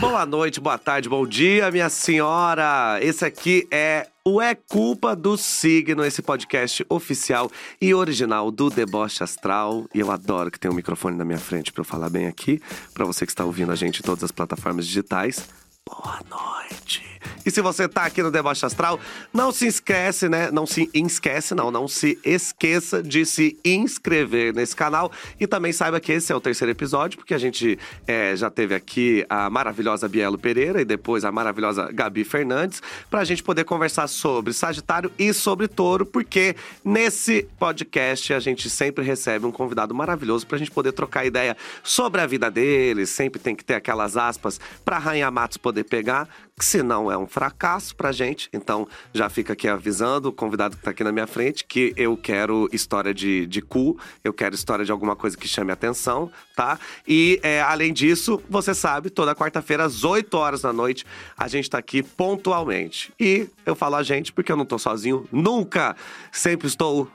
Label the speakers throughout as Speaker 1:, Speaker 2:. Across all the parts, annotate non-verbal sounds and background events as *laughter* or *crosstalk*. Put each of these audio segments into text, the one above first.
Speaker 1: Boa noite, boa tarde, bom dia, minha senhora. Esse aqui é o É Culpa do Signo, esse podcast oficial e original do Deboche Astral. E eu adoro que tem um microfone na minha frente para eu falar bem aqui, para você que está ouvindo a gente em todas as plataformas digitais. Boa noite. E se você tá aqui no Deboche Astral, não se esquece, né? Não se esquece, não. Não se esqueça de se inscrever nesse canal. E também saiba que esse é o terceiro episódio, porque a gente eh, já teve aqui a maravilhosa Bielo Pereira e depois a maravilhosa Gabi Fernandes, pra gente poder conversar sobre Sagitário e sobre Touro, porque nesse podcast a gente sempre recebe um convidado maravilhoso pra gente poder trocar ideia sobre a vida dele. Sempre tem que ter aquelas aspas pra Rainha Matos poder pegar, que senão é um fracasso pra gente. Então já fica aqui avisando o convidado que tá aqui na minha frente que eu quero história de, de cu, eu quero história de alguma coisa que chame atenção, tá? E é, além disso, você sabe, toda quarta-feira às 8 horas da noite a gente tá aqui pontualmente. E eu falo a gente porque eu não tô sozinho nunca. Sempre estou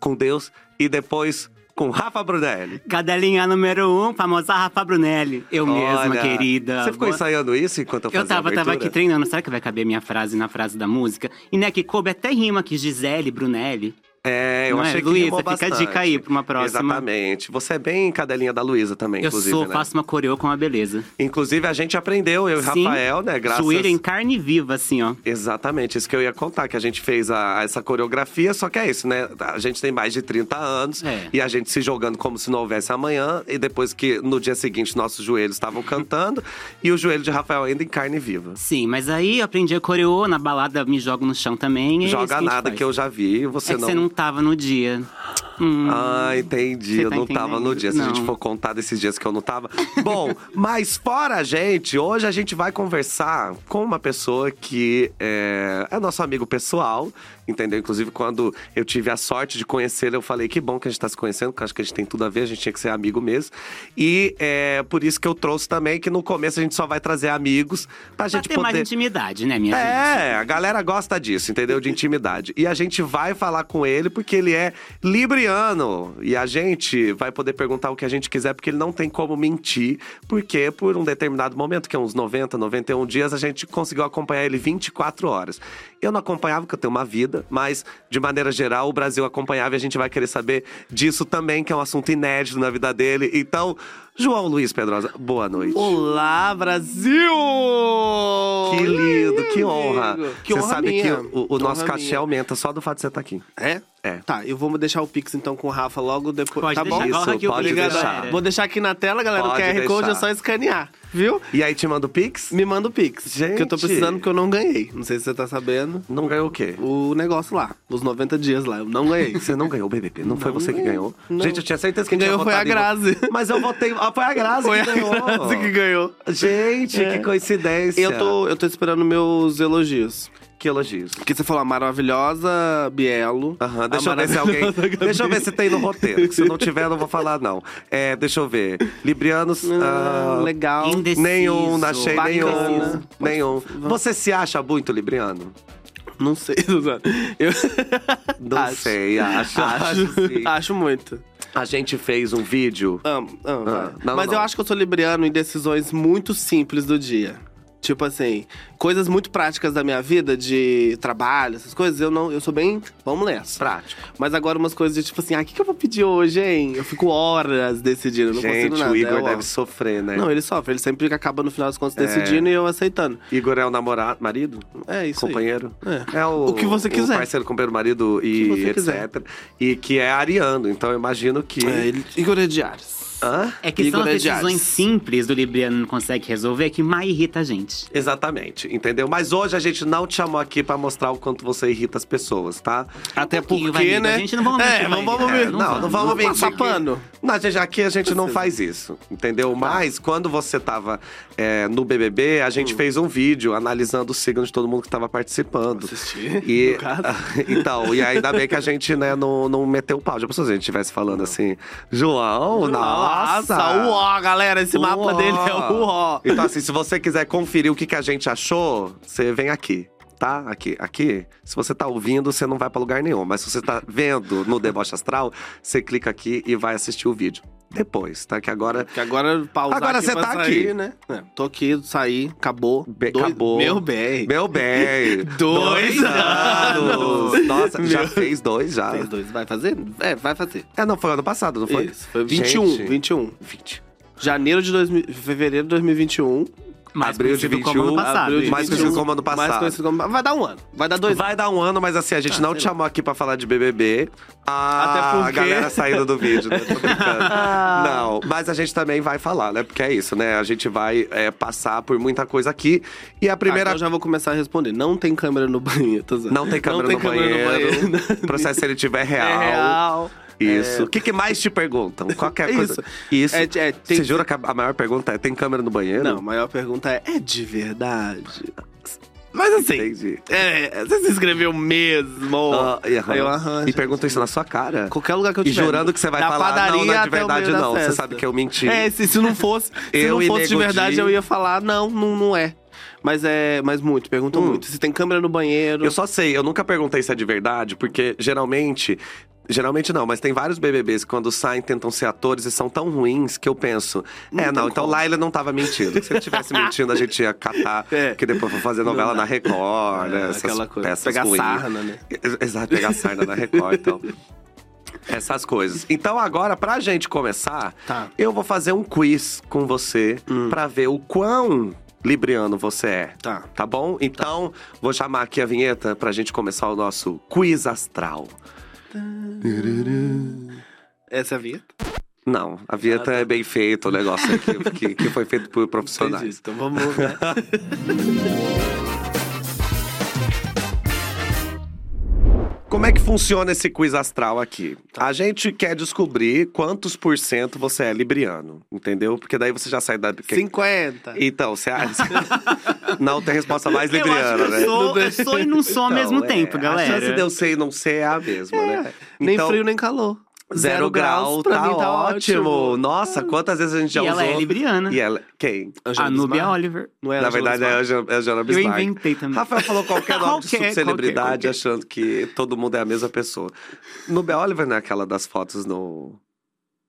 Speaker 1: com Deus e depois com Rafa Brunelli.
Speaker 2: Cadelinha número um, famosa Rafa Brunelli. Eu mesma,
Speaker 1: Olha,
Speaker 2: querida.
Speaker 1: Você ficou
Speaker 2: Boa-
Speaker 1: ensaiando isso enquanto eu fazia
Speaker 2: Eu tava,
Speaker 1: a
Speaker 2: tava
Speaker 1: abertura?
Speaker 2: aqui treinando. Será que vai caber minha frase na frase da música? E né, que coube até rima que Gisele Brunelli.
Speaker 1: É, eu
Speaker 2: Não é,
Speaker 1: achei que
Speaker 2: Luísa,
Speaker 1: rimou
Speaker 2: fica a
Speaker 1: bastante.
Speaker 2: dica aí pra uma próxima.
Speaker 1: Exatamente. Você é bem cadelinha da Luísa também,
Speaker 2: Eu
Speaker 1: inclusive,
Speaker 2: sou,
Speaker 1: né?
Speaker 2: faço uma coreo com a beleza.
Speaker 1: Inclusive, a gente aprendeu, eu e
Speaker 2: Sim,
Speaker 1: Rafael, né? Graças...
Speaker 2: Zoeira em carne viva, assim, ó.
Speaker 1: Exatamente, isso que eu ia contar, que a gente fez a- essa coreografia, só que é isso, né? A gente tem mais de 30 anos
Speaker 2: É.
Speaker 1: e a gente se jogando como se não houvesse amanhã, e depois que no dia seguinte nossos joelhos estavam cantando e o joelho de Rafael ainda em carne viva.
Speaker 2: Sim, mas aí eu aprendi a coreo, na balada me jogo no chão também. é isso
Speaker 1: Joga
Speaker 2: que a gente
Speaker 1: nada
Speaker 2: faz.
Speaker 1: que eu já vi e
Speaker 2: É
Speaker 1: você
Speaker 2: que
Speaker 1: não.
Speaker 2: você não tava no dia. Hum.
Speaker 1: Ah, entendi.
Speaker 2: Você
Speaker 1: eu
Speaker 2: tá
Speaker 1: não tava
Speaker 2: entendendo?
Speaker 1: no dia. Se a gente
Speaker 2: Não.
Speaker 1: for contar desses dias que eu não tava. Bom, *laughs* mas fora a gente, hoje a gente vai conversar com uma pessoa que é, é nosso amigo pessoal, entendeu? Inclusive, quando eu tive a sorte de conhecê-lo, eu falei que bom que a gente tá se conhecendo, porque eu acho que a gente tem tudo a ver, a gente tinha que ser amigo mesmo. E é por isso que eu trouxe também que no começo a gente só vai trazer amigos pra
Speaker 2: pra
Speaker 1: gente
Speaker 2: ter
Speaker 1: poder.
Speaker 2: mais intimidade, né, minha gente?
Speaker 1: É, a galera gosta disso, entendeu? De intimidade. E a gente vai falar com ele porque ele é libriano. E a gente vai poder perguntar o que a gente quiser, porque ele não tem como mentir. Porque por um determinado momento, que é uns 90, 91 dias, a gente conseguiu acompanhar ele 24 horas. Eu não acompanhava, porque eu tenho uma vida, mas de maneira geral, o Brasil acompanhava e a gente vai querer saber disso também, que é um assunto inédito na vida dele. Então, João Luiz Pedrosa, boa noite.
Speaker 3: Olá, Brasil!
Speaker 1: Que lindo, que
Speaker 3: Ih,
Speaker 1: honra.
Speaker 3: amigo,
Speaker 1: você sabe
Speaker 3: minha.
Speaker 1: que o, o
Speaker 3: Que
Speaker 1: nosso
Speaker 3: honra
Speaker 1: cachê
Speaker 3: minha.
Speaker 1: aumenta só do fato de você estar aqui.
Speaker 3: É?
Speaker 1: É.
Speaker 3: Tá, eu vou deixar o Pix então com o Rafa logo depois.
Speaker 2: Pode
Speaker 3: tá
Speaker 2: deixar,
Speaker 3: bom?
Speaker 1: Isso,
Speaker 2: coloca aqui o
Speaker 1: pode
Speaker 2: Obrigado.
Speaker 1: deixar.
Speaker 3: Vou deixar aqui na tela, galera.
Speaker 1: Pode
Speaker 3: o QR Code é
Speaker 1: deixar.
Speaker 3: só escanear, viu?
Speaker 1: E aí te manda o Pix?
Speaker 3: Me manda o Pix.
Speaker 1: Gente.
Speaker 3: Que eu tô precisando porque eu não ganhei. Não sei se você tá sabendo.
Speaker 1: Não ganhou o quê?
Speaker 3: O negócio lá, os 90 dias lá, eu não ganhei.
Speaker 1: Você não ganhou o BBB, não, foi você que ganhou.
Speaker 3: não.
Speaker 1: Gente, eu tinha certeza que
Speaker 3: Quem
Speaker 1: tinha
Speaker 3: ganhou foi
Speaker 1: votado em
Speaker 3: a
Speaker 1: vo-
Speaker 3: Grazi.
Speaker 1: Mas eu votei. Ah, foi a Grazi
Speaker 3: Foi
Speaker 1: que
Speaker 3: a
Speaker 1: ganhou.
Speaker 3: Grazi que ganhou.
Speaker 1: Gente,
Speaker 3: É.
Speaker 1: que coincidência.
Speaker 3: Eu tô, eu tô esperando meus elogios.
Speaker 1: Que elogios.
Speaker 3: Porque você falou a maravilhosa Bielo.
Speaker 1: Aham,
Speaker 3: a
Speaker 1: deixa eu ver se alguém.
Speaker 3: maravilhosa
Speaker 1: *laughs*
Speaker 3: Gabi.
Speaker 1: Deixa eu ver se tem no roteiro. que Se não tiver, eu não vou falar, não. É, deixa eu ver. Librianos.
Speaker 3: Ah,
Speaker 1: ah,
Speaker 3: legal.
Speaker 2: Indeciso.
Speaker 1: Nenhum, achei nenhum.
Speaker 3: Bacana.
Speaker 1: Nenhum. Você se acha muito libriano?
Speaker 3: Não sei, *laughs* Suzana. Eu...
Speaker 1: Não
Speaker 3: Acho.
Speaker 1: sei, acho. Acho, sim.
Speaker 3: Acho, acho muito.
Speaker 1: A gente fez um vídeo.
Speaker 3: Amo, amo.
Speaker 1: Ah,
Speaker 3: vai.
Speaker 1: não,
Speaker 3: Mas
Speaker 1: não.
Speaker 3: eu acho que eu sou libriano em decisões muito simples do dia. Tipo assim, coisas muito práticas da minha vida, de trabalho, essas coisas, eu não. Eu sou bem. Vamos nessa.
Speaker 1: Prático.
Speaker 3: Mas agora umas coisas de tipo assim, ah, o que, que eu vou pedir hoje, hein? Eu fico horas decidindo, eu não
Speaker 1: gente,
Speaker 3: consigo nada.
Speaker 1: o Igor
Speaker 3: é, ó.
Speaker 1: deve É. sofrer, né?
Speaker 3: Não, ele sofre, ele sempre acaba no final das contas decidindo e eu aceitando.
Speaker 1: Igor é o namorado, marido?
Speaker 3: É isso. aí.
Speaker 1: companheiro?
Speaker 3: É.
Speaker 1: o,
Speaker 3: O que você quiser.
Speaker 1: O parceiro, companheiro, marido
Speaker 3: que
Speaker 1: e
Speaker 3: você
Speaker 1: etc.
Speaker 3: quiser.
Speaker 1: E que é ariano, então eu imagino que.
Speaker 3: É, ele... Igor é de Ares.
Speaker 1: Hã?
Speaker 2: É que são
Speaker 3: Igor
Speaker 2: as
Speaker 3: é de
Speaker 2: decisões
Speaker 3: Ares.
Speaker 2: simples do Libriano não consegue resolver que mais irrita a gente.
Speaker 1: Exatamente, entendeu? Mas hoje a gente não te chamou aqui pra mostrar o quanto você irrita as pessoas, tá?
Speaker 3: Até
Speaker 2: um pouquinho,
Speaker 3: porque,
Speaker 2: vai,
Speaker 3: né?
Speaker 2: Igor, a gente não vamos mentir,
Speaker 3: é,
Speaker 2: vai,
Speaker 3: não vamos
Speaker 2: Igor.
Speaker 3: mentir.
Speaker 2: É, não
Speaker 3: Não,
Speaker 2: vamos,
Speaker 3: não
Speaker 2: não
Speaker 3: vamos
Speaker 2: vamos
Speaker 3: mentir.
Speaker 1: aqui.
Speaker 3: pano.
Speaker 1: Não, gente, aqui a gente não faz isso,
Speaker 3: Tá.
Speaker 1: entendeu? Mas quando você tava é, no BBB, a
Speaker 3: Hum.
Speaker 1: gente fez um vídeo analisando o signo de todo mundo que tava participando.
Speaker 3: Assisti,
Speaker 1: E,
Speaker 3: *laughs* no caso.
Speaker 1: *laughs* então, e ainda bem que a gente né, não, não meteu o pau. Já pensou se a gente estivesse falando assim, João, nossa!
Speaker 3: Nossa, uó, galera, esse mapa
Speaker 1: uó."
Speaker 3: dele é uó.
Speaker 1: Então, assim, se você quiser conferir o que, que a gente achou, você vem aqui. Tá? Aqui, aqui. Se você tá ouvindo, você não vai pra lugar nenhum. Mas se você tá vendo no Deboche Astral, você clica aqui e vai assistir o vídeo. depois, tá? Que agora.
Speaker 3: Porque agora pausar
Speaker 1: Agora
Speaker 3: aqui
Speaker 1: você
Speaker 3: pra
Speaker 1: tá
Speaker 3: sair,
Speaker 1: aqui.
Speaker 3: né? É, tô aqui, saí, acabou.
Speaker 1: Be-
Speaker 3: Dois-
Speaker 1: acabou.
Speaker 3: Meu bem.
Speaker 1: Meu bem!
Speaker 3: *laughs* Dois anos.
Speaker 1: Nossa, já
Speaker 3: Meu-
Speaker 1: fez dois já.
Speaker 3: Fez dois, vai fazer? É, vai fazer.
Speaker 1: É, não, foi ano passado, não foi?
Speaker 3: Isso, foi 21,
Speaker 1: Gente,
Speaker 3: 21.
Speaker 1: 20.
Speaker 3: Janeiro de 2000, fevereiro de 2021.
Speaker 2: Mais
Speaker 1: Abril de
Speaker 2: conhecido como ano
Speaker 1: 21,
Speaker 2: passado.
Speaker 1: abril de
Speaker 2: isso.
Speaker 1: mais conhecido
Speaker 3: 21,
Speaker 1: como ano
Speaker 3: Mais
Speaker 1: passado.
Speaker 3: conhecido como... Vai dar um ano, vai dar dois
Speaker 1: Vai dar um ano, mas assim, a gente
Speaker 3: Ah,
Speaker 1: não
Speaker 3: sei
Speaker 1: te
Speaker 3: lá.
Speaker 1: chamou aqui pra falar de BBB. Ah,
Speaker 3: Até porque- Ah.
Speaker 1: A galera saindo do vídeo, né? Tô
Speaker 3: *laughs*
Speaker 1: brincando. não, mas a gente também vai falar, né? Porque é isso, né? A gente vai é, passar por muita coisa aqui. E a primeira
Speaker 3: Ah, então eu já vou começar a responder. Não tem câmera no banheiro, tô zoando.
Speaker 1: Não tem câmera,
Speaker 3: tem
Speaker 1: no,
Speaker 3: câmera no
Speaker 1: banheiro.
Speaker 3: banheiro.
Speaker 1: O *laughs* processo seletivo é real.
Speaker 3: *laughs* É real. É.
Speaker 1: Isso. O que, que mais te perguntam? Qualquer
Speaker 3: *laughs*
Speaker 1: coisa. Isso.
Speaker 3: Isso. É- é, tem-
Speaker 1: Você jura que a a maior pergunta é: tem câmera no banheiro?
Speaker 3: Não, a maior pergunta é, é de verdade? Mas assim,
Speaker 1: Entendi.
Speaker 3: é, você se inscreveu mesmo?
Speaker 1: Ah, e,
Speaker 3: Aí eu
Speaker 1: aham.
Speaker 3: arranjo.
Speaker 1: e perguntam isso na sua cara.
Speaker 3: Qualquer lugar que eu
Speaker 1: E
Speaker 3: tiver.
Speaker 1: jurando que você vai
Speaker 3: Da
Speaker 1: falar, não, não
Speaker 3: padaria
Speaker 1: é
Speaker 3: até
Speaker 1: de
Speaker 3: o
Speaker 1: verdade,
Speaker 3: meio da
Speaker 1: não. Você
Speaker 3: festa.
Speaker 1: sabe que eu menti.
Speaker 3: É, se, se não fosse, se
Speaker 1: *laughs* Eu
Speaker 3: não
Speaker 1: e
Speaker 3: fosse de
Speaker 1: Nego
Speaker 3: verdade,
Speaker 1: Di.
Speaker 3: eu ia falar, não, não, não é. Mas é, mas muito, perguntam muito. Se tem câmera no banheiro.
Speaker 1: Hum. Eu só sei, eu nunca perguntei se é de verdade, porque geralmente. Geralmente não, mas tem vários BBBs que quando saem tentam ser atores e são tão ruins que eu penso, é,
Speaker 3: tem
Speaker 1: não, então
Speaker 3: como.
Speaker 1: Laila não tava mentindo. Se ele tivesse mentindo, a gente ia catar,
Speaker 3: *laughs* É.
Speaker 1: porque depois foi fazer novela
Speaker 3: Não dá.
Speaker 1: na Record,
Speaker 3: É,
Speaker 1: né? Essas
Speaker 3: aquela coisa.
Speaker 1: peças
Speaker 3: Pegar
Speaker 1: ruins.
Speaker 3: sarna, né?
Speaker 1: Ex- Exato, pegar sarna na Record,
Speaker 3: *laughs*
Speaker 1: então. Essas coisas. Então agora, pra gente começar,
Speaker 3: Tá.
Speaker 1: eu vou fazer um quiz com você
Speaker 3: Hum.
Speaker 1: pra ver o quão libriano você é.
Speaker 3: Tá.
Speaker 1: Tá bom? Então, vou chamar aqui a vinheta pra gente começar o nosso quiz astral.
Speaker 3: Essa é a vinheta?
Speaker 1: Não, a
Speaker 2: Ah,
Speaker 1: vinheta
Speaker 2: tá.
Speaker 1: é bem feita, o negócio
Speaker 2: *laughs*
Speaker 1: aqui, que, que foi feito por
Speaker 3: Entendi.
Speaker 1: profissionais.
Speaker 3: Então vamos, né? *laughs*
Speaker 1: Como é que funciona esse quiz astral aqui?
Speaker 2: Tá.
Speaker 1: A gente quer descobrir quantos por cento você é libriano, entendeu? Porque daí você já sai da.
Speaker 3: 50.
Speaker 1: Então, você acha.
Speaker 2: *laughs*
Speaker 1: não tem resposta mais
Speaker 2: Eu
Speaker 1: libriana,
Speaker 2: acho que
Speaker 1: né?
Speaker 2: eu sou,
Speaker 3: Não
Speaker 2: eu sou e não sou ao
Speaker 1: Então,
Speaker 2: mesmo
Speaker 1: é,
Speaker 2: tempo,
Speaker 1: A chance
Speaker 2: galera.
Speaker 1: de eu ser e não ser é a mesma, né?
Speaker 3: Nem
Speaker 1: Então,
Speaker 3: frio, nem calor.
Speaker 1: Zero grau, tá, ótimo.
Speaker 3: ótimo.
Speaker 1: Nossa, quantas vezes a gente já
Speaker 2: E
Speaker 1: usou.
Speaker 2: ela é
Speaker 3: né?
Speaker 2: libriana.
Speaker 1: E ela. Quem?
Speaker 3: Angela
Speaker 2: A Nubia
Speaker 3: Bismarck?
Speaker 2: Oliver.
Speaker 3: Não é
Speaker 1: Na
Speaker 3: Angela
Speaker 1: verdade, é a
Speaker 3: Bismarck?
Speaker 1: Angela- é a Angela
Speaker 2: Eu
Speaker 1: Bismarck.
Speaker 2: inventei também.
Speaker 1: Rafael falou
Speaker 3: *laughs*
Speaker 1: qualquer nome de
Speaker 2: Qualquer,
Speaker 1: subcelebridade,
Speaker 2: qualquer, qualquer.
Speaker 1: achando que todo mundo é a mesma pessoa. Nubia Oliver não é aquela das fotos no,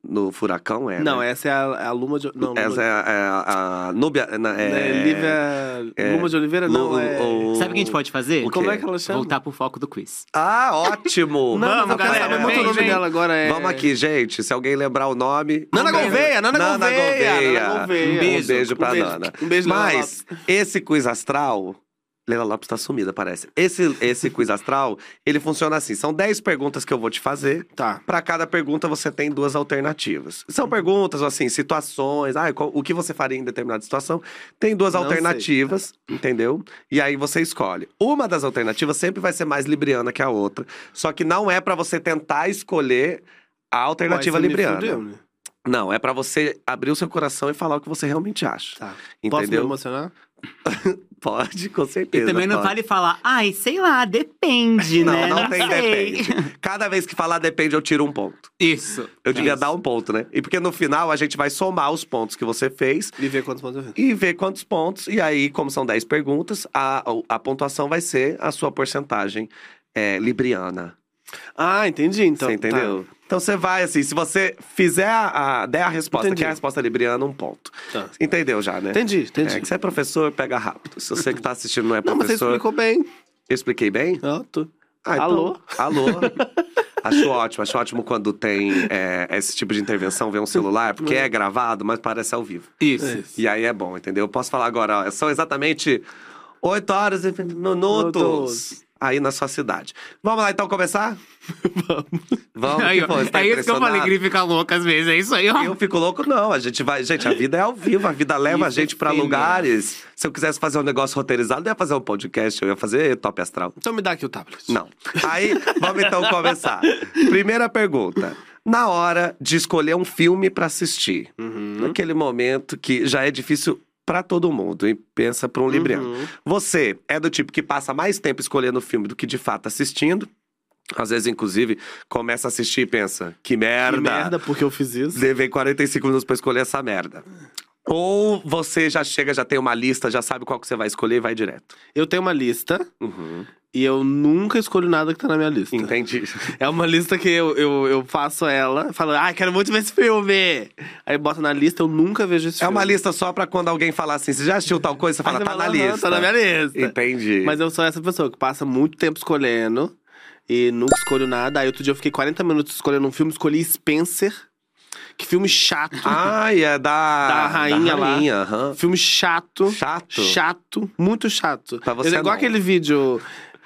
Speaker 1: no furacão, é?
Speaker 3: Não,
Speaker 1: né?
Speaker 3: essa é a, é a Luma de... Não,
Speaker 1: Essa é, a- é a, a Nubia... É, na-
Speaker 3: é...
Speaker 1: é,
Speaker 3: Lívia...
Speaker 1: é-
Speaker 3: Luma de Oliveira? Não,
Speaker 1: Lu-
Speaker 3: é...
Speaker 1: o-
Speaker 2: Sabe o que a gente pode fazer?
Speaker 1: o quê?
Speaker 3: Como é que ela chama?
Speaker 2: Voltar pro foco do quiz.
Speaker 1: Ah, ótimo!
Speaker 3: *laughs* Não, mas
Speaker 2: Vamos,
Speaker 3: eu quero
Speaker 2: galera,
Speaker 3: saber muito o
Speaker 2: vem,
Speaker 3: nome
Speaker 2: vem.
Speaker 3: dela agora. É...
Speaker 1: Vamos aqui, gente. Se alguém lembrar o nome. Um
Speaker 3: Nana
Speaker 1: Nana
Speaker 3: Gouveia, Nana Gouveia, Nana Gouveia.
Speaker 1: Um beijo,
Speaker 3: Um beijo,
Speaker 1: pra
Speaker 3: um beijo.
Speaker 1: Nana.
Speaker 3: Um beijo, Leila
Speaker 1: Mas
Speaker 3: *laughs*
Speaker 1: esse quiz astral. Leila Lopes tá sumida, parece. Esse, esse quiz astral, ele funciona assim: são 10 perguntas que eu vou te fazer.
Speaker 3: Tá.
Speaker 1: Pra cada pergunta, você tem duas alternativas. São perguntas, assim, situações. Ah, qual- o que você faria em determinada situação? Tem duas
Speaker 3: Não sei.
Speaker 1: alternativas, entendeu? E aí você escolhe. Uma das alternativas sempre vai ser mais libriana que a outra. Só que não é pra você tentar escolher a alternativa
Speaker 3: Ué, você me
Speaker 1: libriana.
Speaker 3: fudeu, né?
Speaker 1: Não, é pra você abrir o seu coração e falar o que você realmente acha.
Speaker 3: Tá. Posso me
Speaker 1: Entendeu?
Speaker 3: emocionar?
Speaker 1: Pode, com certeza.
Speaker 2: E também não
Speaker 1: pode.
Speaker 2: vale falar, ai, sei lá, depende,
Speaker 1: Não,
Speaker 2: né?
Speaker 1: não, tem
Speaker 2: sei.
Speaker 1: depende. Cada vez que falar depende, eu tiro um ponto.
Speaker 2: Isso.
Speaker 1: Eu devia
Speaker 2: Isso.
Speaker 1: dar um ponto, né? E porque no final a gente vai somar os pontos que você fez
Speaker 3: E ver quantos pontos eu vi.
Speaker 1: e ver quantos pontos. E aí, como são 10 perguntas, a, a pontuação vai ser a sua porcentagem é, libriana.
Speaker 3: Ah, entendi, então.
Speaker 1: você
Speaker 2: tá.
Speaker 1: entendeu? Então você vai assim, se você fizer a, a- der a resposta,
Speaker 3: Entendi.
Speaker 1: que é a resposta libriana, um ponto.
Speaker 3: Tá. Tá.
Speaker 1: Entendeu já, né?
Speaker 3: Entendi, entendi.
Speaker 1: É, que você é professor, pega rápido. Se você que tá assistindo não é
Speaker 3: Não, mas você
Speaker 1: professor.
Speaker 3: explicou bem.
Speaker 1: Eu expliquei bem?
Speaker 3: Ó, tu-
Speaker 1: Ah,
Speaker 3: Alô?
Speaker 2: *laughs*
Speaker 1: Alô? Acho ótimo, acho ótimo quando tem é, esse tipo de intervenção, ver um celular, porque é gravado, mas parece ao vivo.
Speaker 2: Isso.
Speaker 1: E aí é bom, entendeu? Eu posso falar agora, ó, são exatamente 8 horas e 20 minutos
Speaker 3: Minutos.
Speaker 1: aí na sua cidade. Vamos lá então
Speaker 2: *laughs*
Speaker 1: começar? Vamos. Vamos,
Speaker 2: Aí,
Speaker 1: que
Speaker 2: ó,
Speaker 1: foi? Você tá
Speaker 2: é isso que eu falei,
Speaker 1: impressionado?
Speaker 2: que ele fica louco às vezes, é isso aí, ó.
Speaker 1: Eu fico louco, não. A gente vai. Gente, a vida é ao vivo, a vida leva a
Speaker 2: Isso,
Speaker 1: gente pra
Speaker 2: sim, né?
Speaker 1: lugares. Se eu quisesse fazer um negócio roteirizado, eu ia fazer um podcast, eu ia fazer top astral.
Speaker 3: Então me dá aqui o tablet.
Speaker 1: Não. Aí, vamos então começar. Primeira pergunta. Na hora de escolher um filme pra assistir, naquele momento que já é difícil pra todo mundo, e pensa pra um libriano.
Speaker 3: Uhum.
Speaker 1: Você é do tipo que passa mais tempo escolhendo o filme do que de fato assistindo. Às vezes, inclusive, começa a assistir e pensa: que merda!
Speaker 3: Que merda, porque eu fiz isso.
Speaker 1: Levei 45 minutos pra escolher essa merda. Ou você já chega, já tem uma lista, já sabe qual que você vai escolher e vai direto.
Speaker 3: Eu tenho uma lista
Speaker 1: Uhum.
Speaker 3: e eu nunca escolho nada que tá na minha lista.
Speaker 1: Entendi.
Speaker 3: É uma lista que eu, eu, eu faço ela, falo, ai, quero muito ver esse filme. Aí bota na lista, eu nunca vejo esse
Speaker 1: É
Speaker 3: filme.
Speaker 1: uma lista só pra quando alguém falar assim, você já assistiu tal coisa? Você
Speaker 3: Aí
Speaker 1: fala,
Speaker 3: você
Speaker 1: tá na
Speaker 3: "Aham,
Speaker 1: lista.
Speaker 3: Tá na minha lista.
Speaker 1: Entendi.
Speaker 3: Mas eu sou essa pessoa que passa muito tempo escolhendo e nunca escolho nada. Aí outro dia eu fiquei 40 minutos escolhendo um filme, escolhi Spencer. Que filme chato.
Speaker 1: Ai, é da...
Speaker 3: Da rainha lá.
Speaker 1: rainha, aham.
Speaker 3: Filme chato.
Speaker 1: Chato.
Speaker 3: Chato, muito chato.
Speaker 1: Pra você
Speaker 3: é igual
Speaker 1: não.
Speaker 3: aquele vídeo.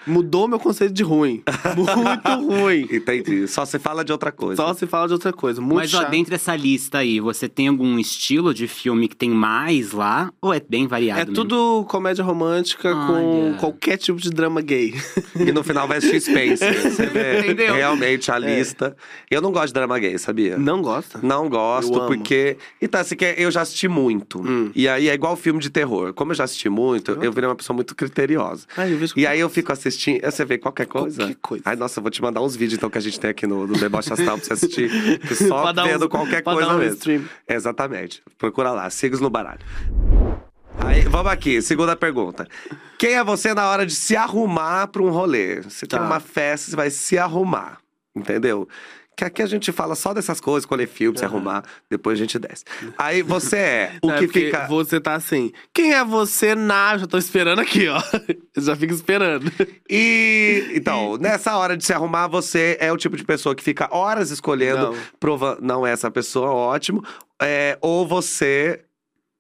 Speaker 3: Mudou meu conceito
Speaker 1: *laughs*
Speaker 3: de ruim. Muito ruim.
Speaker 1: Entendi. Só se fala de outra coisa.
Speaker 3: Só se fala de outra coisa. Muito
Speaker 2: Mas, ó,
Speaker 3: chato.
Speaker 2: dentre essa lista aí, você tem algum estilo de filme que tem mais lá? Ou é bem variado
Speaker 3: É
Speaker 2: mesmo?
Speaker 3: tudo comédia romântica com
Speaker 2: Olha.
Speaker 3: qualquer tipo de drama gay.
Speaker 1: E no final vai assistir
Speaker 3: *laughs*
Speaker 1: Spencer. Você vê
Speaker 2: Entendeu?
Speaker 1: realmente a lista. Eu não gosto de drama gay, sabia?
Speaker 3: É. *laughs* Não gosta?
Speaker 1: Não
Speaker 3: Eu
Speaker 1: gosto,
Speaker 3: amo.
Speaker 1: porque. E tá, assim, que eu já assisti muito.
Speaker 3: Hum.
Speaker 1: E aí é igual filme de terror. Como eu já assisti muito, eu virei uma pessoa muito criteriosa.
Speaker 3: Ai, Ah, eu vejo
Speaker 1: E aí eu fico assistindo. Você vê qualquer coisa?
Speaker 3: Qualquer coisa.
Speaker 1: Ai, nossa, eu vou te mandar uns vídeos então que a gente tem aqui no, no Deboche Astral pra você
Speaker 3: *laughs*
Speaker 1: assistir. que Só
Speaker 3: Pra dar
Speaker 1: vendo
Speaker 3: um-
Speaker 1: qualquer
Speaker 3: pra
Speaker 1: coisa
Speaker 3: dar um
Speaker 1: mesmo.
Speaker 3: stream.
Speaker 1: Exatamente. Procura lá, sigos no baralho. Aí, vamos aqui, segunda pergunta. Quem é você na hora de se arrumar pra um rolê? Você
Speaker 3: Tá.
Speaker 1: tem uma festa, você vai se arrumar, entendeu? Que aqui a gente fala só dessas coisas, escolher filme, se arrumar, depois a gente desce. Aí você é o
Speaker 3: É,
Speaker 1: que
Speaker 3: porque
Speaker 1: fica.
Speaker 3: Você tá assim. Quem é você na. Já tô esperando aqui, ó. *laughs* Eu já fico esperando. *laughs*
Speaker 1: E então, nessa hora de se arrumar, você é o tipo de pessoa que fica horas escolhendo,
Speaker 3: Não.
Speaker 1: prova não é essa pessoa, ótimo. É, ou você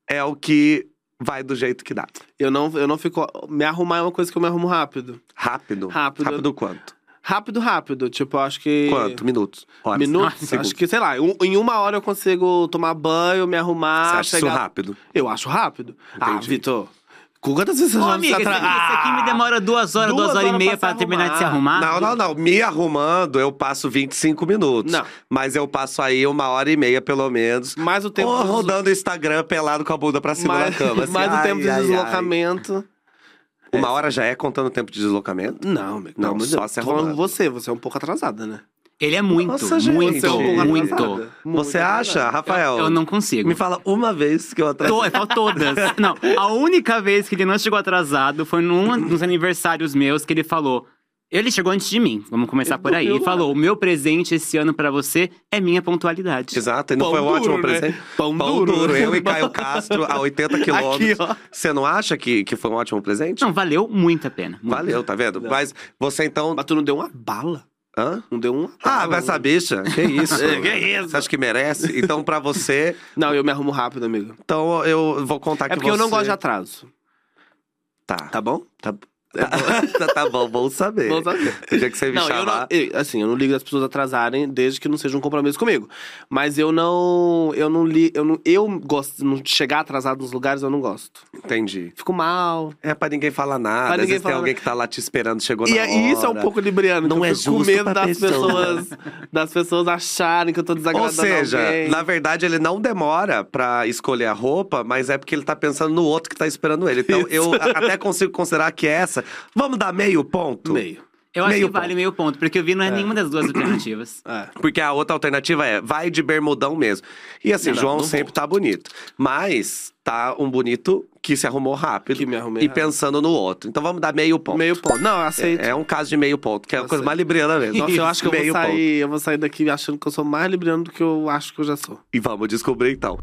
Speaker 1: é o que vai do jeito que dá.
Speaker 3: Eu não, eu não fico. Me arrumar é uma coisa que eu me arrumo rápido.
Speaker 1: Rápido.
Speaker 3: Rápido.
Speaker 1: Rápido quanto?
Speaker 3: Rápido, rápido. Tipo, eu acho que.
Speaker 1: Quanto? Minutos. Horas. Ah,
Speaker 3: Minutos?
Speaker 1: Segundos.
Speaker 3: acho que, sei lá, um- em uma hora eu consigo tomar banho, me
Speaker 1: Você
Speaker 3: arrumar,
Speaker 1: acha isso
Speaker 3: é chegar.
Speaker 1: rápido?
Speaker 3: Eu acho rápido. Ah,
Speaker 1: Entendi.
Speaker 3: Vitor. Com quantas vezes você
Speaker 2: Ô,
Speaker 3: já Ah,
Speaker 2: amiga,
Speaker 3: está
Speaker 2: esse,
Speaker 3: atrás?
Speaker 2: esse aqui me demora duas horas, duas,
Speaker 3: Duas
Speaker 2: horas e
Speaker 3: horas
Speaker 2: meia
Speaker 3: pra
Speaker 2: pra,
Speaker 3: se
Speaker 2: terminar de se
Speaker 3: arrumar.
Speaker 2: arrumar?
Speaker 1: Não, não, não. Me arrumando, eu passo 25 minutos.
Speaker 3: Não.
Speaker 1: Mas eu passo aí uma hora e meia, pelo menos.
Speaker 3: Mais o tempo.
Speaker 1: Ou
Speaker 3: dos-
Speaker 1: rodando o Instagram pelado com a bunda pra cima
Speaker 3: mais
Speaker 1: na
Speaker 3: *laughs*
Speaker 1: cama. assim,
Speaker 3: mais o
Speaker 1: ai,
Speaker 3: tempo
Speaker 1: ai,
Speaker 3: de
Speaker 1: ai.
Speaker 3: deslocamento.
Speaker 1: Uma hora já é contando o tempo de deslocamento?
Speaker 3: Não, amigo. pelo
Speaker 1: Não,
Speaker 3: amor de
Speaker 1: só
Speaker 3: Deus.
Speaker 1: se
Speaker 3: Tô falando
Speaker 1: arrumando.
Speaker 3: você, você é um pouco atrasada, né?
Speaker 2: Ele é muito,
Speaker 1: Nossa, gente.
Speaker 2: muito,
Speaker 3: Você é um pouco
Speaker 2: muito.
Speaker 3: atrasada. Muito
Speaker 1: Você
Speaker 3: atrasada.
Speaker 1: acha, Rafael?
Speaker 2: Eu não consigo.
Speaker 1: Me fala uma vez que eu atrasei.
Speaker 2: To- falo todas. Não, a única vez que ele não chegou atrasado foi num nos aniversários meus que ele falou. Ele chegou antes de mim, vamos começar
Speaker 3: Ele
Speaker 2: por aí.
Speaker 3: dormiu
Speaker 2: E
Speaker 3: lá.
Speaker 2: falou: o meu presente esse ano pra você é minha pontualidade.
Speaker 1: Exato, e não
Speaker 3: Pão
Speaker 1: foi um
Speaker 3: duro,
Speaker 1: ótimo
Speaker 3: né?
Speaker 1: presente.
Speaker 3: Pão duro.
Speaker 1: Eu
Speaker 3: *laughs*
Speaker 1: e Caio Castro a 80
Speaker 3: Aqui,
Speaker 1: quilômetros.
Speaker 3: ó.
Speaker 1: Você não acha que, que foi um ótimo presente?
Speaker 2: Não, valeu muito a pena. muito.
Speaker 1: Valeu, tá vendo?
Speaker 3: Não.
Speaker 1: Mas você então.
Speaker 3: Mas tu não deu uma bala.
Speaker 1: Hã?
Speaker 3: Não deu uma
Speaker 1: Ah,
Speaker 3: bala. né?
Speaker 1: mas essa bicha, que isso?
Speaker 3: É, *laughs* que isso?
Speaker 1: Você acha que merece? Então, pra você,
Speaker 3: Não, eu me arrumo rápido, amigo.
Speaker 1: então eu vou contar
Speaker 3: É
Speaker 1: que
Speaker 3: porque
Speaker 1: você...
Speaker 3: eu não gosto de atraso.
Speaker 1: Tá,
Speaker 3: Tá bom?
Speaker 1: tá, *laughs* tá, tá bom, bom saber.
Speaker 3: Vamos saber.
Speaker 1: O dia que você me
Speaker 3: Não, eu não,
Speaker 1: chamar...
Speaker 3: eu- assim, eu não ligo das pessoas atrasarem desde que não seja um compromisso comigo. Mas eu não, eu não li, eu não, eu gosto de não chegar atrasado nos lugares, eu não gosto.
Speaker 1: Entendi.
Speaker 3: Fico mal.
Speaker 1: É pra ninguém falar nada.
Speaker 3: Pra
Speaker 1: Às
Speaker 3: ninguém
Speaker 1: vezes tem
Speaker 3: falar
Speaker 1: alguém que tá lá te esperando, chegou
Speaker 3: E
Speaker 1: na hora.
Speaker 3: é- isso é um pouco libriano. que
Speaker 1: Não
Speaker 3: eu
Speaker 1: é
Speaker 3: fico com
Speaker 1: justo
Speaker 3: medo
Speaker 1: pra
Speaker 3: das
Speaker 1: pessoa.
Speaker 3: pessoas, das pessoas acharem que eu tô
Speaker 1: Ou
Speaker 3: desagradando
Speaker 1: seja,
Speaker 3: alguém.
Speaker 1: na verdade ele não demora pra escolher a roupa, mas é porque ele tá pensando no outro que tá esperando ele. Então eu a- até consigo conderar que é essa. Vamos dar meio ponto?
Speaker 3: meio.
Speaker 2: Eu acho
Speaker 1: Meio
Speaker 2: que vale
Speaker 1: ponto.
Speaker 2: meio ponto, porque eu vi não é, nenhuma das duas
Speaker 1: *coughs*
Speaker 2: alternativas.
Speaker 3: É.
Speaker 1: Porque a outra alternativa é vai de bermudão mesmo. E assim,
Speaker 3: Não,
Speaker 1: João
Speaker 3: não vou.
Speaker 1: sempre tá bonito. Mas tá um bonito que se arrumou rápido.
Speaker 3: Que me arrumei
Speaker 1: E
Speaker 3: rápido.
Speaker 1: pensando no outro. Então vamos dar meio ponto.
Speaker 3: Meio ponto. Não, eu aceito.
Speaker 1: É um caso de meio ponto, que é a
Speaker 3: Eu
Speaker 1: coisa
Speaker 3: sei.
Speaker 1: mais libriana mesmo.
Speaker 3: Nossa, eu acho que eu vou
Speaker 1: meio ponto.
Speaker 3: sair, eu vou sair daqui achando que eu sou mais libriano do que eu acho que eu já sou.
Speaker 1: E vamos descobrir então.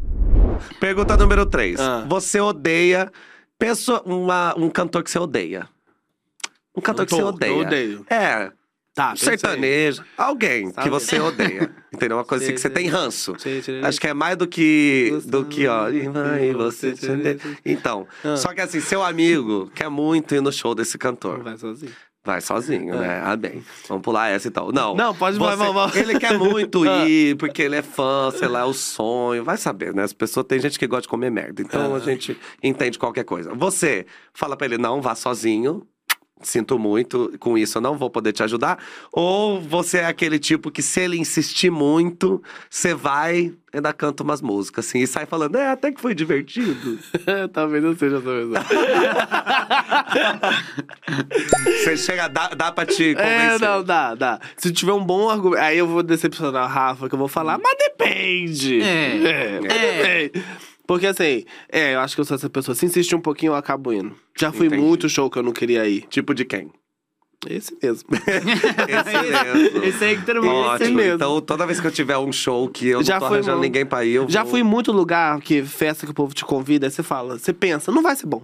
Speaker 1: Pergunta número 3.
Speaker 3: Ah.
Speaker 1: Você odeia pessoa, uma- um cantor que você odeia? Um cantor que você
Speaker 3: Cantor que
Speaker 1: odeia.
Speaker 3: eu odeio.
Speaker 1: É,
Speaker 3: Tá,
Speaker 1: um sertanejo, alguém
Speaker 3: Sabe?
Speaker 1: que você odeia. Entendeu? Uma coisa assim
Speaker 3: Sei,
Speaker 1: que você
Speaker 3: sei.
Speaker 1: tem ranço.
Speaker 3: *laughs* Sei, sei.
Speaker 1: Acho que é mais do que do que ó,
Speaker 3: Gostava
Speaker 1: irmã,
Speaker 3: de
Speaker 1: e você
Speaker 3: você,
Speaker 1: te odeia.
Speaker 3: sei, sei.
Speaker 1: Então,
Speaker 3: Ah.
Speaker 1: só que assim, seu amigo quer muito ir no show desse
Speaker 3: Não
Speaker 1: cantor.
Speaker 3: vai sozinho.
Speaker 1: Vai sozinho,
Speaker 3: Ah.
Speaker 1: né? Ah, bem. Vamos pular essa e tal. Não.
Speaker 3: Não, pode- vai, vai, vai.
Speaker 1: Ele quer muito
Speaker 3: *laughs* Ah.
Speaker 1: ir, porque ele é fã, sei lá, é o sonho. Vai saber, né? As pessoas tem gente que gosta de comer merda. Então a gente entende qualquer coisa. Você fala pra ele, não, vá sozinho. Sinto muito, com isso eu não vou poder te ajudar. Ou você é aquele tipo que, se ele insistir muito, você vai, ainda canta umas músicas, assim, e sai falando, é, até que foi
Speaker 3: *laughs*
Speaker 1: divertido.
Speaker 3: Talvez
Speaker 1: *laughs*
Speaker 3: eu seja essa pessoa.
Speaker 1: você chega, dá, dá pra te convencer.
Speaker 3: É, não, dá, dá. Se tiver um bom argumento.
Speaker 1: Hum.
Speaker 3: Aí eu vou decepcionar o Rafa, que eu vou falar, mas depende.
Speaker 2: É.
Speaker 3: mas
Speaker 2: É.
Speaker 3: depende. Porque assim, é, eu acho que eu sou essa pessoa. Se insistir um pouquinho, eu acabo indo. Já fui
Speaker 1: Entendi.
Speaker 3: muito show que eu não queria ir.
Speaker 1: Tipo de
Speaker 3: *laughs*
Speaker 1: quem?
Speaker 3: Esse mesmo.
Speaker 1: Excelente.
Speaker 2: Esse aí que todo mundo.
Speaker 1: Ótimo.
Speaker 3: É assim mesmo.
Speaker 1: Então, toda vez que eu tiver um show que eu
Speaker 3: Já
Speaker 1: não tô
Speaker 3: foi
Speaker 1: arranjando
Speaker 3: bom.
Speaker 1: ninguém pra ir, eu
Speaker 3: Já
Speaker 1: vou-
Speaker 3: fui em muito lugar que festa que o povo te convida, aí você fala, você pensa, não vai ser bom.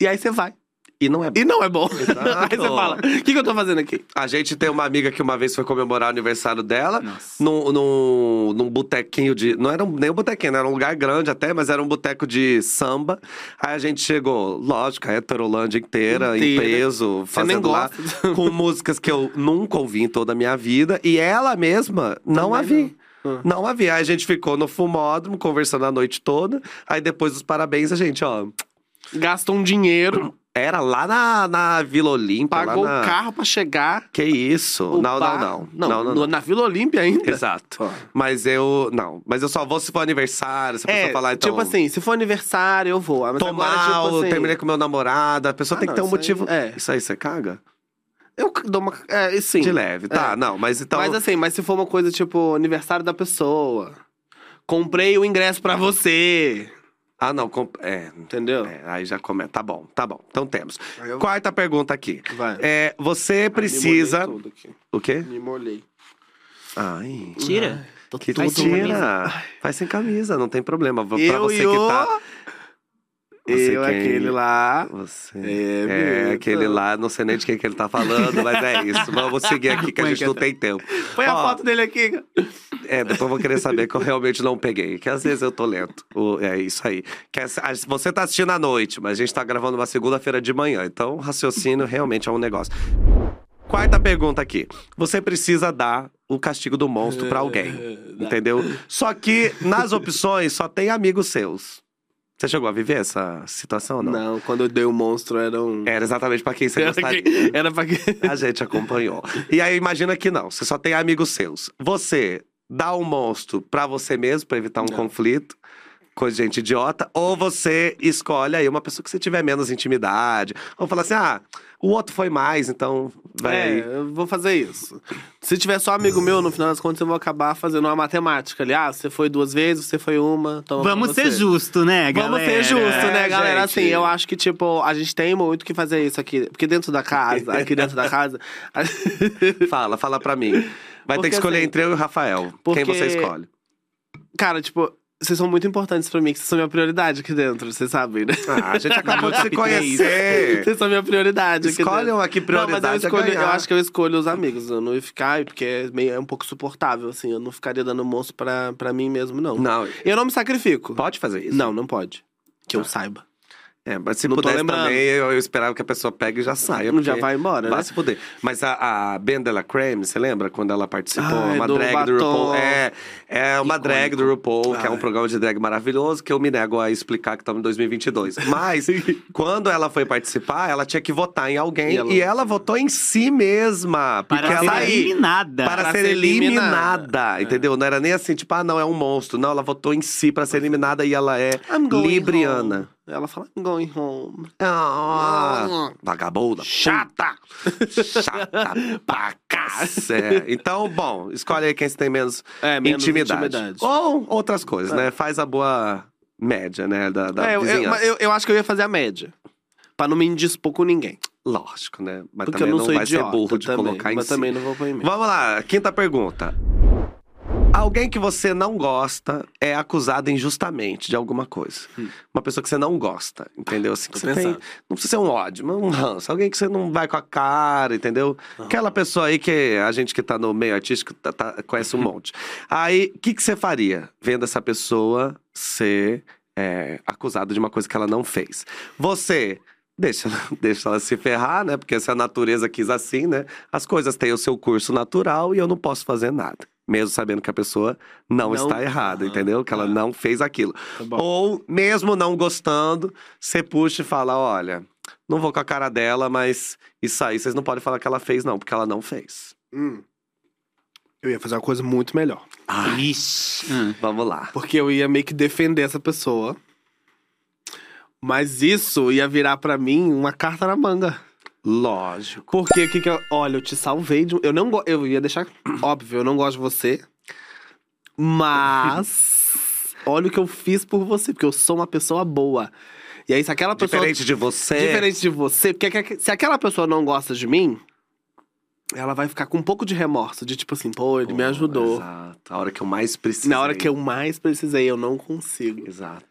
Speaker 3: E aí você vai.
Speaker 1: E não é bom.
Speaker 3: E não é bom. *laughs*
Speaker 1: Exato.
Speaker 3: aí você fala, o que, que eu tô fazendo aqui?
Speaker 1: A gente tem uma amiga que uma vez foi comemorar o aniversário dela.
Speaker 2: Nossa.
Speaker 1: Num, num, num botequinho de. Não era um, nem um botequinho, né? era um lugar grande até, mas era um boteco de samba. Aí a gente chegou, lógico, a heterolândia inteira, em
Speaker 3: Inteira.
Speaker 1: peso,
Speaker 3: Você nem
Speaker 1: fazendo lá.
Speaker 3: gosta. *laughs*
Speaker 1: Com músicas que eu nunca ouvi em toda a minha vida. E ela mesma não
Speaker 3: Também
Speaker 1: a vi.
Speaker 3: não. Ah.
Speaker 1: Não havia. Aí a gente ficou no fumódromo, conversando a noite toda. Aí depois dos parabéns, a gente, ó.
Speaker 3: Gasta um dinheiro,
Speaker 1: Era lá na, na Vila Olímpia. Tá lá
Speaker 3: pagou
Speaker 1: na-
Speaker 3: o carro pra chegar.
Speaker 1: Que isso?
Speaker 3: o
Speaker 1: Não,
Speaker 3: bar-
Speaker 1: não, não,
Speaker 3: não. Na Vila Olímpia ainda.
Speaker 1: Exato.
Speaker 3: Ó.
Speaker 1: Mas eu. Não. Mas eu só vou se for aniversário, se a pessoa
Speaker 3: É,
Speaker 1: falar, então.
Speaker 3: tipo assim, se for aniversário, eu vou. Ah, Mas
Speaker 1: tô
Speaker 3: agora,
Speaker 1: mal,
Speaker 3: tipo assim,
Speaker 1: terminei com meu namorado. A pessoa
Speaker 3: Ah,
Speaker 1: tem que ter
Speaker 3: não,
Speaker 1: um
Speaker 3: isso aí-
Speaker 1: motivo.
Speaker 3: é.
Speaker 1: Isso aí você caga?
Speaker 3: Eu dou uma... É, sim.
Speaker 1: De leve. Tá,
Speaker 3: É.
Speaker 1: não. Mas então.
Speaker 3: Mas assim, mas se for uma coisa tipo aniversário da pessoa, comprei o ingresso pra você,
Speaker 1: Ah, não. comp- É,
Speaker 3: entendeu?
Speaker 1: é, Aí já começa. Tá bom, tá bom. Então temos.
Speaker 3: Aí eu-
Speaker 1: Quarta pergunta aqui.
Speaker 3: Vai.
Speaker 1: É, você precisa.
Speaker 3: Me molhei tudo aqui.
Speaker 1: O quê?
Speaker 3: Me molhei.
Speaker 1: Ai.
Speaker 2: Tira.
Speaker 3: Tô
Speaker 1: Que
Speaker 3: todo molhado.
Speaker 1: mentira! Faz sem camisa, não tem problema. Pra
Speaker 3: Eu
Speaker 1: você
Speaker 3: e
Speaker 1: que
Speaker 3: o-
Speaker 1: tá. Você
Speaker 3: Eu,
Speaker 1: quem-
Speaker 3: aquele lá.
Speaker 1: Você.
Speaker 3: É,
Speaker 1: É,
Speaker 3: bonito.
Speaker 1: aquele lá, não sei nem de quem que ele tá falando, mas é isso. Vamos seguir aqui é que a gente não tem tempo.
Speaker 3: Põe a
Speaker 1: Ó,
Speaker 3: foto dele aqui.
Speaker 1: É, depois eu vou querer saber que eu realmente não peguei. Que às vezes eu tô lento. O- É isso aí. Que as- as- Você tá assistindo à noite, mas a gente tá gravando uma segunda-feira de manhã. Então, raciocínio realmente é um negócio. Quarta pergunta aqui. Você precisa dar o castigo do monstro pra *laughs*
Speaker 3: É,
Speaker 1: alguém. Entendeu? Só que nas opções só tem amigos seus. Você chegou a viver essa situação ou não?
Speaker 3: Não, quando eu dei o monstro era um.
Speaker 1: Era exatamente pra quem
Speaker 3: *laughs*
Speaker 1: você
Speaker 3: Era,
Speaker 1: gostaria.
Speaker 3: que- era pra quê?
Speaker 1: A gente acompanhou. E aí, imagina que não, você só tem amigos seus. Você dá um monstro pra você mesmo, pra evitar um
Speaker 3: Não.
Speaker 1: conflito, coisa de gente idiota, ou você escolhe aí uma pessoa que você tiver menos intimidade, ou fala assim: ah, o outro foi mais, então vai.
Speaker 3: É,
Speaker 1: aí.
Speaker 3: eu vou fazer isso. Se tiver só amigo meu, no final das contas eu vou acabar fazendo uma matemática ali. Ah, você foi duas vezes, você foi uma. Toma pra
Speaker 2: Vamos ser
Speaker 3: você.
Speaker 2: justo, né, galera?
Speaker 3: Vamos ser justo, né,
Speaker 1: É,
Speaker 3: galera?
Speaker 1: gente.
Speaker 3: Assim, eu acho que, tipo, a gente tem muito que fazer isso aqui. Porque dentro da casa, aqui dentro da casa. *laughs* a-
Speaker 1: Fala, fala pra mim. Vai ter
Speaker 3: Porque
Speaker 1: que escolher
Speaker 3: assim-
Speaker 1: entre eu e o Rafael.
Speaker 3: Porque-
Speaker 1: Quem você escolhe?
Speaker 3: Cara, tipo, vocês são muito importantes pra mim, que vocês são minha prioridade aqui dentro, vocês sabem, né?
Speaker 1: Ah, a *laughs* gente acabou de se
Speaker 2: top
Speaker 1: *laughs*
Speaker 2: três.
Speaker 1: conhecer.
Speaker 3: Vocês são minha prioridade aqui dentro.
Speaker 1: Escolham aqui
Speaker 3: Não,
Speaker 1: É. prioridade.
Speaker 3: mas eu,
Speaker 1: a
Speaker 3: escolho,
Speaker 1: ganhar.
Speaker 3: eu acho que eu escolho os amigos. Eu não ia ficar, porque é, meio, é um pouco suportável, assim. Eu não ficaria dando monstro pra, pra mim mesmo, não.
Speaker 1: Não,
Speaker 3: Eu não me sacrifico.
Speaker 1: pode fazer isso?
Speaker 3: Não, não pode. Que eu saiba.
Speaker 1: É, mas se
Speaker 3: Não tô
Speaker 1: pudesse
Speaker 3: lembrando.
Speaker 1: também, eu, eu esperava que a pessoa pegue e já saia.
Speaker 3: Não já
Speaker 1: porque
Speaker 3: vai embora, né?
Speaker 1: Vai se fuder. Mas a, a Ben de la Creme, você lembra quando ela participou?
Speaker 3: Ai,
Speaker 1: uma
Speaker 3: Ah, é do
Speaker 1: drag do
Speaker 3: batom.
Speaker 1: RuPaul. É, é uma drag do RuPaul, que é um
Speaker 3: Ai.
Speaker 1: programa de drag maravilhoso, que eu me nego a explicar que estamos em 2022.
Speaker 3: *laughs*
Speaker 1: Mas, quando ela foi participar, ela tinha que votar em alguém. E
Speaker 3: E
Speaker 1: ela,
Speaker 3: ela-
Speaker 1: votou em si mesma. Porque
Speaker 2: Para
Speaker 1: ela é
Speaker 2: ser eliminada.
Speaker 1: para,
Speaker 3: Para
Speaker 1: ser,
Speaker 3: ser
Speaker 1: eliminada,
Speaker 3: eliminada. É.
Speaker 1: entendeu? Não era nem assim, tipo, ah, não, é um monstro. Não, ela votou em si para ser eliminada e ela é
Speaker 3: I'm going
Speaker 1: libriana.
Speaker 3: home. Ela fala, I'm going home.
Speaker 1: Ah, vagabunda.
Speaker 3: Hum. Chata!
Speaker 1: Chata
Speaker 3: *laughs*
Speaker 1: pra cacete. Então, bom, escolhe aí quem você tem menos,
Speaker 3: É, menos
Speaker 1: intimidade.
Speaker 3: intimidade.
Speaker 1: Ou outras coisas, né? Faz a boa média, né? Da, da
Speaker 3: É, eu, eu,
Speaker 1: vizinhança.
Speaker 3: mas eu- eu acho que eu ia fazer a média. Pra não me indispor com ninguém.
Speaker 1: Lógico, né? Mas
Speaker 3: Porque eu
Speaker 1: também
Speaker 3: não
Speaker 1: não,
Speaker 3: sou
Speaker 1: vai
Speaker 3: idiota.
Speaker 1: ser burro de
Speaker 3: também,
Speaker 1: colocar em
Speaker 3: Mas
Speaker 1: si.
Speaker 3: também não vou pôr em mim.
Speaker 1: Vamos lá, quinta pergunta. Alguém que você não gosta é acusado injustamente de alguma coisa. Uma pessoa que você não gosta, entendeu? Assim, que
Speaker 3: Hum. tô
Speaker 1: você tem,
Speaker 3: pensando.
Speaker 1: não precisa ser um ódio, mas um ranço. Alguém que você não vai com a cara, entendeu? Aquela pessoa aí que a gente que tá no meio artístico tá- tá-
Speaker 3: *laughs*
Speaker 1: conhece um monte. Aí, o que, que você faria vendo essa pessoa ser é, acusada de uma coisa que ela não fez? Você deixa, *laughs* deixa ela se ferrar, né? Porque se a natureza quis assim, né? As coisas têm o seu curso natural e eu não posso fazer nada. Mesmo sabendo que a pessoa não,
Speaker 3: Não-
Speaker 1: está errada,
Speaker 3: Aham,
Speaker 1: entendeu? Que ela
Speaker 3: tá.
Speaker 1: não fez aquilo.
Speaker 3: Tá bom.
Speaker 1: Ou, mesmo não gostando, você puxa e fala: olha, não vou com a cara dela, mas isso aí vocês não podem falar que ela fez, não, porque ela não fez.
Speaker 3: Hum. Eu ia fazer uma coisa muito melhor.
Speaker 2: Ixi. Ah.
Speaker 1: Vamos lá.
Speaker 3: Porque eu ia meio que defender essa pessoa. Mas isso ia virar pra mim uma carta na manga.
Speaker 1: Lógico.
Speaker 3: Porque o que que eu. Olha, eu te salvei de um. Eu não go...
Speaker 1: *laughs*
Speaker 3: *clears throat* Eu ia deixar. Óbvio, eu não gosto de você. Mas. olha o que eu fiz por você, porque eu sou uma pessoa boa. E aí, se aquela pessoa.
Speaker 1: Diferente de você.
Speaker 3: Diferente de você, porque aque- se aquela pessoa não gosta de mim, ela vai ficar com um pouco de remorso, de tipo assim, pô, ele me
Speaker 1: Pô,
Speaker 3: ajudou.
Speaker 1: Exato. A hora que eu mais preciso.
Speaker 3: Na hora que eu mais precisei, eu não consigo.
Speaker 1: Exato.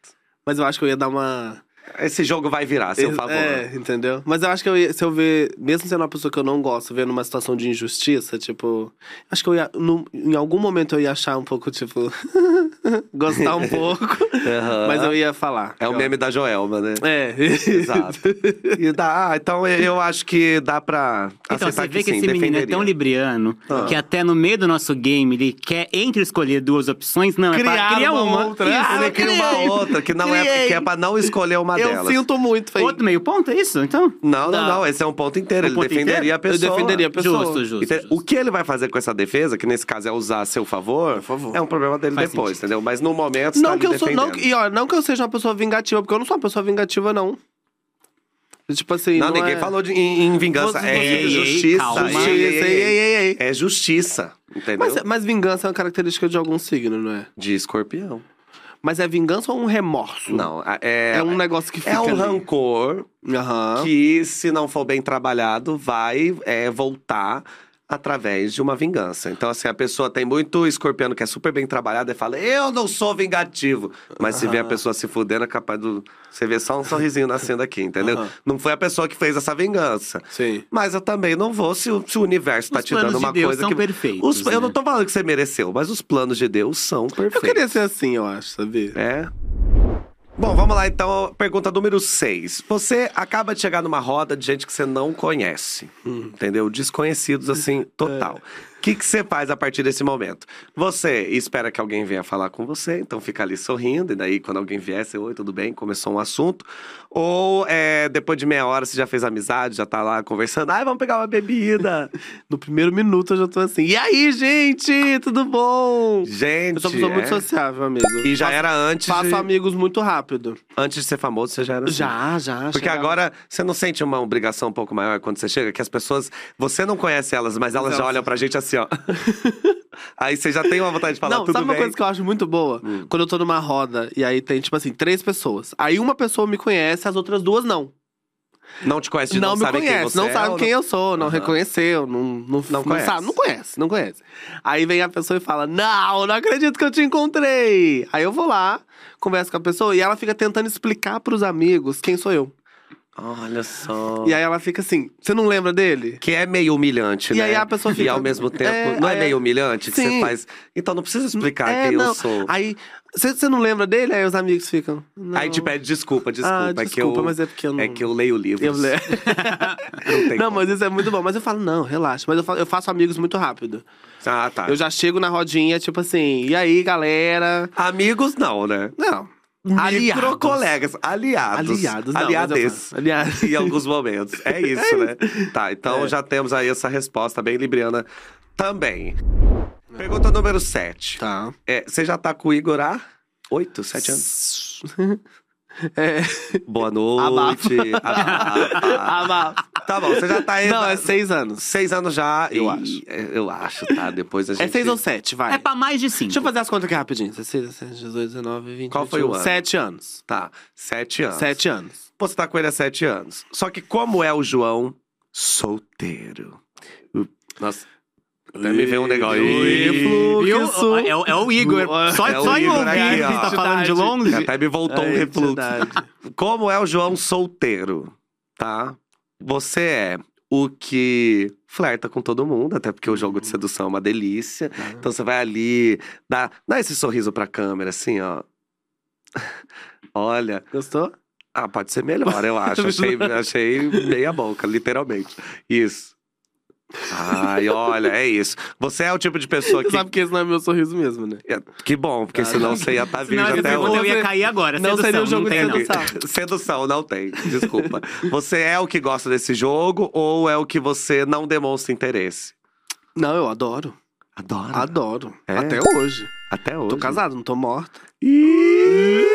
Speaker 3: Mas eu acho que eu ia dar uma.
Speaker 1: Esse jogo vai virar, a seu
Speaker 3: Ex-
Speaker 1: favor.
Speaker 3: É, entendeu? Mas eu acho que eu ia- se eu ver, mesmo sendo uma pessoa que eu não gosto, vendo uma situação de injustiça, tipo, acho que eu ia, num- em algum momento eu ia achar um pouco, tipo, *laughs* gostar
Speaker 1: *laughs*
Speaker 3: um pouco,
Speaker 1: Aham.
Speaker 3: mas eu ia falar.
Speaker 1: É o meme da Joelma, *laughs* né?
Speaker 3: É. *laughs*
Speaker 1: Exato. E dá, ah, então eu acho que dá pra
Speaker 2: Então,
Speaker 1: aceitar
Speaker 2: você vê que,
Speaker 1: sim,
Speaker 2: esse menino é
Speaker 1: defenderia.
Speaker 2: tão libriano
Speaker 1: Ah.
Speaker 2: que até no meio do nosso game ele quer entre escolher duas opções, não, é
Speaker 3: Criar
Speaker 2: pra criar
Speaker 3: uma
Speaker 2: uma.
Speaker 3: outra.
Speaker 2: Isso,
Speaker 3: Ah,
Speaker 1: Ele
Speaker 2: né?
Speaker 1: cria uma
Speaker 2: Criei.
Speaker 1: outra, que não é,
Speaker 2: Criei.
Speaker 1: que é pra não escolher uma
Speaker 3: eu
Speaker 1: delas.
Speaker 3: sinto muito, foi.
Speaker 2: Outro meio ponto, é isso? Então.
Speaker 1: Não, não,
Speaker 3: Não.
Speaker 1: não, esse é um ponto inteiro.
Speaker 2: Um
Speaker 1: ele
Speaker 2: ponto
Speaker 1: defenderia
Speaker 2: inteiro?
Speaker 1: a pessoa.
Speaker 3: Eu defenderia a pessoa.
Speaker 2: Justo, justo.
Speaker 1: Entende?
Speaker 2: justo.
Speaker 1: O que ele vai fazer com essa defesa, que nesse caso é usar a seu favor,
Speaker 3: Por favor.
Speaker 1: é um problema dele
Speaker 2: Faz
Speaker 1: depois,
Speaker 2: sentido.
Speaker 1: entendeu? Mas no momento, você tá
Speaker 3: Não
Speaker 1: me
Speaker 3: que eu sou, não,
Speaker 1: defendendo.
Speaker 3: que- e ó, não que eu seja uma pessoa vingativa, porque eu não sou uma pessoa vingativa não. Tipo assim,
Speaker 1: Não,
Speaker 3: não,
Speaker 1: ninguém
Speaker 3: é...
Speaker 1: falou de, em, em vingança.
Speaker 3: Você-
Speaker 1: é
Speaker 3: você- Ei,
Speaker 1: justiça.
Speaker 2: calma.
Speaker 1: Ei,
Speaker 3: Justiça,
Speaker 1: ei, ei, ei.
Speaker 3: ei, ei, ei.
Speaker 1: É justiça, entendeu?
Speaker 3: Mas, mas vingança é uma característica de algum signo, não é?
Speaker 1: De escorpião.
Speaker 3: Mas é vingança ou um
Speaker 2: Hum.
Speaker 3: remorso?
Speaker 1: Não, a- é...
Speaker 3: É um negócio que fica.
Speaker 1: é um
Speaker 3: ali.
Speaker 1: rancor
Speaker 3: Aham.
Speaker 1: que, se não for bem trabalhado, vai é, voltar através de uma vingança. Então, assim, a pessoa tem muito escorpião que é super bem trabalhado e fala, eu não sou vingativo. Mas se vê a
Speaker 3: Aham.
Speaker 1: pessoa se fudendo, é capaz do... Você vê só um sorrisinho nascendo aqui, entendeu?
Speaker 3: Aham.
Speaker 1: Não foi a pessoa que fez essa vingança.
Speaker 3: Sim.
Speaker 1: Mas eu também não vou se o, se o universo tá
Speaker 2: Os
Speaker 1: te dando
Speaker 2: planos de
Speaker 1: uma
Speaker 2: Deus
Speaker 1: coisa
Speaker 2: são
Speaker 1: que.
Speaker 2: perfeitos,
Speaker 1: Os- Eu
Speaker 2: né?
Speaker 1: não tô falando que você mereceu, mas os planos de Deus são perfeitos.
Speaker 3: Eu queria ser assim, eu acho, sabia?
Speaker 1: É. Bom, vamos lá então, pergunta número 6. Você acaba de chegar numa roda de gente que você não conhece, hum, entendeu? Desconhecidos,
Speaker 3: *laughs* É.
Speaker 1: assim, total. O que, que você faz a partir desse momento? Você espera que alguém venha falar com você, então fica ali sorrindo, e daí quando alguém vier, você, oi, tudo bem, começou um assunto. Ou é, depois de meia hora você já fez amizade, já tá lá conversando, ai, vamos pegar uma
Speaker 3: *laughs*
Speaker 1: bebida.
Speaker 3: No primeiro minuto eu já tô assim. E aí, gente? Tudo bom?
Speaker 1: gente.
Speaker 3: Eu sou uma pessoa muito
Speaker 1: é.
Speaker 3: sociável, amigo.
Speaker 1: E já
Speaker 3: faço,
Speaker 1: era antes.
Speaker 3: Faço
Speaker 1: de-
Speaker 3: amigos muito rápido.
Speaker 1: Antes de ser famoso, você já era assim.
Speaker 3: Já, já.
Speaker 1: Porque
Speaker 3: chegava-
Speaker 1: agora você não sente uma obrigação um pouco maior quando você chega, que as pessoas. Você não conhece elas, mas elas já
Speaker 3: elas-
Speaker 1: olham pra gente assim, ó. *laughs* Aí você já tem uma vontade de falar
Speaker 3: não,
Speaker 1: tudo
Speaker 3: sabe
Speaker 1: bem. Hum.
Speaker 3: uma coisa que eu acho muito boa? Quando eu tô numa roda e aí tem, tipo assim, três pessoas. Aí uma pessoa me conhece, as outras duas não.
Speaker 1: Não te conhece, de
Speaker 3: não,
Speaker 1: não,
Speaker 3: me
Speaker 1: sabe quem
Speaker 3: conhece,
Speaker 1: você
Speaker 3: não
Speaker 1: é,
Speaker 3: sabe
Speaker 1: ou
Speaker 3: quem eu sou, não
Speaker 1: Aham.
Speaker 3: reconheceu, não, não, não,
Speaker 1: conhece.
Speaker 3: sabe, não conhece, não conhece. Aí vem a pessoa e fala: Não, não acredito que eu te encontrei. Aí eu vou lá, converso com a pessoa e ela fica tentando explicar pros amigos quem sou eu.
Speaker 1: Olha só.
Speaker 3: E aí ela fica assim: Você não lembra dele?
Speaker 1: Que é meio humilhante,
Speaker 3: E
Speaker 1: né?
Speaker 3: aí a pessoa
Speaker 1: E
Speaker 3: fica-
Speaker 1: ao mesmo tempo,
Speaker 3: É,
Speaker 1: não é
Speaker 3: aí-
Speaker 1: meio humilhante que você
Speaker 3: Sim.
Speaker 1: faz. Então não precisa explicar
Speaker 3: é,
Speaker 1: quem
Speaker 3: não.
Speaker 1: eu sou.
Speaker 3: Aí, você você não lembra dele? Aí os amigos ficam. "Não."
Speaker 1: Aí te pede desculpa, desculpa.
Speaker 3: Ah,
Speaker 1: é que
Speaker 3: desculpa,
Speaker 1: eu,
Speaker 3: mas é porque eu não-
Speaker 1: É que eu leio livros.
Speaker 3: Eu le-
Speaker 1: *laughs* Não tem
Speaker 3: *laughs* Não,
Speaker 1: como.
Speaker 3: mas isso é muito bom. Mas eu falo, não, relaxa. Mas eu, falo- eu faço amigos muito rápido.
Speaker 1: Ah, tá.
Speaker 3: Eu já chego na rodinha, tipo assim, e aí, galera?
Speaker 1: Amigos não, né?
Speaker 3: Não.
Speaker 1: Micro colegas, aliados.
Speaker 3: Aliados, não, mas eu
Speaker 1: Aliades.
Speaker 3: faço.
Speaker 1: *laughs*
Speaker 3: Aliados.
Speaker 1: Em alguns momentos. É isso, né? Tá,
Speaker 3: É.
Speaker 1: então já temos aí essa resposta bem libriana também. Pergunta número 7.
Speaker 3: Tá.
Speaker 1: você já tá com o Igor há 8, 7 anos?
Speaker 3: É.
Speaker 1: Boa noite.
Speaker 3: Ah,
Speaker 1: Abafa.
Speaker 3: Abafa.
Speaker 1: tá bom, você já tá aí.
Speaker 3: Não,
Speaker 1: na-
Speaker 3: é seis anos.
Speaker 1: seis anos já.
Speaker 3: Eu
Speaker 1: Ih,
Speaker 3: acho.
Speaker 1: é, Eu acho, tá? Depois a gente.
Speaker 3: É seis ou sete, vai.
Speaker 2: É pra mais de cinco.
Speaker 3: Deixa eu fazer as contas aqui rapidinho. 16, 17, 18, 19, 20.
Speaker 1: Qual foi o
Speaker 3: 21.
Speaker 1: ano?
Speaker 3: Sete anos.
Speaker 1: Tá, sete anos.
Speaker 3: Sete anos.
Speaker 1: Você tá com ele há sete anos. Só que como é o João solteiro? Uh, Nossa, até me veio um negócio.
Speaker 3: Ui,
Speaker 1: Ih,
Speaker 3: fluxo.
Speaker 2: Viu?
Speaker 3: Ah,
Speaker 2: É, o- é o Igor. Só,
Speaker 1: É o
Speaker 2: só em
Speaker 1: Igor
Speaker 2: ouvir
Speaker 1: aqui,
Speaker 2: que
Speaker 1: ó.
Speaker 2: tá falando de longe.
Speaker 1: Até me voltou um
Speaker 3: É,
Speaker 1: refluxo.
Speaker 3: entidade.
Speaker 1: Como é o João solteiro, tá? Você é o que flerta com todo mundo, até porque o jogo
Speaker 3: Uhum.
Speaker 1: de sedução é uma delícia. Então você vai ali, dá, dá esse sorriso pra câmera, assim, ó. *laughs* Olha,
Speaker 3: Gostou?
Speaker 1: Ah, pode ser melhor, eu
Speaker 3: *laughs*
Speaker 1: acho. Achei, achei meia boca, literalmente. Isso. Ai, olha, é isso. Você é o tipo de pessoa
Speaker 3: Você
Speaker 1: que.
Speaker 3: sabe que esse não é meu sorriso mesmo, né?
Speaker 1: Que bom, porque
Speaker 3: Ah,
Speaker 1: senão você ia estar tá
Speaker 2: Senão
Speaker 1: virgem
Speaker 2: essa
Speaker 1: até
Speaker 2: pergunta
Speaker 1: hoje.
Speaker 2: eu ia cair agora.
Speaker 3: Não
Speaker 2: sedução,
Speaker 3: seria o jogo
Speaker 2: não
Speaker 3: de
Speaker 2: tem, não.
Speaker 1: *laughs*
Speaker 3: sedução.
Speaker 1: Sedução, não tem, desculpa. Você é o que gosta desse jogo ou é o que você não demonstra interesse?
Speaker 3: Não, eu adoro.
Speaker 1: Adoro.
Speaker 3: Adoro.
Speaker 1: É?
Speaker 3: Até hoje.
Speaker 1: Até hoje.
Speaker 3: Tô casado, não tô morta.
Speaker 1: Ih,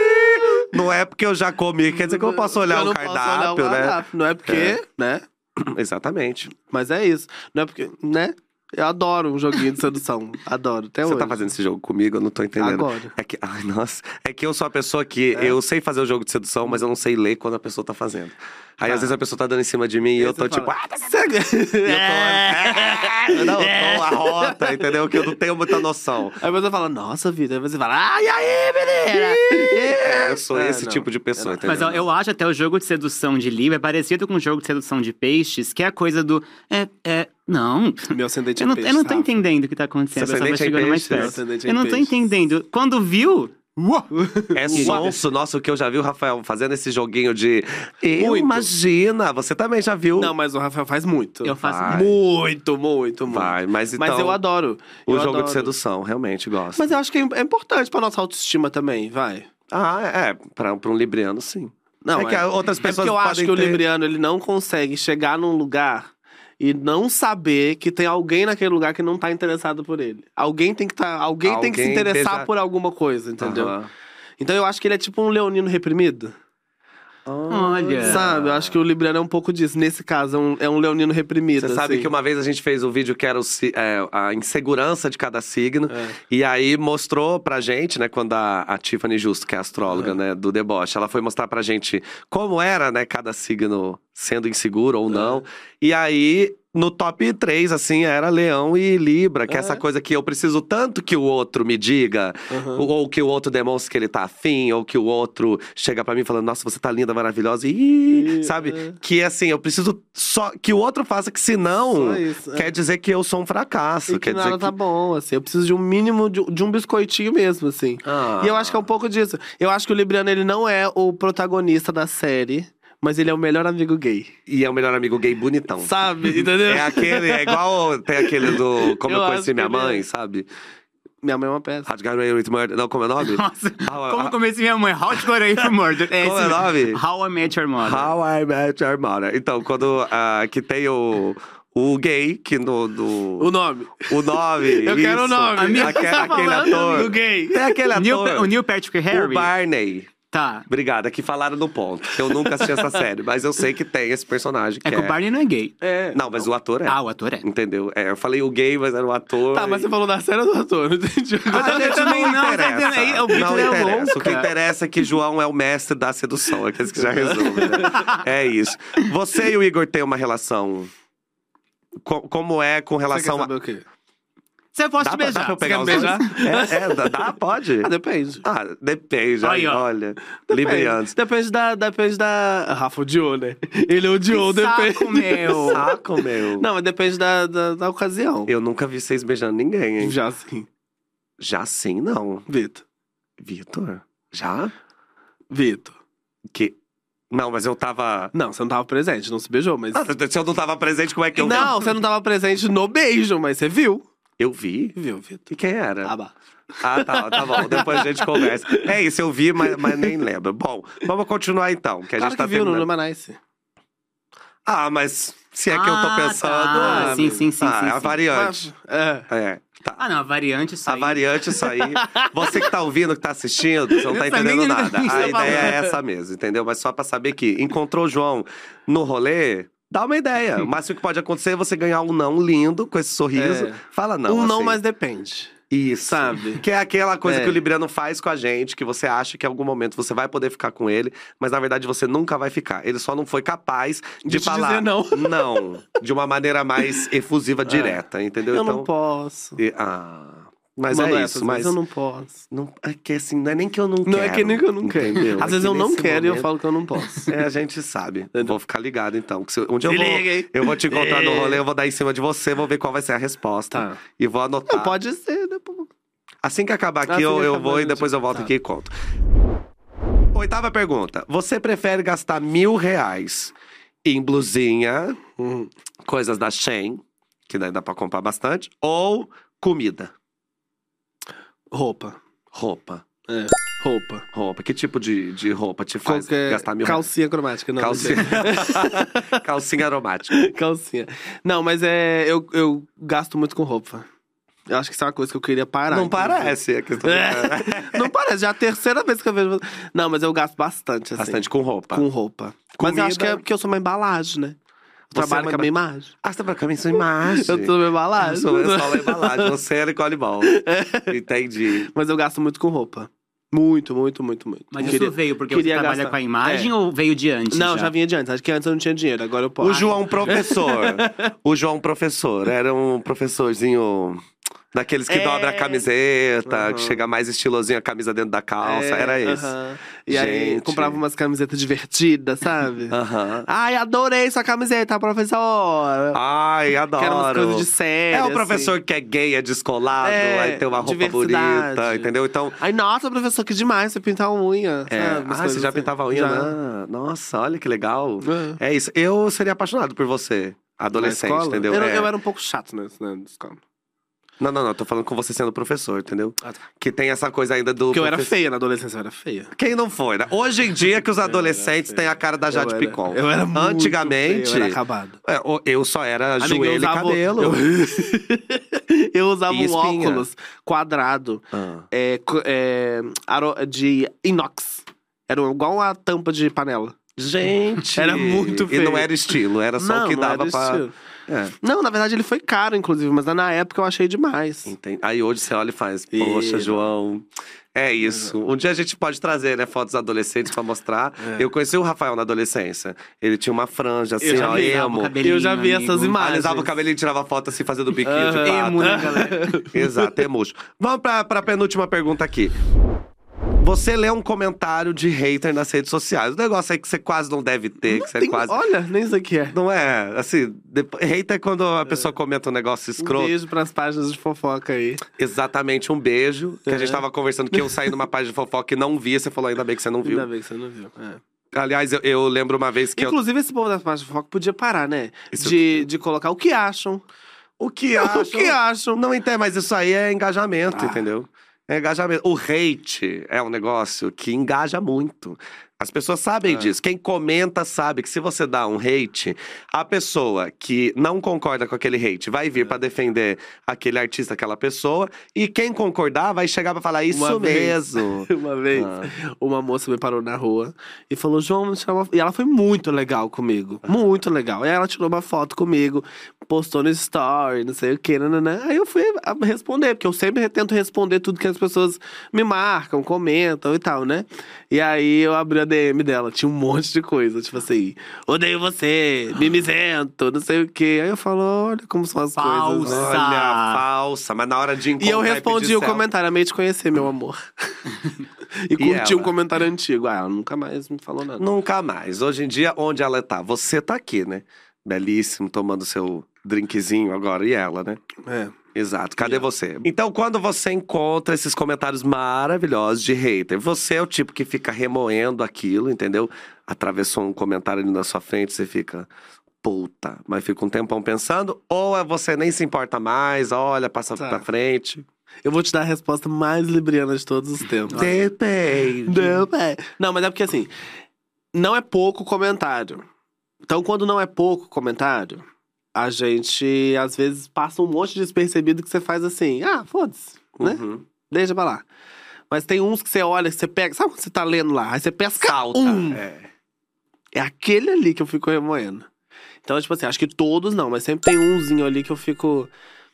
Speaker 1: Não é porque eu já comi, quer dizer que eu posso olhar
Speaker 3: Eu
Speaker 1: o
Speaker 3: não posso olhar
Speaker 1: cardápio,
Speaker 3: o
Speaker 1: né?
Speaker 3: cardápio, Não é porque, né?
Speaker 1: Exatamente.
Speaker 3: Mas é isso. Não é porque, né? Eu adoro um joguinho de sedução. Adoro, até
Speaker 1: Você
Speaker 3: hoje.
Speaker 1: tá fazendo esse jogo comigo? Eu não tô entendendo.
Speaker 3: Agora.
Speaker 1: É que, ai, nossa. É que eu sou a pessoa que
Speaker 3: É.
Speaker 1: eu sei fazer o jogo de sedução, mas eu não sei ler quando a pessoa tá fazendo. Aí às vezes a pessoa tá dando em cima de mim e eu tô tipo, ah,
Speaker 3: tipo...
Speaker 1: eu tô. não, eu
Speaker 3: É.
Speaker 1: tô a rota, entendeu? Que eu não tenho muita noção.
Speaker 3: Aí você fala, nossa, vida. Aí você fala, ai, aí, menina?
Speaker 1: É, eu sou
Speaker 3: É,
Speaker 1: esse
Speaker 3: não.
Speaker 1: tipo de pessoa, entendeu?
Speaker 2: Mas ó, eu acho até o jogo de sedução de livro é parecido com o jogo de sedução de peixes, que é a coisa do. É, é. Não.
Speaker 3: Meu ascendente
Speaker 2: Eu não,
Speaker 3: é peixe,
Speaker 2: eu não tô
Speaker 3: sabe?
Speaker 2: entendendo o que tá acontecendo.
Speaker 1: Seu
Speaker 2: Eu tava
Speaker 1: ascendente é em
Speaker 2: chegando
Speaker 1: peixes?
Speaker 2: mais perto.
Speaker 3: Seu ascendente é
Speaker 2: Eu
Speaker 3: em
Speaker 2: não tô
Speaker 3: peixes.
Speaker 2: entendendo. Quando viu.
Speaker 1: É sonso, nossa, o que eu já vi o Rafael fazendo esse joguinho de. Eu
Speaker 3: Muito.
Speaker 1: imagina, você também já viu.
Speaker 3: Não, mas o Rafael faz muito.
Speaker 2: Eu faço. assim,
Speaker 1: Vai.
Speaker 3: Muito, muito, muito.
Speaker 1: Vai, mas então.
Speaker 3: Mas eu adoro.
Speaker 1: O
Speaker 3: eu
Speaker 1: jogo
Speaker 3: adoro.
Speaker 1: de sedução, realmente gosto.
Speaker 3: Mas eu acho que é im- é importante pra nossa autoestima também, vai.
Speaker 1: Ah, é, pra, pra um libriano, sim.
Speaker 3: Não,
Speaker 1: é, que outras
Speaker 3: É
Speaker 1: pessoas
Speaker 3: porque eu
Speaker 1: podem
Speaker 3: acho que o
Speaker 1: ter-
Speaker 3: libriano, ele não consegue chegar num lugar e não saber que tem alguém naquele lugar que não tá interessado por ele. Alguém tem que, tá, alguém tem que se
Speaker 1: Alguém
Speaker 3: interessar
Speaker 1: esteja-
Speaker 3: por alguma coisa, entendeu?
Speaker 1: Aham.
Speaker 3: Então eu acho que ele é tipo um leonino reprimido.
Speaker 2: Olha.
Speaker 3: Sabe? Eu acho que o libriano é um pouco disso. Nesse caso, é um, é um leonino reprimido.
Speaker 1: Você sabe
Speaker 3: assim.
Speaker 1: que uma vez a gente fez um vídeo que era o si- é, a insegurança de cada signo.
Speaker 3: É.
Speaker 1: E aí mostrou pra gente, né, quando a, a Tiffany Justo, que é astróloga, né, do deboche, ela foi mostrar pra gente como era, né, cada signo sendo inseguro ou não. E aí, no top 3, assim, era Leão e Libra, que é essa
Speaker 3: É.
Speaker 1: coisa que eu preciso tanto que o outro me diga,
Speaker 3: Aham.
Speaker 1: ou ou que o outro demonstre que ele tá afim, ou que o outro chega pra mim falando, nossa, você tá linda, maravilhosa, e
Speaker 3: Ih,
Speaker 1: sabe?
Speaker 3: é.
Speaker 1: Que assim, eu preciso só que o outro faça, que senão
Speaker 3: Só isso, é.
Speaker 1: quer dizer que eu sou um fracasso.
Speaker 3: E que
Speaker 1: quer dizer
Speaker 3: nada
Speaker 1: que...
Speaker 3: tá bom, assim. Eu preciso de um mínimo, de, de um biscoitinho mesmo, assim.
Speaker 1: Ah.
Speaker 3: E eu acho que é um pouco disso. Eu acho que o Libriano, ele não é o protagonista da série, mas ele é o melhor amigo gay.
Speaker 1: E é o melhor amigo gay bonitão.
Speaker 3: Sabe?
Speaker 1: *laughs*
Speaker 3: Entendeu?
Speaker 1: É aquele, é igual tem aquele do Como Eu,
Speaker 3: Eu acho
Speaker 1: Conheci Minha
Speaker 3: que ele é.
Speaker 1: Mãe, sabe?
Speaker 3: Minha mãe é uma peça.
Speaker 1: How to Get Away with Murder. Não, como é o
Speaker 3: *laughs*
Speaker 1: nome?
Speaker 2: *laughs* Nossa,
Speaker 1: How-
Speaker 2: como comecei minha mãe? How to Get Away from Murder. É
Speaker 1: Ah. Como é
Speaker 2: esse-
Speaker 1: o nome?
Speaker 2: How I Met Your Mother.
Speaker 1: How I Met Your Mother. Então, quando ah, que tem o, o gay, que no. no-
Speaker 3: O nome.
Speaker 1: o nome.
Speaker 3: Eu quero o
Speaker 1: isso.
Speaker 3: nome.
Speaker 1: Aque-
Speaker 3: Amigo,
Speaker 1: Aquele,
Speaker 3: tá falando
Speaker 1: ator.
Speaker 3: do gay.
Speaker 1: Tem aquele
Speaker 2: O Neil,
Speaker 1: ator.
Speaker 2: Pa- o Neil Patrick Harry.
Speaker 1: o Barney.
Speaker 2: Tá.
Speaker 1: Obrigada, que falaram no ponto. que Eu nunca assisti essa série, mas eu sei que tem esse personagem.
Speaker 2: É que o Barney não é gay.
Speaker 3: É.
Speaker 1: Não, mas o ator é.
Speaker 2: Ah, o ator é.
Speaker 1: Entendeu? É, eu falei o gay, mas era o ator.
Speaker 3: Tá, mas
Speaker 1: e-
Speaker 3: você falou da série ou do ator? Não entendi.
Speaker 2: Ah,
Speaker 1: A gente
Speaker 2: também não, tá
Speaker 1: interessa.
Speaker 2: entendendo aí? O Vitor
Speaker 1: Não
Speaker 2: é
Speaker 1: interessa.
Speaker 2: louca.
Speaker 1: O que interessa é que João é o mestre da sedução. É aqueles que já resolvem.
Speaker 2: *laughs*
Speaker 1: né? É isso. Você e o Igor têm uma relação. Co- como é com
Speaker 3: Você quer
Speaker 1: relação a.
Speaker 3: saber o quê?
Speaker 2: Você pode
Speaker 1: Dá
Speaker 2: te
Speaker 1: pra, dá
Speaker 2: beijar.
Speaker 1: pra eu
Speaker 2: Você
Speaker 1: pegar
Speaker 2: quer
Speaker 1: os
Speaker 2: me
Speaker 1: dois?
Speaker 2: beijar?
Speaker 1: É, é, dá, dá, pode.
Speaker 3: Ah, depende.
Speaker 1: Ah, depende.
Speaker 2: Aí,
Speaker 1: Aí,
Speaker 2: ó.
Speaker 1: olha.
Speaker 3: Depende.
Speaker 1: Librianos.
Speaker 3: Depende da, depende da... Ah, Rafa odiou, né? Ele odiou,
Speaker 2: Que saco,
Speaker 3: depende.
Speaker 2: meu.
Speaker 1: *laughs* Saco, meu.
Speaker 3: *laughs* Não, mas depende da, da, da ocasião.
Speaker 1: Eu nunca vi vocês beijando ninguém, hein?
Speaker 3: Já sim.
Speaker 1: Já sim, não.
Speaker 3: Vitor.
Speaker 1: Vitor? Já?
Speaker 3: Vitor.
Speaker 1: Que. Não, mas eu tava.
Speaker 3: Não, você não tava presente, não se beijou, mas.
Speaker 1: Ah, *laughs* se eu não tava presente, como é que eu vi?
Speaker 3: não, você não tava presente no beijo, mas você viu.
Speaker 1: Eu vi.
Speaker 3: Viu, Vitor?
Speaker 1: E quem era?
Speaker 3: Ah, bah.
Speaker 1: Ah, tá, tá bom. Depois a gente conversa. É isso, eu vi, mas, mas nem lembro. Bom, vamos continuar então, que a gente
Speaker 3: Claro que
Speaker 1: tá
Speaker 3: viu no
Speaker 1: terminando.
Speaker 3: Luma Nice.
Speaker 1: Ah, mas se é *laughs* que eu tô
Speaker 2: Ah,
Speaker 1: pensando.
Speaker 2: tá.
Speaker 1: ah,
Speaker 2: Sim, sim, sim,
Speaker 1: Ah,
Speaker 2: sim,
Speaker 1: é a
Speaker 2: sim.
Speaker 1: variante.
Speaker 3: É.
Speaker 1: É. Tá.
Speaker 2: Ah, não, a variante só.
Speaker 1: A variante, isso
Speaker 3: *laughs*
Speaker 1: aí. Você que tá ouvindo, que tá assistindo, você não
Speaker 2: Eu
Speaker 1: tá
Speaker 2: sei nem
Speaker 1: entendendo
Speaker 2: do que
Speaker 1: nada.
Speaker 2: a gente
Speaker 1: A
Speaker 2: tá
Speaker 1: ideia é
Speaker 2: falando.
Speaker 1: essa mesmo, entendeu? Mas só pra saber que encontrou o João no rolê, dá uma ideia. O máximo que pode acontecer é você ganhar um não lindo com esse sorriso.
Speaker 3: É.
Speaker 1: Fala não.
Speaker 3: um não,
Speaker 1: assim.
Speaker 3: mas depende.
Speaker 1: Isso.
Speaker 3: Sabe?
Speaker 1: Que é aquela coisa
Speaker 3: É.
Speaker 1: que o Libriano faz com a gente, que você acha que em algum momento você vai poder ficar com ele, mas na verdade você nunca vai ficar. Ele só não foi capaz de,
Speaker 3: De te
Speaker 1: falar
Speaker 3: dizer não.
Speaker 1: *laughs*
Speaker 3: É.
Speaker 1: não, de uma maneira mais efusiva, direta, entendeu?
Speaker 3: Eu,
Speaker 1: então,
Speaker 3: não posso.
Speaker 1: e- ah, mas
Speaker 3: Manda
Speaker 1: é
Speaker 3: essas,
Speaker 1: isso, mas
Speaker 3: eu não posso.
Speaker 1: não, é que assim, não é nem que eu não, quero.
Speaker 3: Não é que nem que eu não quero.
Speaker 1: entendeu?
Speaker 3: Às
Speaker 1: É
Speaker 3: vezes
Speaker 1: que
Speaker 3: eu não
Speaker 1: nesse
Speaker 3: quero e eu
Speaker 1: momento-
Speaker 3: falo que eu não posso.
Speaker 1: É, a gente sabe. Vou ficar ligado então. que se- *laughs* Onde eu
Speaker 3: Se
Speaker 1: vou,
Speaker 3: liga, É. hein?
Speaker 1: eu vou te encontrar no rolê, eu vou dar em cima de você, vou ver qual vai ser a resposta.
Speaker 3: Tá.
Speaker 1: E vou anotar.
Speaker 3: Não, pode ser, né? pô?
Speaker 1: Assim que acabar aqui,
Speaker 3: Assim
Speaker 1: eu,
Speaker 3: que
Speaker 1: eu
Speaker 3: acabar,
Speaker 1: vou e
Speaker 3: gente.
Speaker 1: depois eu volto
Speaker 3: Tá.
Speaker 1: aqui e conto. Oitava pergunta. Você prefere gastar mil reais em blusinha,
Speaker 3: Uhum.
Speaker 1: coisas da Shein, que daí dá pra comprar bastante, ou comida,
Speaker 3: Roupa.
Speaker 1: roupa?
Speaker 3: É. Roupa.
Speaker 1: Roupa. Que tipo de, de roupa te faz
Speaker 3: Qualquer.
Speaker 1: gastar mil reais?
Speaker 3: Calcinha cromática, não.
Speaker 1: Calcinha. *laughs* Calcinha aromática.
Speaker 3: *laughs* Calcinha. Não, mas é. Eu, eu gasto muito com roupa. Eu acho que isso é uma coisa que eu queria parar.
Speaker 1: Não
Speaker 3: inclusive. *laughs*
Speaker 1: parece tá a questão.
Speaker 3: É. Não parece, já é a terceira vez que eu vejo. Não, mas eu gasto bastante, assim.
Speaker 1: Bastante com roupa.
Speaker 3: Com roupa. Mas eu acho que é
Speaker 1: Comida.
Speaker 3: porque eu sou uma embalagem, né? O trabalho
Speaker 1: é uma
Speaker 3: com a minha imagem.
Speaker 1: Ah, você tá pra sua imagem. Ah,
Speaker 3: Eu tô meio balada.
Speaker 1: Eu sou eu só lá
Speaker 3: *laughs*
Speaker 1: embalado. Você é Nicole Ball.
Speaker 3: É.
Speaker 1: Entendi.
Speaker 3: Mas eu gasto muito com roupa. Muito, muito, muito, muito.
Speaker 2: Mas
Speaker 3: Queria-
Speaker 2: isso é veio porque você
Speaker 3: queria
Speaker 2: trabalha
Speaker 3: gastar.
Speaker 2: com a imagem
Speaker 3: É.
Speaker 2: ou veio de antes?
Speaker 3: Não, já vinha de antes. Acho que antes eu não tinha dinheiro, agora eu posso.
Speaker 1: O João Professor. o João Professor. Era um professorzinho daqueles que
Speaker 3: É.
Speaker 1: dobra a camiseta,
Speaker 3: Aham.
Speaker 1: que chega mais estilosinho a camisa dentro da calça.
Speaker 3: É,
Speaker 1: Era esse.
Speaker 3: aham. E aí
Speaker 1: Gente.
Speaker 3: eu comprava umas camisetas
Speaker 1: *laughs*
Speaker 3: divertidas, sabe?
Speaker 1: Aham.
Speaker 3: Ai, adorei sua camiseta, professor.
Speaker 1: Ai,
Speaker 3: Que eram umas
Speaker 1: adoro.
Speaker 3: coisas de série.
Speaker 1: É o
Speaker 3: assim.
Speaker 1: professor que é gay, é descolado,
Speaker 3: É,
Speaker 1: aí tem uma roupa
Speaker 3: diversidade.
Speaker 1: bonita, entendeu? Então.
Speaker 3: Ai, nossa, professor, que demais você pintar a unha.
Speaker 1: É,
Speaker 3: sabe? Umas
Speaker 1: ah, você
Speaker 3: coisas
Speaker 1: já
Speaker 3: assim.
Speaker 1: pintava a unha?
Speaker 3: Já.
Speaker 1: né? Nossa, olha que legal.
Speaker 3: É.
Speaker 1: É isso. Eu seria apaixonado por você, adolescente,
Speaker 3: Na escola?
Speaker 1: entendeu?
Speaker 3: Eu, não-
Speaker 1: É.
Speaker 3: eu era um pouco chato nesse, né, na escola.
Speaker 1: Não, não, não. Tô falando com você sendo professor, entendeu?
Speaker 3: Ah, tá.
Speaker 1: Que tem essa coisa ainda do.
Speaker 3: Porque eu era
Speaker 1: profe-
Speaker 3: feia na adolescência, eu era feia.
Speaker 1: Quem não foi, né? Hoje em dia
Speaker 3: *laughs*
Speaker 1: que os adolescentes
Speaker 3: feio.
Speaker 1: têm a cara da Jade
Speaker 3: eu era,
Speaker 1: Picon.
Speaker 3: Eu era muito
Speaker 1: Antigamente-
Speaker 3: feia, eu era acabado.
Speaker 1: É, o- eu só era
Speaker 3: Amiga, eu
Speaker 1: joelho
Speaker 3: usava-
Speaker 1: e cabelo.
Speaker 3: Eu, *laughs* eu usava
Speaker 1: E
Speaker 3: um
Speaker 1: espinha.
Speaker 3: óculos quadrado
Speaker 1: Ah.
Speaker 3: é, co- é, aro- de inox. Era igual uma tampa de panela.
Speaker 1: Gente!
Speaker 3: *laughs* Era muito
Speaker 1: E
Speaker 3: feio.
Speaker 1: não era estilo, era só
Speaker 3: não,
Speaker 1: o que
Speaker 3: não
Speaker 1: dava
Speaker 3: era
Speaker 1: pra.
Speaker 3: estilo.
Speaker 1: É.
Speaker 3: Não, na verdade ele foi caro, inclusive, mas na época eu achei demais.
Speaker 1: Entendi. Aí hoje você olha e faz, poxa,
Speaker 3: Ih, Uhum.
Speaker 1: João. É isso. Um dia a gente pode trazer, né, fotos adolescentes pra mostrar.
Speaker 3: É.
Speaker 1: Eu conheci o Rafael na adolescência. Ele tinha uma franja assim,
Speaker 3: já
Speaker 1: ó,
Speaker 3: vi,
Speaker 1: emo.
Speaker 3: Eu já vi essas imagens.
Speaker 1: Alisava o cabelo e tirava foto assim, fazendo biquinho de
Speaker 3: Aham.
Speaker 1: pato.
Speaker 2: Emo, né, galera?
Speaker 1: *laughs* Exato, é murcho. Vamos pra, pra penúltima pergunta aqui. Você lê um comentário de hater nas redes sociais. Um negócio aí que você quase não deve ter, que você
Speaker 3: Tem-
Speaker 1: quase.
Speaker 3: Olha, nem isso aqui é.
Speaker 1: Não é, assim, depo- hater é quando a pessoa comenta um negócio
Speaker 3: Um
Speaker 1: escroto.
Speaker 3: beijo pras páginas de fofoca aí.
Speaker 1: Exatamente, um beijo. Que a gente
Speaker 3: É.
Speaker 1: tava conversando que eu saí numa página de fofoca e não vi. Você falou, ainda bem que você não viu.
Speaker 3: Ainda bem que você não viu. é.
Speaker 1: Aliás, eu, eu lembro uma vez que eu.
Speaker 3: Inclusive, esse povo das páginas de fofoca podia parar, né?
Speaker 1: Isso-
Speaker 3: De, de colocar o que acham.
Speaker 1: O que
Speaker 3: *laughs* O que acham.
Speaker 1: Não entendo, mas isso aí é engajamento,
Speaker 3: Ah.
Speaker 1: entendeu? É engajamento. O hate é um negócio que engaja muito. As pessoas sabem
Speaker 3: É.
Speaker 1: disso. Quem comenta sabe que se você dá um hate, a pessoa que não concorda com aquele hate vai
Speaker 3: Ah.
Speaker 1: vir pra defender aquele artista, aquela pessoa, e quem concordar vai chegar pra falar isso
Speaker 3: Uma vez.
Speaker 1: mesmo.
Speaker 3: *laughs* Uma vez, uma moça me parou na rua e falou, João, me chama... E ela foi muito legal comigo. Muito legal. E aí ela tirou uma foto comigo, postou no story, não sei o quê, nananã. Aí eu fui a- responder, porque eu sempre tento responder tudo que as pessoas me marcam, comentam e tal, né? E aí eu abri a DM dela, tinha um monte de coisa, tipo assim, odeio você, mimizento, não sei o quê. Aí eu falo, olha como são as coisas,
Speaker 2: Falsa.
Speaker 3: né?
Speaker 1: Olha, falsa. Mas na hora um de encontrar
Speaker 3: E eu
Speaker 1: pedir
Speaker 3: respondi o
Speaker 1: selfie-
Speaker 3: comentário, amei te conhecer, meu amor.
Speaker 1: *laughs*
Speaker 3: e curti
Speaker 1: ela?
Speaker 3: um comentário antigo. Ah, ela nunca mais me falou nada.
Speaker 1: Nunca mais. Hoje em dia, onde ela tá? Você tá aqui, né? Belíssimo, tomando seu drinkzinho agora. E ela, né?
Speaker 3: É.
Speaker 1: Exato. Cadê
Speaker 3: ela.
Speaker 1: você? Então, quando você encontra esses comentários maravilhosos de hater, você é o tipo que fica remoendo aquilo, entendeu? Atravessou um comentário ali na sua frente, você fica. Puta, mas fica um tempão pensando, ou é você nem se importa mais, olha, passa
Speaker 3: Tá.
Speaker 1: pra frente.
Speaker 3: Eu vou te dar a resposta mais libriana de todos os
Speaker 1: Ah,
Speaker 3: tempos.
Speaker 1: Depende.
Speaker 3: Não, é. Não, mas é porque assim, não é pouco comentário. Então, quando não é pouco comentário, a gente às vezes passa um monte de despercebido que você faz assim, ah, foda-se, né?
Speaker 1: Uhum.
Speaker 3: Deixa pra lá. Mas tem uns que você olha, que você pega, sabe quando você tá lendo lá? Aí você pesca
Speaker 1: Salta.
Speaker 3: um.
Speaker 1: É.
Speaker 3: É aquele ali que eu fico remoendo. Então, tipo assim, acho que todos não, mas sempre tem umzinho ali que eu fico.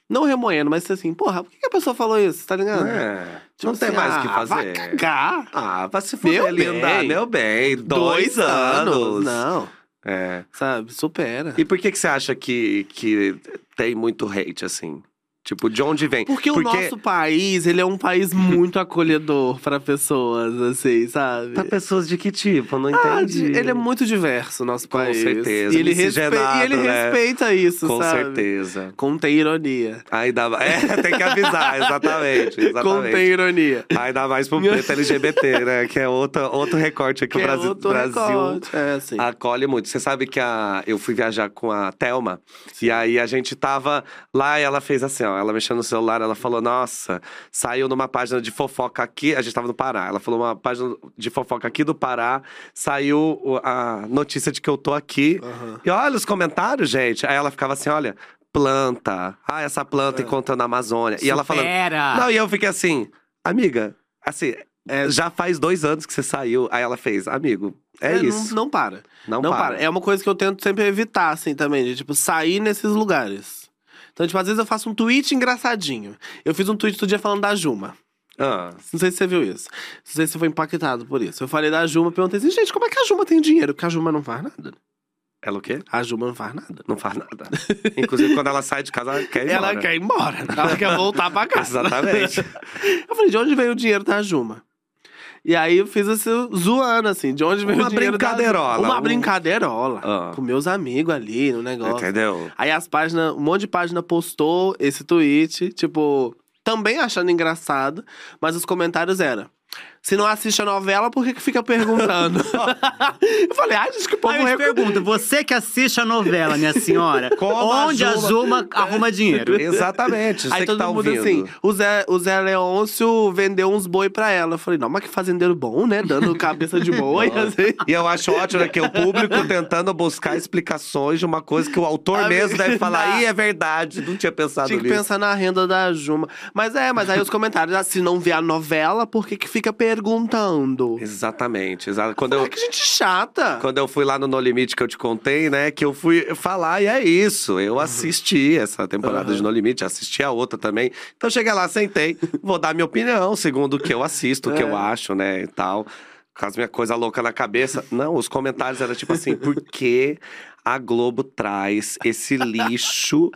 Speaker 3: Não remoendo, mas assim, porra, por que que a pessoa falou isso, tá ligado?
Speaker 1: É.
Speaker 3: Tipo
Speaker 1: Não tem
Speaker 3: assim,
Speaker 1: mais o que
Speaker 3: ah,
Speaker 1: fazer.
Speaker 3: Vai cagar.
Speaker 1: Ah, vai se fuder,
Speaker 3: Meu
Speaker 1: linda.
Speaker 3: bem.
Speaker 1: Meu bem, dois, anos.
Speaker 3: Não,
Speaker 1: É.
Speaker 3: sabe? Supera.
Speaker 1: E por que, que você acha que, que tem muito hate, assim? Tipo, de onde vem?
Speaker 3: Porque, o nosso país, ele é um
Speaker 1: *laughs*
Speaker 3: país muito acolhedor pra pessoas, assim, sabe?
Speaker 1: Pra tá pessoas de que tipo? Não
Speaker 3: Ah,
Speaker 1: entendi.
Speaker 3: de- Ele é muito diverso, nosso
Speaker 1: Com
Speaker 3: país.
Speaker 1: certeza,
Speaker 3: E ele, respe...
Speaker 1: miscigenado,
Speaker 3: e ele
Speaker 1: né?
Speaker 3: respeita isso,
Speaker 1: Com
Speaker 3: sabe?
Speaker 1: certeza.
Speaker 3: Contém ironia.
Speaker 1: Aí dá... *laughs* É, tem que avisar, *laughs* exatamente. exatamente.
Speaker 3: *laughs* Contém ironia.
Speaker 1: Ainda mais pro preto LGBT, né? Que é outra, outro recorte aqui.
Speaker 3: Que
Speaker 1: o
Speaker 3: é
Speaker 1: Brasil, Ah,
Speaker 3: outro
Speaker 1: Brasil
Speaker 3: recorte, É, assim.
Speaker 1: Acolhe muito. Você sabe que a, eu fui viajar com a Thelma, e aí a gente tava lá e ela fez assim, ó. Ela mexendo no celular, ela falou: Nossa, saiu numa página de fofoca aqui. A gente tava no Pará. Ela falou: Uma página de fofoca aqui do Pará, saiu o- a notícia de que eu tô aqui.
Speaker 3: Aham.
Speaker 1: E olha os comentários, gente. Aí ela ficava assim: Olha, planta. Ah,
Speaker 3: É.
Speaker 1: essa planta encontrando a Amazônia. E ela falando.
Speaker 2: Supera.
Speaker 1: Não, e eu fiquei assim, amiga, assim,
Speaker 3: É,
Speaker 1: Já faz dois anos que você saiu. Aí ela fez, amigo, é,
Speaker 3: é, não-
Speaker 1: isso.
Speaker 3: Não, para.
Speaker 1: Não,
Speaker 3: Não
Speaker 1: para.
Speaker 3: para. É uma coisa que eu tento sempre evitar, assim, também. De, tipo, sair nesses lugares. Então, tipo, às vezes eu faço um tweet engraçadinho. Eu fiz um tweet outro dia falando da Juma.
Speaker 1: Ah,
Speaker 3: Não sei se você viu isso. Não sei se você foi impactado por isso. Eu falei da Juma, perguntei assim, gente, como é que a Juma tem dinheiro? Porque a Juma não faz nada.
Speaker 1: ela o quê?
Speaker 3: A Juma não faz nada.
Speaker 1: Não faz
Speaker 3: *laughs*
Speaker 1: nada. Inclusive, quando ela sai de casa, ela quer ir
Speaker 3: Ela
Speaker 1: embora.
Speaker 3: quer ir embora. Ela quer voltar
Speaker 1: *laughs*
Speaker 3: pra casa. *laughs*
Speaker 1: Exatamente.
Speaker 3: Eu falei, de onde veio o dinheiro da Juma? E aí eu fiz assim, zoando, assim, de onde veio
Speaker 1: Uma
Speaker 3: o dinheiro da Juma?
Speaker 1: brincadeirola,
Speaker 3: Uma
Speaker 1: um-
Speaker 3: brincadeirola.
Speaker 1: Ah.
Speaker 3: Com meus amigos ali, no negócio. *laughs*
Speaker 1: Entendeu?
Speaker 3: Aí as páginas, um monte de página postou esse tweet, tipo, também achando engraçado, mas os comentários eram. Se não assiste a novela, por que, que fica perguntando? eu falei, ai, gente, que povo
Speaker 2: Aí eu te
Speaker 3: recomenda.
Speaker 2: pergunto, você que assiste a novela, minha senhora,
Speaker 1: *laughs* Como a
Speaker 2: onde a Zuma
Speaker 1: *laughs*
Speaker 2: arruma dinheiro?
Speaker 1: Exatamente. Você
Speaker 3: Aí
Speaker 1: que
Speaker 3: todo
Speaker 1: tá
Speaker 3: mundo
Speaker 1: ouvindo.
Speaker 3: assim, o Zé, o Zé Leôncio vendeu uns boi pra ela. Eu falei, não, mas que fazendeiro bom, né? Dando cabeça de boi, assim.
Speaker 1: Ah. E eu acho ótimo aqui o público tentando buscar explicações de uma coisa que o autor
Speaker 3: Ah,
Speaker 1: mesmo
Speaker 3: *laughs*
Speaker 1: deve falar.
Speaker 3: não.
Speaker 1: Ih, é verdade, não tinha pensado
Speaker 3: Tinha que
Speaker 1: nisso.
Speaker 3: pensar na renda da Juma. Mas é, mas aí os comentários, ah, se não vê a novela, por que, que fica perguntando?
Speaker 1: Exatamente, exato. Quando
Speaker 3: Ai,
Speaker 1: eu,
Speaker 3: é que gente chata.
Speaker 1: Então, quando eu fui lá no No Limite que eu te contei, né? Que eu fui falar, e é isso. Eu assisti essa temporada de No Limite, assisti a outra também. Então cheguei lá, sentei, vou dar minha opinião, segundo o que eu assisto, o que
Speaker 3: É.
Speaker 1: eu acho, né? E tal. Com as minhas coisas loucas na cabeça. Não, os comentários eram tipo assim: por que a Globo traz esse lixo,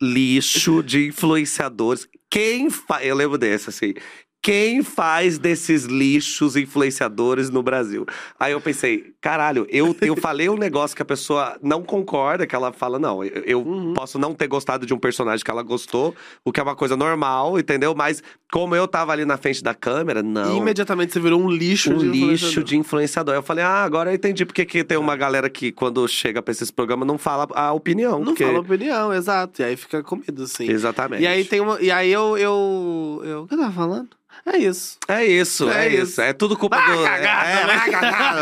Speaker 1: lixo de influenciadores? Quem faz. Eu lembro desse, assim. Quem faz desses lixos influenciadores no Brasil? Aí eu pensei, caralho, eu,
Speaker 3: *laughs*
Speaker 1: eu falei um negócio que a pessoa não concorda, que ela fala, não, eu, eu
Speaker 3: Uhum.
Speaker 1: posso não ter gostado de um personagem que ela gostou, o que é uma coisa normal, entendeu? Mas como eu tava ali na frente da câmera,
Speaker 3: E
Speaker 1: não.
Speaker 3: imediatamente você virou um lixo
Speaker 1: Um
Speaker 3: de
Speaker 1: lixo
Speaker 3: influenciador. Tá.
Speaker 1: de influenciador. Eu falei, ah, agora eu entendi porque que tem uma galera que, quando chega pra esses programas, não fala a opinião.
Speaker 3: Não
Speaker 1: porque-
Speaker 3: fala opinião, exato. E aí fica com medo, assim.
Speaker 1: Exatamente.
Speaker 3: E aí tem uma. E aí eu. eu, eu... O que eu tava falando? É isso.
Speaker 1: É isso, é,
Speaker 3: É
Speaker 1: isso.
Speaker 3: isso.
Speaker 1: É tudo culpa
Speaker 3: Vai
Speaker 1: do.
Speaker 3: cagar,
Speaker 1: é, vai
Speaker 3: *laughs*
Speaker 1: cagar.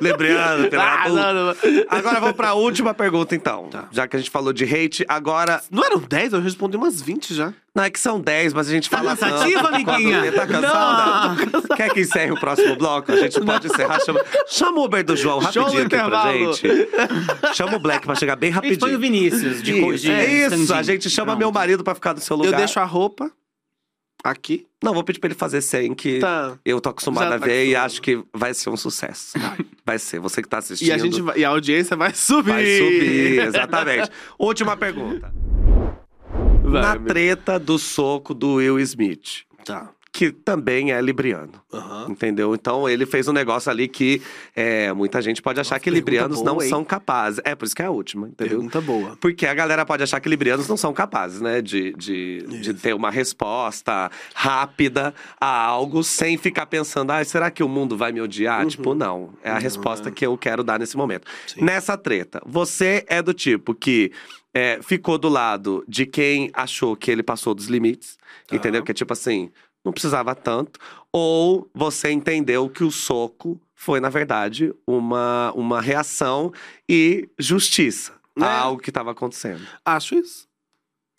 Speaker 1: Lembrando, pela
Speaker 3: Ah, não, não.
Speaker 1: Agora vamos pra última pergunta, então.
Speaker 3: Tá.
Speaker 1: Já que a gente falou de hate, agora.
Speaker 3: Não eram 10, eu respondi umas 20 já.
Speaker 1: Não é que são 10, mas a gente
Speaker 2: Tá
Speaker 1: fala. tanto
Speaker 2: cansativa,
Speaker 1: quando-
Speaker 2: amiguinha?
Speaker 1: Tá
Speaker 2: Não,
Speaker 1: cansada? Quer que encerre o próximo bloco? A gente pode encerrar. Chama, chama o Uber do João
Speaker 3: Chama o
Speaker 1: rapidinho aqui pra
Speaker 3: intervalo.
Speaker 1: gente. Chama o Black pra chegar bem
Speaker 2: A gente põe o
Speaker 1: rapidinho.
Speaker 2: Vinícius de co-
Speaker 1: Isso,
Speaker 2: de
Speaker 1: é isso, a
Speaker 2: Sandinho.
Speaker 1: gente chama
Speaker 2: Pronto.
Speaker 1: meu marido pra ficar do seu lugar.
Speaker 3: Eu deixo a roupa aqui.
Speaker 1: Não, vou pedir pra ele fazer 100, que
Speaker 3: Tá.
Speaker 1: eu tô acostumada
Speaker 3: Já
Speaker 1: a
Speaker 3: tá
Speaker 1: ver e
Speaker 3: acostumado.
Speaker 1: acho que vai ser um sucesso. Vai ser, você que tá assistindo.
Speaker 3: E a, gente vai- e a audiência vai subir.
Speaker 1: Vai
Speaker 3: *laughs*
Speaker 1: subir, exatamente. Última pergunta.
Speaker 3: Vai,
Speaker 1: Na
Speaker 3: amigo.
Speaker 1: treta do soco do Will Smith,
Speaker 3: Tá.
Speaker 1: que também é libriano.
Speaker 3: Aham.
Speaker 1: Entendeu? Então ele fez um negócio ali que é, muita gente pode achar
Speaker 3: Nossa,
Speaker 1: que
Speaker 3: pergunta
Speaker 1: librianos
Speaker 3: boa,
Speaker 1: não
Speaker 3: hein?
Speaker 1: são capazes. É, por isso que é a última, entendeu?
Speaker 3: Pergunta boa.
Speaker 1: Porque a galera pode achar que librianos não são capazes, né? De, de, de ter uma resposta rápida a algo sem ficar pensando, ah, será que o mundo vai me odiar? Tipo, não. É a resposta que eu quero dar nesse momento.
Speaker 3: Sim.
Speaker 1: Nessa treta, você é do tipo que. é, ficou do lado de quem achou que ele passou dos limites,
Speaker 3: Tá.
Speaker 1: entendeu? Que é tipo assim, não precisava tanto. Ou você entendeu que o soco foi, na verdade, uma, uma reação e justiça
Speaker 3: Né?
Speaker 1: a algo que estava acontecendo.
Speaker 3: Acho isso.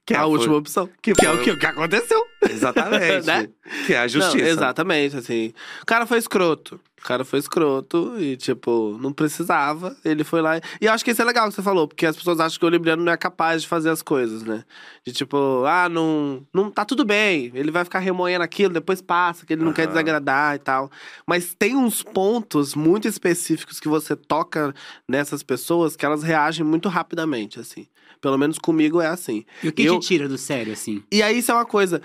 Speaker 1: Que
Speaker 3: é a
Speaker 1: foi-
Speaker 3: última opção.
Speaker 1: Que,
Speaker 3: Que é
Speaker 1: foi-
Speaker 3: o que, o que aconteceu.
Speaker 1: Exatamente.
Speaker 3: *laughs* Né?
Speaker 1: Que é a justiça.
Speaker 3: Não, exatamente, assim. O cara foi escroto. O cara foi escroto e, tipo, não precisava. Ele foi lá. e- E eu acho que isso é legal que você falou, porque as pessoas acham que o Libriano não é capaz de fazer as coisas, né? De tipo, ah, não. não tá tudo bem. Ele vai ficar remoendo aquilo, depois passa, que ele não quer
Speaker 1: Aham.
Speaker 3: desagradar e tal. Mas tem uns pontos muito específicos que você toca nessas pessoas que elas reagem muito rapidamente, assim. Pelo menos comigo é assim.
Speaker 2: E o que
Speaker 3: Eu-
Speaker 2: te tira do sério, assim?
Speaker 3: E aí, isso é uma coisa.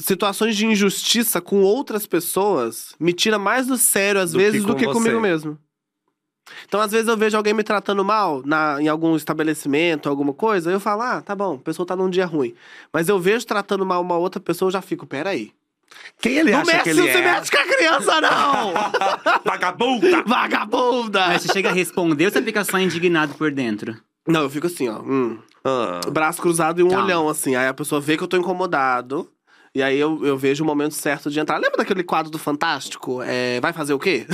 Speaker 3: Situações de injustiça com outras pessoas me tira mais do sério, às
Speaker 1: Do que
Speaker 3: vezes,
Speaker 1: com
Speaker 3: do que
Speaker 1: você.
Speaker 3: comigo mesmo. Então, às vezes, eu vejo alguém me tratando mal na, em algum estabelecimento, alguma coisa, eu falo, ah, tá bom, a pessoa tá num dia ruim. Mas eu vejo tratando mal uma outra pessoa, eu já fico, peraí.
Speaker 1: Quem ele
Speaker 3: Não
Speaker 1: acha que
Speaker 3: mexe,
Speaker 1: ele
Speaker 3: não se
Speaker 1: é?
Speaker 3: mexe com a
Speaker 1: *laughs*
Speaker 3: criança, não! *laughs*
Speaker 1: Vagabunda!
Speaker 3: Vagabunda!
Speaker 2: Mas você chega a responder ou você fica só indignado por dentro?
Speaker 3: Não, eu fico assim, ó. hum.
Speaker 1: Ah,
Speaker 3: braço cruzado e um
Speaker 2: Tá.
Speaker 3: olhão, assim. Aí a pessoa vê que eu tô incomodado. E aí eu, eu vejo o momento certo de entrar. Lembra daquele quadro do Fantástico? É, vai fazer o quê?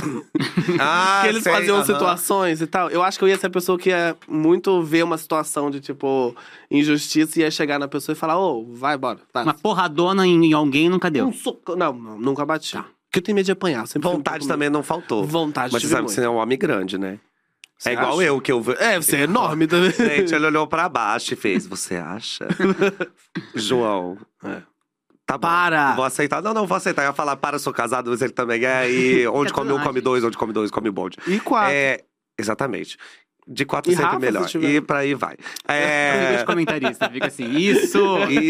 Speaker 1: ah,
Speaker 3: que eles
Speaker 1: sei,
Speaker 3: faziam
Speaker 1: aham.
Speaker 3: situações e tal. Eu acho que eu ia ser a pessoa que ia muito ver uma situação de, tipo, injustiça e ia chegar na pessoa e falar, ô, vai tá." embora. Vai.
Speaker 2: Uma porradona em em alguém nunca deu.
Speaker 3: Um soco. Não, nunca bati. Porque eu tenho medo de apanhar. Sempre fui um
Speaker 1: Tá. Vontade
Speaker 3: pouco medo.
Speaker 1: também não faltou.
Speaker 3: Vontade
Speaker 1: Mas você
Speaker 3: tive
Speaker 1: sabe
Speaker 3: muito.
Speaker 1: que você é um homem grande, né?
Speaker 3: Você
Speaker 1: é igual
Speaker 3: acha?
Speaker 1: eu que eu.
Speaker 3: É, você é enorme também.
Speaker 1: Gente, ele olhou pra baixo e fez: Você
Speaker 3: *laughs*
Speaker 1: acha? João.
Speaker 3: É.
Speaker 1: Tá bom.
Speaker 3: Para!
Speaker 1: Vou aceitar. Não, não, vou aceitar. Eu ia falar: Para, eu sou casado, mas ele também é.
Speaker 3: *laughs*
Speaker 1: E onde
Speaker 2: É
Speaker 1: come um,
Speaker 2: verdade.
Speaker 1: come dois, onde come dois, come bonde.
Speaker 3: *laughs* E quatro.
Speaker 1: É, exatamente. De quatro
Speaker 3: E
Speaker 1: sempre
Speaker 3: Rafa, se
Speaker 1: melhor.
Speaker 3: tiver.
Speaker 1: E pra aí
Speaker 3: *laughs*
Speaker 1: vai.
Speaker 2: Amigo
Speaker 1: É.
Speaker 2: de comentarista, fica assim, isso!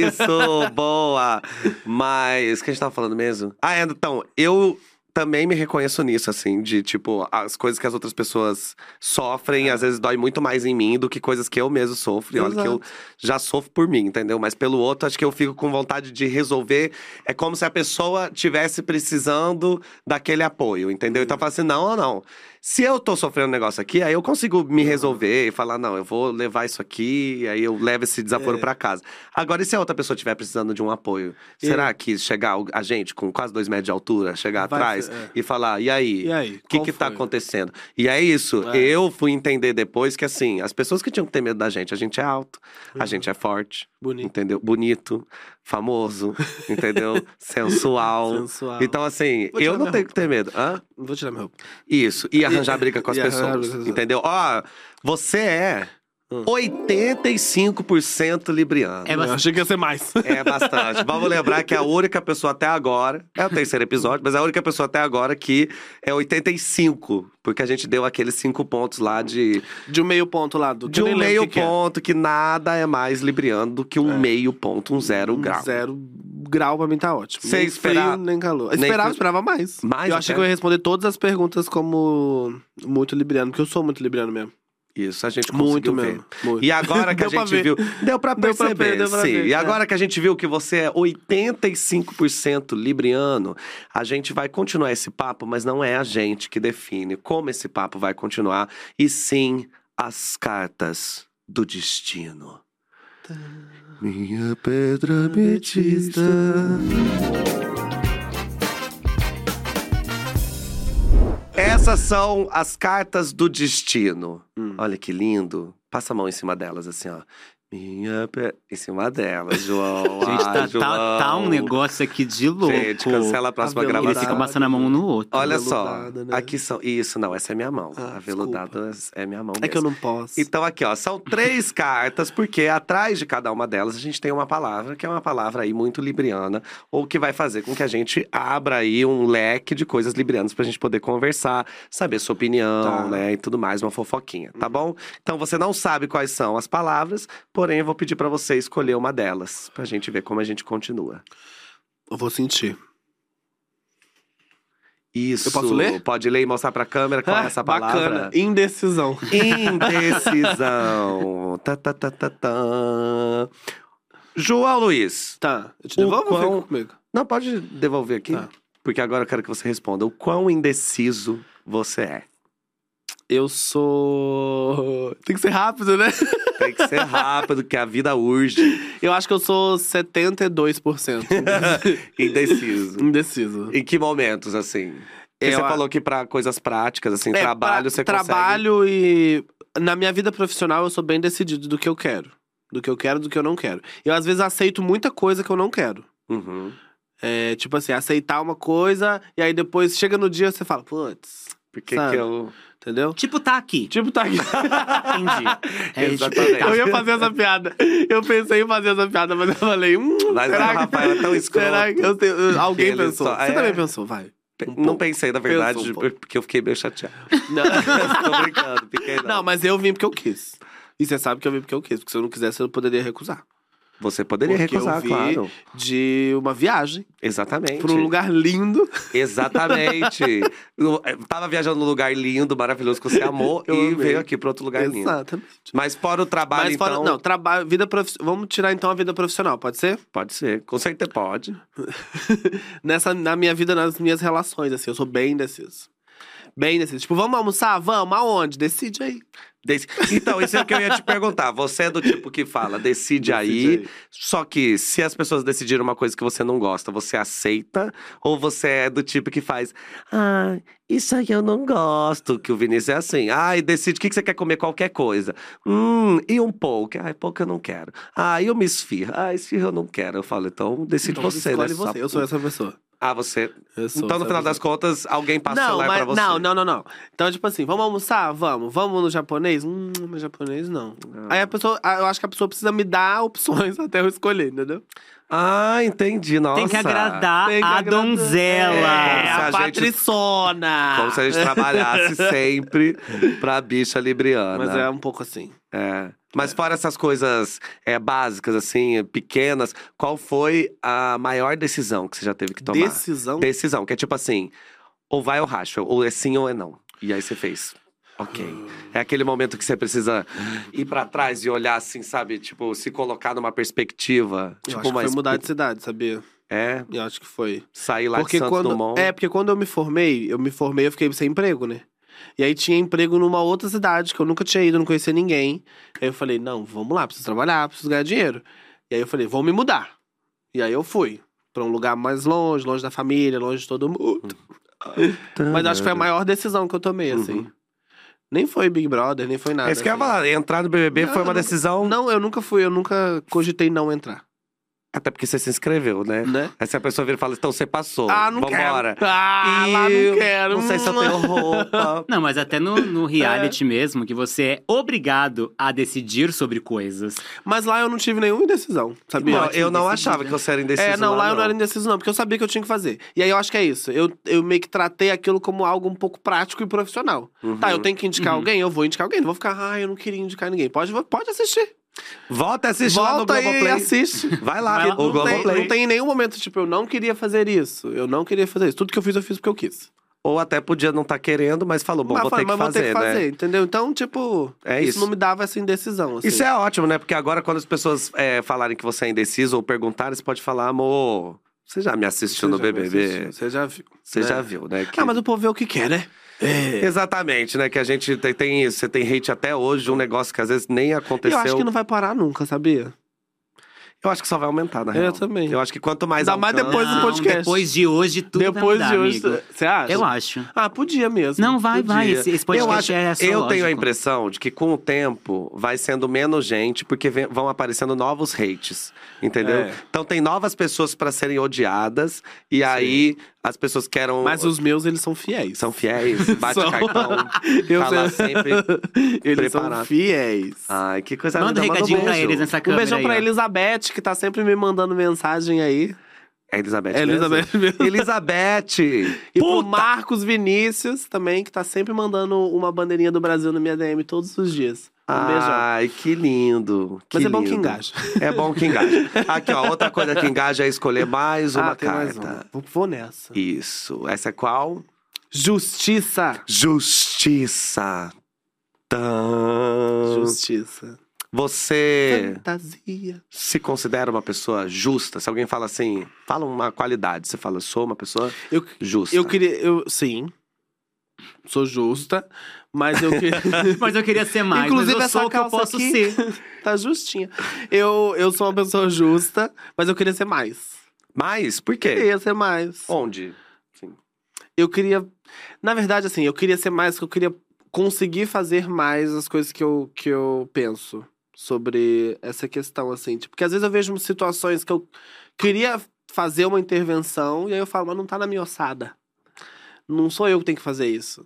Speaker 1: Isso, boa! Mas o que a gente tava falando mesmo? Ah, é, então, eu também me reconheço nisso, assim, de tipo, as coisas que as outras pessoas sofrem, às vezes dói muito mais em mim do que coisas que eu mesmo sofro. E olha que eu já sofro por mim, entendeu? Mas pelo outro, acho que eu fico com vontade de resolver. É como se a pessoa tivesse precisando daquele apoio, entendeu? Então eu falo assim: não, não. Se eu tô sofrendo um negócio aqui, aí eu consigo me resolver e falar: não, eu vou levar isso aqui, aí eu levo esse desaforo pra casa. Agora, e se a outra pessoa estiver precisando de um apoio?
Speaker 3: É.
Speaker 1: Será que chegar o- a gente com quase dois metros de altura, chegar
Speaker 3: Vai
Speaker 1: atrás
Speaker 3: ser, é.
Speaker 1: e falar: e aí?
Speaker 3: E aí?
Speaker 1: O que
Speaker 3: Qual
Speaker 1: que tá
Speaker 3: foi?
Speaker 1: acontecendo? E é isso.
Speaker 3: É.
Speaker 1: Eu fui entender depois que, assim, as pessoas que tinham que ter medo da gente, a gente é alto, a gente é forte,
Speaker 3: Uhum. Bonito.
Speaker 1: entendeu? Bonito, famoso,
Speaker 3: *laughs*
Speaker 1: entendeu? Sensual.
Speaker 3: Sensual.
Speaker 1: Então, assim,
Speaker 3: Vou tirar
Speaker 1: eu não
Speaker 3: minha
Speaker 1: tenho que ter medo. Hã?
Speaker 3: Vou tirar minha roupa.
Speaker 1: Isso. E arranjar briga com as
Speaker 3: *laughs* e arranjar briga com as
Speaker 1: pessoas,
Speaker 3: pessoas.
Speaker 1: entendeu? Ó, você é
Speaker 3: Hum.
Speaker 1: 85% libriano.
Speaker 2: É
Speaker 3: Eu
Speaker 2: bastante.
Speaker 3: achei que ia
Speaker 1: *laughs*
Speaker 3: ser mais.
Speaker 1: É bastante. Vamos lembrar que a única pessoa até agora. É o terceiro episódio, mas é a única pessoa até agora que é 85. Porque a gente deu aqueles cinco pontos lá de.
Speaker 3: De um meio ponto lá do
Speaker 1: De
Speaker 3: eu
Speaker 1: um
Speaker 3: nem lembro
Speaker 1: meio
Speaker 3: o que que é.
Speaker 1: ponto, que nada é mais libriano do que um
Speaker 3: É.
Speaker 1: meio ponto, um zero
Speaker 3: Um
Speaker 1: grau.
Speaker 3: Zero grau pra mim tá ótimo.
Speaker 1: Sem
Speaker 3: nem
Speaker 1: esperar-
Speaker 3: frio, nem calor.
Speaker 1: nem
Speaker 3: esperava,
Speaker 1: frio.
Speaker 3: esperava mais.
Speaker 1: Mais
Speaker 3: eu achei
Speaker 1: até.
Speaker 3: que eu ia responder todas as perguntas como muito libriano, porque eu sou muito libriano mesmo.
Speaker 1: Isso, a gente
Speaker 3: Muito
Speaker 1: conseguiu ver.
Speaker 3: mesmo. Muito.
Speaker 1: E agora que a
Speaker 3: Deu pra
Speaker 1: gente
Speaker 3: ver.
Speaker 1: viu. Deu pra
Speaker 3: Deu pra
Speaker 1: perceber,
Speaker 3: ver, deu pra
Speaker 1: sim.
Speaker 3: ver,
Speaker 1: e
Speaker 3: é.
Speaker 1: agora que a gente viu que você é 85% libriano, a gente vai continuar esse papo, mas não é a gente que define como esse papo vai continuar, e sim as cartas do destino. Minha pedra
Speaker 3: ametista.
Speaker 1: Essas são as cartas do destino.
Speaker 3: Hum.
Speaker 1: Olha que lindo. Passa a mão em cima delas, assim, ó. Minha pe... Em cima delas, João.
Speaker 2: Gente,
Speaker 1: Ai,
Speaker 2: tá,
Speaker 1: João.
Speaker 2: tá, tá um negócio aqui de louco.
Speaker 1: Gente, cancela a próxima
Speaker 3: Aveludado.
Speaker 2: Eles
Speaker 1: gravação.
Speaker 2: ficam passando a mão um no outro.
Speaker 1: Olha só,
Speaker 3: Aveludado, é né?
Speaker 1: aqui são. Isso, não, essa é minha mão.
Speaker 3: Ah,
Speaker 1: Aveludado é minha mão.
Speaker 3: É que eu
Speaker 1: mesmo.
Speaker 3: não posso.
Speaker 1: Então, aqui, ó, são três cartas, porque atrás de cada uma delas a gente tem uma palavra, que é uma palavra aí muito libriana, ou que vai fazer com que a gente abra aí um leque de coisas librianas pra gente poder conversar, saber sua opinião,
Speaker 3: Tá. Uhum.
Speaker 1: né, e tudo mais, uma fofoquinha, tá bom? Então, você não sabe quais são as palavras, porém eu vou pedir pra você escolher uma delas, pra gente ver como a gente continua.
Speaker 3: Eu vou sentir.
Speaker 1: Isso.
Speaker 3: posso ler?
Speaker 1: Pode ler e mostrar pra câmera qual é
Speaker 3: Ah,
Speaker 1: essa palavra.
Speaker 3: Bacana. Indecisão. *laughs*
Speaker 1: Indecisão. tá, tá, tá, tá, tá. João Luiz.
Speaker 3: Tá, eu te
Speaker 1: O
Speaker 3: devolvo ou
Speaker 1: quão-
Speaker 3: fica comigo?
Speaker 1: Não, pode devolver aqui.
Speaker 3: Tá.
Speaker 1: Porque agora eu quero que você responda. O quão indeciso você é?
Speaker 3: Eu sou. Tem que ser rápido, né?
Speaker 1: Tem que ser rápido, que a vida
Speaker 3: *laughs*
Speaker 1: urge.
Speaker 3: Eu acho que eu sou 72%
Speaker 1: Indeciso.
Speaker 3: *laughs* indeciso.
Speaker 1: Em que momentos, assim? Porque
Speaker 3: Eu
Speaker 1: você
Speaker 3: a-
Speaker 1: falou que pra coisas práticas, assim,
Speaker 3: É,
Speaker 1: trabalho,
Speaker 3: pra-
Speaker 1: você consegue...
Speaker 3: Trabalho e. Na minha vida profissional, eu sou bem decidido do que eu quero. Do que eu quero, do que eu não quero. Eu, às vezes, aceito muita coisa que eu não quero.
Speaker 1: Uhum.
Speaker 3: É, tipo assim, aceitar uma coisa, e aí depois chega no dia você fala, putz,
Speaker 1: Por que
Speaker 3: Sabe.
Speaker 1: que eu...
Speaker 3: entendeu?
Speaker 2: Tipo, tá aqui.
Speaker 3: Tipo, tá
Speaker 1: *laughs*
Speaker 3: aqui.
Speaker 2: Entendi. É isso.
Speaker 1: Exatamente.
Speaker 3: eu ia fazer essa piada. Eu pensei em fazer essa piada, mas eu falei, hum.
Speaker 1: Mas
Speaker 3: será
Speaker 1: o
Speaker 3: que-
Speaker 1: Rafael é tão escroto.
Speaker 3: Será que eu tenho- eu- alguém
Speaker 1: Que ele
Speaker 3: pensou?
Speaker 1: só-
Speaker 3: Você
Speaker 1: é.
Speaker 3: também
Speaker 1: *laughs*
Speaker 3: pensou, vai.
Speaker 1: Pe-
Speaker 3: Um
Speaker 1: não
Speaker 3: pouco.
Speaker 1: pensei, na verdade,
Speaker 3: Pensa um pouco.
Speaker 1: porque eu fiquei meio
Speaker 3: *laughs*
Speaker 1: chateado.
Speaker 3: Não.
Speaker 1: Tô brincando, fiquei não.
Speaker 3: não, mas eu vim porque eu quis. E você sabe que eu vim porque eu quis, porque se eu não quisesse, eu poderia recusar.
Speaker 1: Você poderia
Speaker 3: Porque eu
Speaker 1: recusar,
Speaker 3: vi-
Speaker 1: claro.
Speaker 3: De uma viagem
Speaker 1: Exatamente.
Speaker 3: pra um lugar lindo. *laughs*
Speaker 1: Exatamente. Eu tava viajando num lugar lindo, maravilhoso, que você amou,
Speaker 3: Eu
Speaker 1: e
Speaker 3: amei.
Speaker 1: veio aqui pra outro lugar lindo.
Speaker 3: Exatamente.
Speaker 1: Mas fora o trabalho,
Speaker 3: Mas fora,
Speaker 1: então,
Speaker 3: não, trabalho, vida profissional. Vamos tirar então a vida profissional, pode ser?
Speaker 1: pode ser. Com certeza pode.
Speaker 3: Nessa, na minha vida, nas minhas relações, assim, eu sou bem indeciso. Bem indeciso. Tipo, vamos almoçar? Vamos, aonde? Decide aí.
Speaker 1: Dec- Então, isso é o que eu ia te perguntar. Você é do tipo que fala, decide aí.
Speaker 3: aí.
Speaker 1: Só que se as pessoas decidirem uma coisa que você não gosta, você aceita? Ou você é do tipo que faz, ah, isso aí eu não gosto? Que o Vinícius é assim, ah, e decide o que que você quer comer, qualquer coisa. Hum, e um poke? Ah, poke eu não quero. Ah, e uma esfirra? Ah, esfirra eu não quero. Eu falo, então decide
Speaker 3: Então,
Speaker 1: você, né?
Speaker 3: escolhe
Speaker 1: sua
Speaker 3: você. Eu sou
Speaker 1: puta."
Speaker 3: essa pessoa.
Speaker 1: Ah, você.
Speaker 3: Eu sou
Speaker 1: então, no
Speaker 3: essa
Speaker 1: final
Speaker 3: pessoa.
Speaker 1: das contas, alguém passa o
Speaker 3: não,
Speaker 1: celular
Speaker 3: mas,
Speaker 1: pra você.
Speaker 3: Não, não, não, não. Então, tipo assim, vamos almoçar? Vamos. Vamos no japonês? Hum, mas japonês não.
Speaker 1: Ah.
Speaker 3: Aí a pessoa, ah, eu acho que a pessoa precisa me dar opções *laughs* até eu escolher, entendeu?
Speaker 1: Ah, entendi. Nossa.
Speaker 2: Tem que agradar
Speaker 3: Tem que
Speaker 2: a
Speaker 3: agradar.
Speaker 2: donzela.
Speaker 3: É,
Speaker 1: Como se
Speaker 3: a,
Speaker 1: a gente-
Speaker 3: patriçona.
Speaker 1: Como se a gente
Speaker 3: *laughs*
Speaker 1: trabalhasse sempre pra bicha libriana.
Speaker 3: Mas é um pouco assim.
Speaker 1: É. Mas fora essas coisas é, básicas, assim, pequenas, qual foi a maior decisão que você já teve que tomar?
Speaker 3: Decisão.
Speaker 1: Decisão, que é tipo assim, ou vai ou racha, ou é sim ou é não. E aí você fez. Ok.
Speaker 3: Ah.
Speaker 1: É aquele momento que você precisa ir pra trás e olhar assim, sabe? Tipo, se colocar numa perspectiva.
Speaker 3: Eu
Speaker 1: tipo,
Speaker 3: acho que
Speaker 1: mas
Speaker 3: foi mudar de cidade, sabia?
Speaker 1: É,
Speaker 3: Eu acho que foi.
Speaker 1: sair lá
Speaker 3: porque
Speaker 1: de Santos
Speaker 3: quando
Speaker 1: Dumont.
Speaker 3: é porque quando eu me formei eu me formei eu fiquei sem emprego né e aí tinha emprego numa outra cidade que eu nunca tinha ido não conhecia ninguém aí eu falei não vamos lá preciso trabalhar preciso ganhar dinheiro e aí eu falei vou me mudar e aí eu fui pra um lugar mais longe longe da família longe de todo mundo mas acho que foi a maior decisão que eu tomei assim
Speaker 1: Uhum.
Speaker 3: nem foi Big Brother nem foi nada
Speaker 1: É isso que eu ia
Speaker 3: assim.
Speaker 1: falar, entrar no BBB
Speaker 3: Não,
Speaker 1: foi
Speaker 3: eu
Speaker 1: uma
Speaker 3: nunca-
Speaker 1: decisão.
Speaker 3: não eu nunca fui eu nunca cogitei não entrar
Speaker 1: Até porque você se inscreveu, né?
Speaker 3: né
Speaker 1: Aí se a pessoa vira e fala, então você passou.
Speaker 3: ah não
Speaker 1: Vambora.
Speaker 3: quero ah lá
Speaker 1: Eu
Speaker 3: não quero
Speaker 1: Não sei se eu tenho
Speaker 3: *laughs*
Speaker 1: roupa.
Speaker 2: Não, mas até no, no reality mesmo, que você é obrigado a decidir sobre coisas.
Speaker 3: Mas lá eu não tive nenhuma indecisão, sabia?
Speaker 1: Não,
Speaker 2: Ótimo,
Speaker 1: eu não
Speaker 2: decidido,
Speaker 1: achava que você era indeciso.
Speaker 3: é, não, lá, eu não era
Speaker 1: não.
Speaker 3: indeciso, não, porque eu sabia que eu tinha que fazer. E aí eu acho que é isso. Eu, eu meio que tratei aquilo como algo um pouco prático e profissional.
Speaker 1: Uhum.
Speaker 3: Tá, eu tenho que indicar
Speaker 2: Uhum.
Speaker 3: alguém, eu vou indicar alguém. Não vou ficar, ah, eu não queria indicar ninguém. Pode, pode assistir.
Speaker 1: Volta e assiste lá no
Speaker 3: Volta aí e
Speaker 1: Globoplay.
Speaker 3: assiste.
Speaker 1: *laughs* Vai lá,
Speaker 2: Vai lá.
Speaker 1: o
Speaker 3: Não tem,
Speaker 1: Globoplay.
Speaker 3: não tem em nenhum momento, tipo, eu não queria fazer isso. Eu não queria fazer isso. Tudo que eu fiz, eu fiz porque eu quis.
Speaker 1: Ou até podia não estar querendo, mas falou, bom,
Speaker 3: mas
Speaker 1: vou,
Speaker 3: eu falei,
Speaker 1: ter
Speaker 3: mas
Speaker 1: que fazer,
Speaker 3: vou ter que
Speaker 1: né?
Speaker 3: fazer, entendeu? Então, tipo,
Speaker 1: É isso.
Speaker 3: não me dava essa indecisão. Assim.
Speaker 1: Isso é ótimo, né? Porque agora, quando as pessoas é, falarem que você é indeciso ou perguntarem, você pode falar, amor, você já me
Speaker 3: Você
Speaker 1: assistiu no
Speaker 3: já me
Speaker 1: BBB?
Speaker 3: assistiu, Você já viu.
Speaker 1: Você
Speaker 3: né?
Speaker 1: já viu, né? que-
Speaker 3: Ah, mas o povo vê o que quer, né? É.
Speaker 1: Exatamente, né? Que a gente tem, tem isso. Você tem hate até hoje, um negócio que às vezes nem aconteceu.
Speaker 3: Eu acho que não vai parar nunca, sabia?
Speaker 1: Eu acho que só vai aumentar, na
Speaker 3: Eu
Speaker 1: real.
Speaker 3: também.
Speaker 1: Eu acho que quanto mais
Speaker 3: Ainda mais
Speaker 1: alcança-
Speaker 3: Depois do
Speaker 2: Não,
Speaker 3: podcast.
Speaker 2: Depois de hoje, tudo
Speaker 3: Depois
Speaker 2: vai mudar,
Speaker 3: de hoje.
Speaker 2: amigo.
Speaker 3: Você acha?
Speaker 2: Eu acho.
Speaker 3: Ah, podia mesmo.
Speaker 2: Não, vai,
Speaker 3: podia.
Speaker 2: vai. Esse, esse podcast
Speaker 1: eu acho,
Speaker 2: é só
Speaker 1: eu tenho
Speaker 2: lógico.
Speaker 1: a impressão de que com o tempo vai sendo menos gente, porque vem- vão aparecendo novos hates, entendeu?
Speaker 3: É.
Speaker 1: Então tem novas pessoas pra serem odiadas e aí as pessoas querem
Speaker 3: Mas os meus, eles são fiéis.
Speaker 1: são
Speaker 3: *laughs*
Speaker 1: fiéis, bate
Speaker 3: São.
Speaker 1: cartão,
Speaker 3: Eu
Speaker 1: tá lá
Speaker 3: sei.
Speaker 1: sempre.
Speaker 3: *laughs* Eles
Speaker 1: preparado.
Speaker 3: são fiéis.
Speaker 1: Ai, que coisa
Speaker 2: Manda um
Speaker 1: linda,
Speaker 2: recadinho
Speaker 1: um
Speaker 2: pra
Speaker 1: beijo.
Speaker 2: eles nessa
Speaker 3: Um
Speaker 2: câmera
Speaker 3: beijão
Speaker 2: aí,
Speaker 3: pra
Speaker 2: ó.
Speaker 3: Elizabeth, que tá sempre me mandando mensagem aí.
Speaker 1: É Elizabeth.
Speaker 3: É Elizabeth mesmo.
Speaker 1: mesmo? *laughs* Elizabeth.
Speaker 3: *laughs* E pro
Speaker 1: Puta!
Speaker 3: Marcos Vinícius também, que tá sempre mandando uma bandeirinha do Brasil na minha DM todos os dias. Um beijão.
Speaker 1: Ai, que lindo.
Speaker 3: Mas é bom que
Speaker 1: lindo.
Speaker 3: engaja.
Speaker 1: É bom que engaja. Aqui, ó, outra coisa que engaja é escolher mais uma
Speaker 3: *laughs* ah, tem mais
Speaker 1: carta.
Speaker 3: uma. Vou- Vou nessa.
Speaker 1: Isso. Essa é qual?
Speaker 3: Justiça.
Speaker 1: Justiça.
Speaker 3: Ah,
Speaker 1: Tã.
Speaker 3: Justiça. é.
Speaker 1: Você
Speaker 3: Fantasia.
Speaker 1: se considera uma pessoa justa? Se alguém fala assim, fala uma qualidade, você fala, sou uma pessoa
Speaker 3: Eu,
Speaker 1: justa.
Speaker 3: eu queria. Eu, sim. Sou justa, mas eu queria. *laughs*
Speaker 2: Mas eu queria ser mais.
Speaker 3: Inclusive,
Speaker 2: mas eu
Speaker 3: essa
Speaker 2: sou o que eu
Speaker 3: calça
Speaker 2: posso
Speaker 3: aqui
Speaker 2: ser.
Speaker 3: tá justinha. Eu, eu sou uma pessoa justa, mas eu queria ser mais.
Speaker 1: Mas, por quê?
Speaker 3: Queria ser mais.
Speaker 1: Onde?
Speaker 3: Eu queria. Na verdade, assim, eu queria ser mais, que eu queria conseguir fazer mais as coisas que eu, que eu penso sobre essa questão, assim. Tipo, porque às vezes eu vejo situações que eu queria fazer uma intervenção e aí eu falo, mas não tá na minha ossada. Não sou eu que tenho que fazer isso.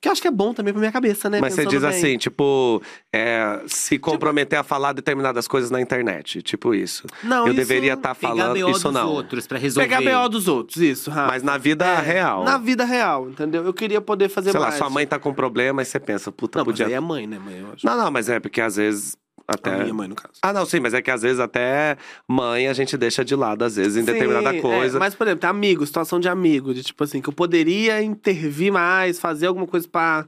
Speaker 3: Que eu acho que é bom também pra minha cabeça, né?
Speaker 1: Mas você
Speaker 3: Pensando
Speaker 1: diz
Speaker 3: bem. Tipo-
Speaker 1: assim, tipo, é, se comprometer a falar determinadas coisas na internet. Tipo isso.
Speaker 3: Não,
Speaker 1: eu
Speaker 3: isso- é
Speaker 1: deveria tá estar
Speaker 2: Pegar
Speaker 1: falando
Speaker 2: BO
Speaker 1: isso
Speaker 2: dos
Speaker 1: não.
Speaker 2: outros pra resolver.
Speaker 3: Pegar BO dos outros, isso, Rafa.
Speaker 1: Mas na vida
Speaker 3: É,
Speaker 1: real.
Speaker 3: Na vida real, entendeu? Eu queria poder fazer
Speaker 1: sei lá,
Speaker 3: mais.
Speaker 1: sua mãe tá com problema e você pensa, puta,
Speaker 3: Não,
Speaker 1: podia.
Speaker 3: mas aí é mãe, né, mãe? Eu acho.
Speaker 1: Não, não, mas é porque às vezes até.
Speaker 3: A minha mãe, no caso.
Speaker 1: Ah, não, sim, mas é que às vezes até mãe a gente deixa de lado, às vezes, em determinada
Speaker 3: Sim,
Speaker 1: coisa.
Speaker 3: é, mas, por exemplo, tem amigo, situação de amigo, de tipo assim, que eu poderia intervir mais, fazer alguma coisa pra.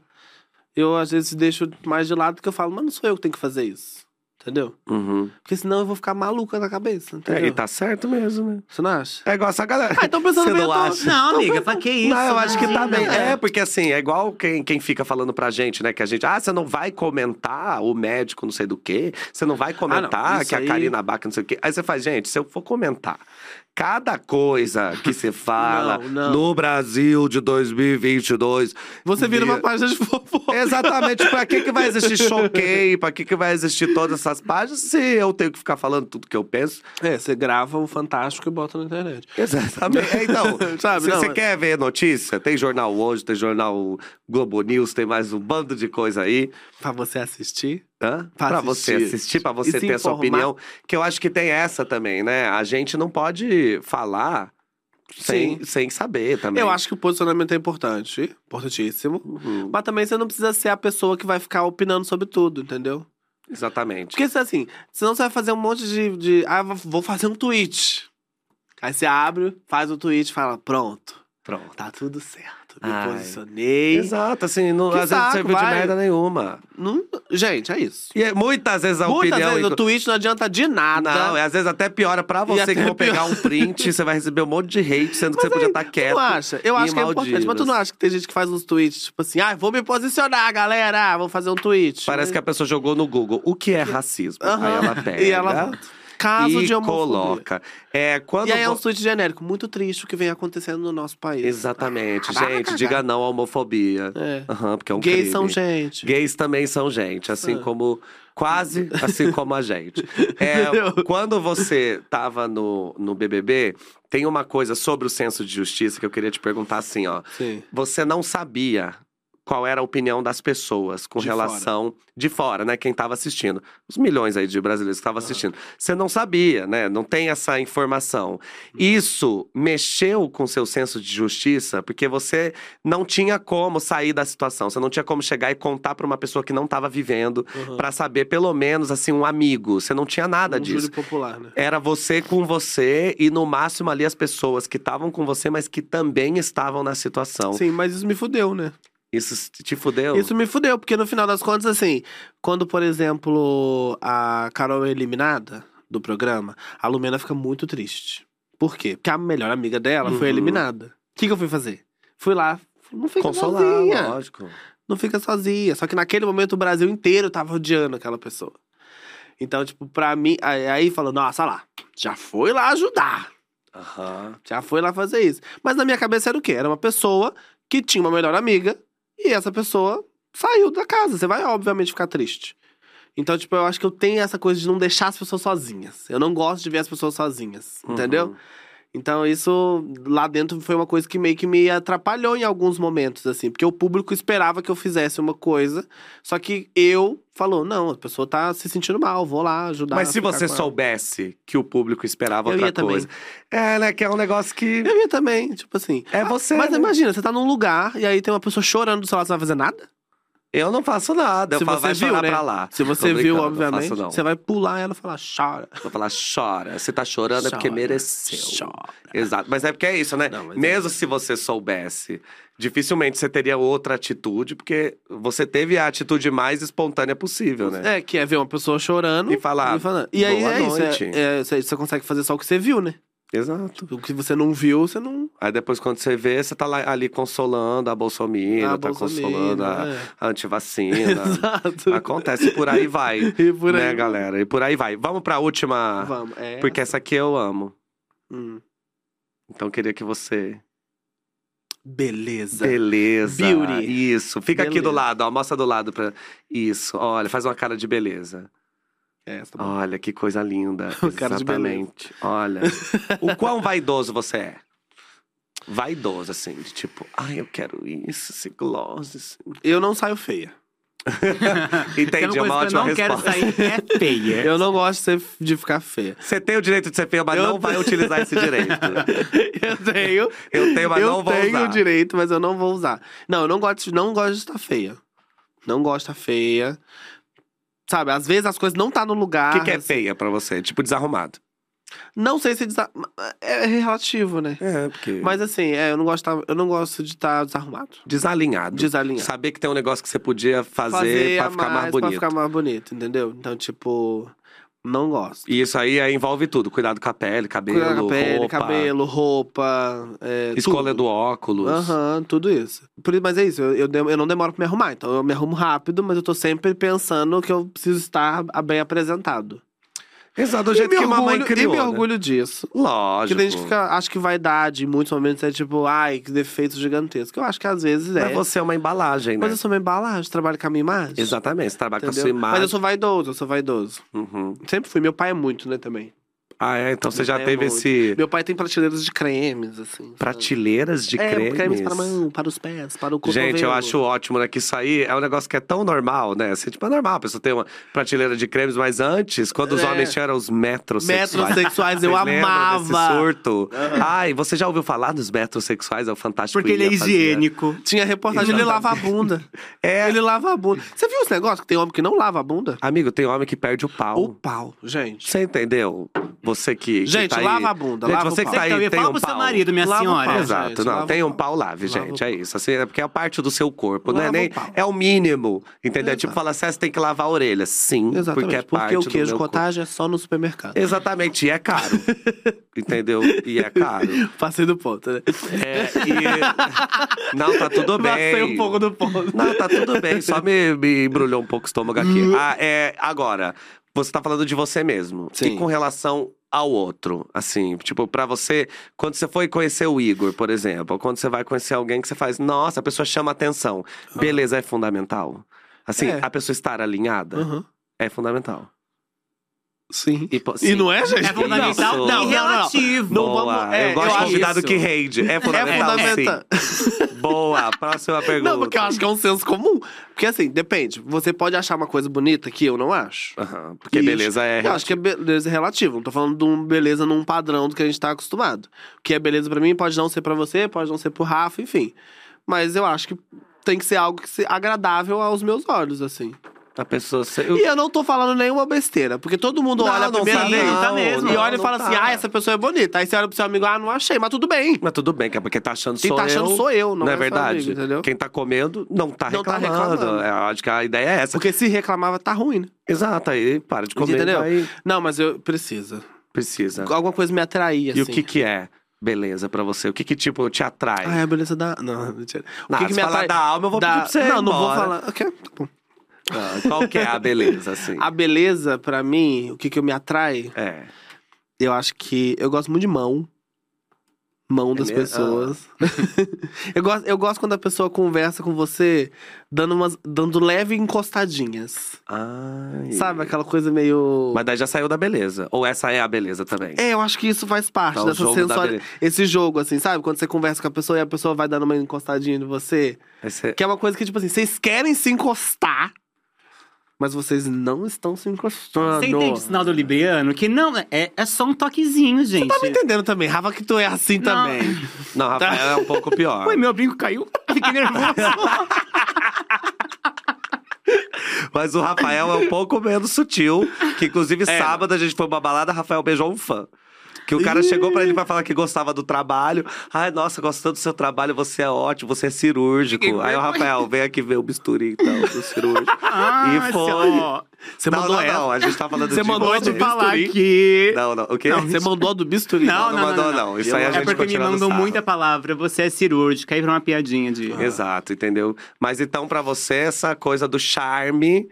Speaker 3: Eu, às vezes, deixo mais de lado, porque eu falo, mas não sou eu que tenho que fazer isso. Entendeu?
Speaker 1: Uhum.
Speaker 3: Porque senão eu vou ficar maluca na cabeça,
Speaker 1: É,
Speaker 3: entendeu?
Speaker 1: e tá certo mesmo, né?
Speaker 3: Você não acha?
Speaker 1: É igual essa galera.
Speaker 3: Ah, então pensando
Speaker 1: Você
Speaker 3: bem,
Speaker 1: não
Speaker 3: eu tô-
Speaker 1: acha?
Speaker 2: Não, amiga, pra que isso? né?
Speaker 1: não, eu acho que
Speaker 3: né?
Speaker 1: tá bem.
Speaker 2: Imagina.
Speaker 1: É, porque assim, é igual quem, quem fica falando pra gente, né? Que a gente, ah, você não vai comentar o médico não sei do quê, você não vai comentar
Speaker 3: Ah, isso
Speaker 1: que a
Speaker 3: aí-
Speaker 1: Karina Baca não sei o quê. Aí você faz, gente, se eu for comentar cada coisa que se fala
Speaker 3: *laughs* Não, não.
Speaker 1: no Brasil de 2022.
Speaker 3: Você vira
Speaker 1: de-
Speaker 3: uma página de fofoca.
Speaker 1: Exatamente, pra que, que vai existir
Speaker 3: *laughs*
Speaker 1: choquei? Pra que, que vai existir todas essas páginas se eu tenho que ficar falando tudo que eu penso?
Speaker 3: É, você grava um fantástico e bota na internet.
Speaker 1: Exatamente. É, Então,
Speaker 3: *laughs* Sabe,
Speaker 1: se
Speaker 3: não,
Speaker 1: você
Speaker 3: é-
Speaker 1: quer ver notícia, tem jornal hoje, tem jornal Globo News, tem mais um bando de coisa aí.
Speaker 3: Pra você assistir.
Speaker 1: Hã?
Speaker 3: Pra
Speaker 1: Pra, você
Speaker 3: assistir.
Speaker 1: assistir, pra
Speaker 3: E
Speaker 1: você
Speaker 3: se
Speaker 1: ter a sua
Speaker 3: informar.
Speaker 1: opinião. Que eu acho que tem essa também, né? A gente não pode falar sem, sem saber também.
Speaker 3: Eu acho que o posicionamento é importante. Importantíssimo.
Speaker 1: Uhum,
Speaker 3: Mas também você não precisa ser a pessoa que vai ficar opinando sobre tudo, entendeu?
Speaker 1: Exatamente.
Speaker 3: Porque assim, senão você vai fazer um monte de. de ah, vou- vou fazer um tweet. Aí você abre, faz o tweet e fala: pronto,
Speaker 1: Pronto.
Speaker 3: tá tudo certo. Me
Speaker 1: Ai.
Speaker 3: posicionei.
Speaker 1: Exato, assim, não,
Speaker 3: Que
Speaker 1: às vezes não
Speaker 3: saco,
Speaker 1: serviu de
Speaker 3: vai.
Speaker 1: merda nenhuma.
Speaker 3: Não- Gente, é isso.
Speaker 1: E é- muitas vezes a
Speaker 3: Muitas
Speaker 1: opinião.
Speaker 3: vezes
Speaker 1: e-
Speaker 3: o tweet não adianta de nada.
Speaker 1: Não, é, às vezes até piora pra você
Speaker 3: até
Speaker 1: que for pegar
Speaker 3: pior.
Speaker 1: um print, você vai receber um monte de hate, sendo que você podia estar
Speaker 3: Tu
Speaker 1: quieto.
Speaker 3: não acha? Eu
Speaker 1: E
Speaker 3: acho que é importante, mas tu não
Speaker 1: Maldivas.
Speaker 3: acha que tem gente que faz uns tweets, tipo assim, ah, vou me posicionar, galera, vou fazer um tweet.
Speaker 1: Parece que a pessoa jogou no Google o que é racismo.
Speaker 3: Aham.
Speaker 1: Aí ela pega.
Speaker 3: *laughs* E ela- Caso
Speaker 1: e
Speaker 3: de homofobia.
Speaker 1: coloca. É, quando
Speaker 3: E aí é
Speaker 1: vo-
Speaker 3: um tweet genérico, muito triste o que vem acontecendo no nosso país.
Speaker 1: Exatamente.
Speaker 3: Ah, vai
Speaker 1: gente,
Speaker 3: cagar.
Speaker 1: diga não à homofobia.
Speaker 3: É.
Speaker 1: Aham, porque é um
Speaker 3: Gays
Speaker 1: crime.
Speaker 3: são gente.
Speaker 1: Gays também são gente, assim
Speaker 3: Ah.
Speaker 1: como. Quase assim como a gente. É,
Speaker 3: *laughs* Entendeu?
Speaker 1: quando você tava no, no BBB, tem uma coisa sobre o senso de justiça que eu queria te perguntar assim, ó.
Speaker 3: Sim.
Speaker 1: você não sabia qual era a opinião das pessoas com
Speaker 3: De
Speaker 1: relação de fora, né? Quem tava assistindo. Os milhões aí de brasileiros que estavam
Speaker 3: Aham.
Speaker 1: assistindo. Você não sabia, né? Não tem essa
Speaker 3: Uhum.
Speaker 1: informação. Isso mexeu com seu senso de justiça, porque você não tinha como sair da situação. Você não tinha como chegar e contar pra uma pessoa que não tava vivendo,
Speaker 3: Uhum.
Speaker 1: pra saber pelo menos assim um amigo. Você não tinha nada
Speaker 3: um
Speaker 1: disso
Speaker 3: júri popular, né?
Speaker 1: era você com você e no máximo ali as pessoas que estavam com você, mas que também estavam na situação.
Speaker 3: Sim, mas isso me fudeu, né?
Speaker 1: Isso te fudeu?
Speaker 3: Isso me fudeu, porque no final das contas, assim, quando, por exemplo, a Carol é eliminada do programa, a Lumena fica muito triste. Por quê? Porque a melhor amiga dela foi
Speaker 1: Uhum.
Speaker 3: eliminada. O que, que eu fui fazer? Fui lá, falei, não fica
Speaker 1: Consolar,
Speaker 3: sozinha.
Speaker 1: lógico.
Speaker 3: Não fica sozinha. Só que naquele momento o Brasil inteiro tava odiando aquela pessoa. Então, tipo, pra mim, aí, aí falou, nossa, lá, já foi lá ajudar.
Speaker 1: Aham.
Speaker 3: Já foi lá fazer isso. Mas na minha cabeça era o quê? Era uma pessoa que tinha uma melhor amiga e essa pessoa saiu da casa. Você vai, obviamente, ficar triste. Então, tipo, eu acho que eu tenho essa coisa de não deixar as pessoas sozinhas. Eu não gosto de ver as pessoas sozinhas, entendeu?
Speaker 1: Uhum.
Speaker 3: Então, isso lá dentro foi uma coisa que meio que me atrapalhou em alguns momentos, assim. Porque o público esperava que eu fizesse uma coisa, só que eu falou, não, a pessoa tá se sentindo mal, vou lá ajudar.
Speaker 1: Mas se
Speaker 3: ficar
Speaker 1: você
Speaker 3: com ela."
Speaker 1: soubesse que o público esperava
Speaker 3: Eu
Speaker 1: outra
Speaker 3: ia também.
Speaker 1: coisa. É, né? Que é um negócio que.
Speaker 3: Eu ia também, tipo assim.
Speaker 1: É você.
Speaker 3: Mas
Speaker 1: né?
Speaker 3: imagina, você tá num lugar e aí tem uma pessoa chorando do seu lado, você não vai fazer nada?
Speaker 1: Eu não faço nada.
Speaker 3: Se
Speaker 1: eu falo,
Speaker 3: você
Speaker 1: vai
Speaker 3: viu,
Speaker 1: chorar
Speaker 3: né?
Speaker 1: pra lá.
Speaker 3: Se você
Speaker 1: Tô
Speaker 3: viu,
Speaker 1: brincando,
Speaker 3: obviamente,
Speaker 1: Não faço, não.
Speaker 3: você vai pular ela e falar, chora.
Speaker 1: Vou falar, chora. Você tá chorando é porque
Speaker 3: chora,
Speaker 1: mereceu.
Speaker 3: Chora.
Speaker 1: Exato. Mas é porque é isso, né?
Speaker 3: Não, mas é
Speaker 1: Mesmo se você soubesse, dificilmente você teria outra atitude, porque você teve a atitude mais espontânea possível, né?
Speaker 3: É, que é ver uma pessoa chorando
Speaker 1: E falar,
Speaker 3: falando. E aí
Speaker 1: "Boa
Speaker 3: é isso.
Speaker 1: noite."
Speaker 3: é- é, você, você consegue fazer só o que você viu, né?
Speaker 1: Exato.
Speaker 3: O que você não viu, você não.
Speaker 1: Aí depois, quando você vê, você tá lá, ali consolando a Bolsonaro,
Speaker 3: Ah,
Speaker 1: tá
Speaker 3: Bolsonaro,
Speaker 1: consolando a,
Speaker 3: é.
Speaker 1: a antivacina.
Speaker 3: *laughs* Exato.
Speaker 1: Acontece, por aí vai.
Speaker 3: *laughs* E por aí.
Speaker 1: Né, galera? E por aí vai. Vamos pra última,
Speaker 3: Vamos. É.
Speaker 1: porque essa aqui eu amo.
Speaker 3: Hum.
Speaker 1: Então eu queria que você.
Speaker 3: Beleza.
Speaker 1: Beleza.
Speaker 3: Beauty.
Speaker 1: Isso. Fica aqui do
Speaker 3: Beleza.
Speaker 1: lado, ó. Mostra do lado pra. Isso. Olha, faz uma cara de beleza.
Speaker 3: É, essa tá bom.
Speaker 1: Olha, que coisa
Speaker 3: *laughs*
Speaker 1: linda.
Speaker 3: O cara de
Speaker 1: Exatamente. Olha. o quão vaidoso você é? Vaidoso, assim, de tipo, ai, eu quero isso, esse gloss. esse-"
Speaker 3: Eu não saio feia.
Speaker 2: *laughs* Tem
Speaker 1: Entendi, é uma
Speaker 2: uma coisa que eu
Speaker 1: ótima
Speaker 2: não quero
Speaker 1: resposta.
Speaker 2: sair
Speaker 1: *laughs*
Speaker 2: é feia.
Speaker 3: Eu não gosto de ser- de ficar feia. *laughs*
Speaker 1: Você tem o direito de ser feio, mas
Speaker 3: Eu
Speaker 1: não vai
Speaker 3: tenho-
Speaker 1: utilizar esse direito.
Speaker 3: eu tenho.
Speaker 1: Eu tenho, mas
Speaker 3: eu
Speaker 1: não vou
Speaker 3: tenho
Speaker 1: usar.
Speaker 3: o direito, mas eu não vou usar. Não, eu não gosto, de- não gosto de estar feia. Não gosto de estar feia. Sabe, às vezes as coisas não tá no
Speaker 1: O
Speaker 3: lugar.
Speaker 1: é que, que é feia pra você? Tipo, desarrumado.
Speaker 3: Não sei se desa... é relativo, né?
Speaker 1: É, porque.
Speaker 3: Mas assim, é, eu não gosto, de tá- eu não gosto de estar desarrumado.
Speaker 1: Desalinhado.
Speaker 3: Desalinhado.
Speaker 1: Saber que tem um negócio que você podia fazer, pra
Speaker 3: a
Speaker 1: ficar mais
Speaker 3: pra
Speaker 1: bonito.
Speaker 3: ficar mais bonito, entendeu? Então, tipo, não gosto.
Speaker 1: E isso aí é, envolve tudo. Cuidado com a pele, cabelo,
Speaker 3: Cuidar da pele,
Speaker 1: roupa.
Speaker 3: cabelo, roupa. É,
Speaker 1: Escolha
Speaker 3: tudo.
Speaker 1: do óculos.
Speaker 3: Aham, tudo isso. Por isso- mas é isso, eu, eu, dem- eu não demoro pra me arrumar, então eu me arrumo rápido, mas eu tô sempre pensando que eu preciso estar a- bem apresentado.
Speaker 1: Exato, do
Speaker 3: E
Speaker 1: jeito
Speaker 3: me
Speaker 1: que a mamãe
Speaker 3: orgulho- E
Speaker 1: criou.
Speaker 3: me
Speaker 1: né?
Speaker 3: orgulho disso. Porque
Speaker 1: Lógico.
Speaker 3: tem gente que é fica- acha que vaidade, em muitos momentos, é tipo, ai, que defeito gigantesco. Eu acho que às vezes é.
Speaker 1: Mas você é uma embalagem, né?
Speaker 3: Mas eu sou meio balagem, trabalho com a minha imagem.
Speaker 1: Exatamente, você trabalha com a
Speaker 3: entendeu?
Speaker 1: sua imagem.
Speaker 3: Mas eu sou vaidoso, eu sou vaidoso.
Speaker 1: Uhum.
Speaker 3: Sempre fui. Meu pai é muito, né, também.
Speaker 1: Ah, é? Então você já
Speaker 3: É
Speaker 1: teve
Speaker 3: muito.
Speaker 1: esse...
Speaker 3: Meu pai tem prateleiras de cremes, assim.
Speaker 1: Prateleiras de
Speaker 3: sabe?
Speaker 1: cremes.
Speaker 3: É, cremes para a mão, para os pés, para o cotovelo.
Speaker 1: Gente, eu acho ótimo, né? Que isso aí é um negócio que é tão normal, né? Assim, tipo, é normal a pessoa ter uma prateleira de cremes, mas antes, quando os
Speaker 3: É.
Speaker 1: homens tinham eram os metrosexuais.
Speaker 3: Metrosexuais, eu
Speaker 1: Vocês lembram Desse
Speaker 3: amava.
Speaker 1: surto. Ai, você já ouviu falar dos metrosexuais? É o fantástico.
Speaker 2: Porque ele é
Speaker 1: Ian fazia.
Speaker 2: higiênico.
Speaker 3: Tinha reportagem, ele lava a bunda.
Speaker 1: É.
Speaker 3: Ele lava a bunda. Você viu esse negócio que tem homem que não lava a bunda?
Speaker 1: Amigo, tem homem que perde o pau.
Speaker 3: O pau, gente.
Speaker 1: Você entendeu? Você que. que
Speaker 3: Gente,
Speaker 1: tá aí...
Speaker 3: lava a bunda,
Speaker 1: Gente,
Speaker 3: lava o
Speaker 1: você que
Speaker 3: pau.
Speaker 1: tá
Speaker 2: Então, eu
Speaker 1: aí,
Speaker 2: ia
Speaker 1: tem
Speaker 2: falar
Speaker 1: um
Speaker 2: pro seu
Speaker 1: pau.
Speaker 2: marido, minha
Speaker 3: Lava o
Speaker 2: senhora.
Speaker 3: pau.
Speaker 1: Exato,
Speaker 3: gente,
Speaker 1: não.
Speaker 3: é, lava
Speaker 1: Tem
Speaker 3: o
Speaker 1: um pau, lave,
Speaker 3: Lava
Speaker 1: gente.
Speaker 3: o
Speaker 1: É isso. Assim, é porque é parte do seu corpo, não é
Speaker 3: Lava o
Speaker 1: nem.
Speaker 3: pau.
Speaker 1: É o mínimo. Entendeu? É
Speaker 3: Exato.
Speaker 1: Tipo, fala assim, ah, você tem que lavar a orelha. Sim,
Speaker 3: Exatamente.
Speaker 1: porque
Speaker 3: Porque,
Speaker 1: é parte
Speaker 3: o
Speaker 1: do
Speaker 3: queijo
Speaker 1: meu corpo.
Speaker 3: cottage é só no supermercado.
Speaker 1: Exatamente, e é
Speaker 3: *laughs*
Speaker 1: caro. entendeu? E é caro.
Speaker 3: Passei do ponto, né?
Speaker 1: É, e- Não, tá tudo bem.
Speaker 3: Passei um pouco do ponto.
Speaker 1: Não, tá tudo bem, só me, me embrulhou um pouco o estômago aqui.
Speaker 3: Uhum.
Speaker 1: Ah, é, agora, você tá falando de você mesmo.
Speaker 3: Sim.
Speaker 1: E com relação ao outro, assim, tipo, pra você, quando você foi conhecer o Igor, por exemplo, ou quando você vai conhecer alguém que você faz, nossa, a pessoa chama atenção. Beleza é fundamental. Assim,
Speaker 3: Ah. É. Uhum.
Speaker 1: a pessoa estar alinhada
Speaker 3: Aham.
Speaker 1: é fundamental.
Speaker 3: Sim.
Speaker 1: E, po-
Speaker 3: E
Speaker 1: sim.
Speaker 3: não é, gente?
Speaker 2: É fundamental
Speaker 1: Não,
Speaker 2: não,
Speaker 1: não,
Speaker 2: e
Speaker 3: não, não.
Speaker 2: relativo.
Speaker 3: Não
Speaker 1: Boa.
Speaker 3: vamos- é,
Speaker 1: eu gosto
Speaker 3: eu
Speaker 1: de
Speaker 3: acho
Speaker 1: convidado
Speaker 3: isso.
Speaker 1: que rende.
Speaker 3: *laughs*
Speaker 1: É fundamental,
Speaker 3: fundamental.
Speaker 1: sim. Boa, próxima pergunta.
Speaker 3: Não, porque eu acho que é um senso comum. Porque assim, depende. Você pode achar uma coisa bonita que eu não acho.
Speaker 1: Aham, porque
Speaker 3: E
Speaker 1: beleza é...
Speaker 3: isso- Eu acho que é beleza é relativo. Não tô falando de um beleza num padrão do que a gente tá acostumado. O que é beleza pra mim pode não ser pra você, pode não ser pro Rafa, enfim. Mas eu acho que tem que ser algo que seja agradável aos meus olhos, assim.
Speaker 1: A pessoa... se-
Speaker 3: E eu não tô falando nenhuma besteira, porque todo mundo
Speaker 1: Não,
Speaker 3: olha a
Speaker 1: não
Speaker 3: primeira
Speaker 1: tá,
Speaker 3: vez
Speaker 1: não,
Speaker 2: tá mesmo.
Speaker 3: e
Speaker 2: não,
Speaker 3: olha e
Speaker 1: não
Speaker 3: fala
Speaker 1: tá.
Speaker 3: assim: ah, essa pessoa é bonita. Aí você olha pro seu amigo, ah, não achei, mas tudo bem.
Speaker 1: Mas tudo bem, que é porque tá achando
Speaker 3: Quem
Speaker 1: sou
Speaker 3: tá achando
Speaker 1: eu,
Speaker 3: sou eu, não,
Speaker 1: Não é
Speaker 3: seu
Speaker 1: verdade?
Speaker 3: amigo, entendeu?
Speaker 1: Quem tá comendo não tá
Speaker 3: Não tá
Speaker 1: reclamando.
Speaker 3: reclamando.
Speaker 1: Eu acho que a ideia é essa.
Speaker 3: Porque se reclamava, tá ruim, né?
Speaker 1: Exato, aí para de comer,
Speaker 3: Entendeu?
Speaker 1: vai-
Speaker 3: Não, mas eu precisa.
Speaker 1: precisa.
Speaker 3: Alguma coisa me atraía, assim.
Speaker 1: E o que que é beleza pra você? O que que, tipo, te atrai?
Speaker 3: Ah, é a beleza da. Não, *laughs* mentira. O
Speaker 1: Não,
Speaker 3: que, que
Speaker 1: se
Speaker 3: me
Speaker 1: falar
Speaker 3: atrai.
Speaker 1: da alma, eu vou pedir pra você ir
Speaker 3: Não, não vou
Speaker 1: embora.
Speaker 3: falar. Ok, tá bom.
Speaker 1: Ah, Qual que é a
Speaker 3: *laughs*
Speaker 1: beleza, assim?
Speaker 3: A beleza, pra mim, o que, que eu me atrai,
Speaker 1: É.
Speaker 3: eu acho que. Eu gosto muito de mão. Mão das
Speaker 1: mesmo?
Speaker 3: pessoas. *laughs* eu, gosto, eu gosto quando a pessoa conversa com você dando, umas, dando leve encostadinhas.
Speaker 1: Ai.
Speaker 3: Sabe? Aquela coisa meio.
Speaker 1: Mas daí já saiu da beleza. Ou essa é a beleza também?
Speaker 3: É, eu acho que isso faz parte
Speaker 1: Tá, o
Speaker 3: dessa
Speaker 1: jogo da
Speaker 3: sensori...
Speaker 1: beleza.
Speaker 3: Esse jogo, assim, sabe? Quando você conversa com a pessoa e a pessoa vai dando uma encostadinha em você.
Speaker 1: Esse-
Speaker 3: Que é uma coisa que, tipo assim, vocês querem se encostar, mas vocês não estão se encostando.
Speaker 2: Você entende o sinal do Libriano? Que não, é, é só um toquezinho, gente.
Speaker 3: Tá me entendendo também, Rafa, que tu é assim
Speaker 2: Não.
Speaker 3: também.
Speaker 1: Não, Rafael é um pouco pior.
Speaker 2: Oi, meu brinco caiu. Fiquei nervoso.
Speaker 1: Mas o Rafael é
Speaker 3: *laughs*
Speaker 1: um pouco menos sutil. Que inclusive
Speaker 3: É.
Speaker 1: sábado a gente foi pra balada, Rafael beijou um fã. Que o cara chegou pra ele pra falar que gostava do trabalho. Ai, nossa, gostando do seu trabalho, você é ótimo, você é cirúrgico.
Speaker 2: Fiquei com
Speaker 1: Aí o
Speaker 2: vergonha.
Speaker 1: Rafael, vem aqui ver o bisturi, então, do cirúrgico. *laughs*
Speaker 2: Ah,
Speaker 1: E foi.
Speaker 2: só.
Speaker 3: Você
Speaker 1: não,
Speaker 3: mandou
Speaker 1: não,
Speaker 3: essa.
Speaker 1: não, a gente tá falando
Speaker 3: Você
Speaker 1: de
Speaker 3: mandou
Speaker 1: você.
Speaker 2: Pode
Speaker 3: do
Speaker 2: falar
Speaker 3: bisturi.
Speaker 2: aqui.
Speaker 1: Não, não, o quê?
Speaker 3: Não, você mandou a do bisturi.
Speaker 2: Não,
Speaker 1: Não, não mandou,
Speaker 2: não,
Speaker 1: não. Isso aí a
Speaker 2: É
Speaker 1: gente
Speaker 2: porque me
Speaker 1: continua no
Speaker 2: mandam
Speaker 1: sarro.
Speaker 2: muito a palavra, você é cirúrgica, aí pra uma piadinha de.
Speaker 1: Exato, entendeu? Mas então, pra você, essa coisa do charme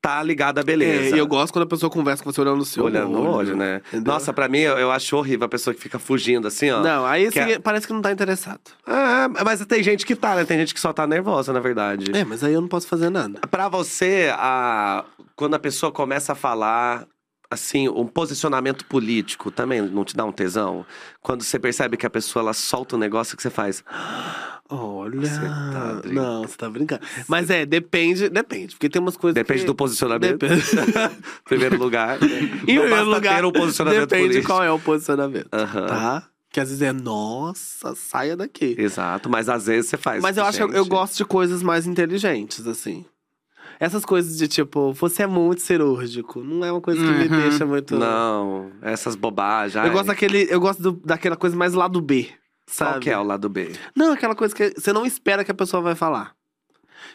Speaker 1: tá ligada à beleza.
Speaker 3: É, e eu gosto quando a pessoa conversa com você olhando no seu
Speaker 1: Olhando no olho, né?
Speaker 3: Entendeu?
Speaker 1: Nossa, pra mim, eu, eu acho horrível a pessoa que fica fugindo assim, ó.
Speaker 3: Não, aí
Speaker 1: Que
Speaker 3: assim,
Speaker 1: é-
Speaker 3: parece que não tá interessado.
Speaker 1: Ah, mas tem gente que tá, né? Tem gente que só tá nervosa, na verdade.
Speaker 3: É, mas aí eu não posso fazer nada.
Speaker 1: Pra você, a... quando a pessoa começa a falar, assim, um posicionamento político também não te dá um tesão? Quando você percebe que a pessoa, ela solta um negócio que você faz.
Speaker 3: Olha.
Speaker 1: Você tá brincando.
Speaker 3: não, você tá brincando. Mas é, depende, depende. Porque tem umas coisas.
Speaker 1: Depende
Speaker 3: que...
Speaker 1: do posicionamento.
Speaker 3: Depende. *laughs*
Speaker 1: primeiro lugar.
Speaker 3: Em
Speaker 1: não
Speaker 3: primeiro
Speaker 1: basta
Speaker 3: lugar,
Speaker 1: ter um posicionamento
Speaker 3: depende
Speaker 1: político.
Speaker 3: qual é o posicionamento,
Speaker 1: Aham. é
Speaker 3: tá? Que às vezes é, nossa, saia daqui.
Speaker 1: Exato, mas às vezes você faz.
Speaker 3: Mas eu acho que eu- eu
Speaker 1: gente.
Speaker 3: gosto de coisas mais inteligentes, assim. Essas coisas de tipo, você é muito cirúrgico. Não é uma coisa que me
Speaker 2: Uhum.
Speaker 3: deixa muito.
Speaker 1: Não, essas bobagens.
Speaker 3: Eu
Speaker 1: ai.
Speaker 3: gosto daquele. Eu gosto do- daquela coisa mais lado B. Sabe?
Speaker 1: Qual que é o lado B?
Speaker 3: Não, aquela coisa que você não espera que a pessoa vai falar.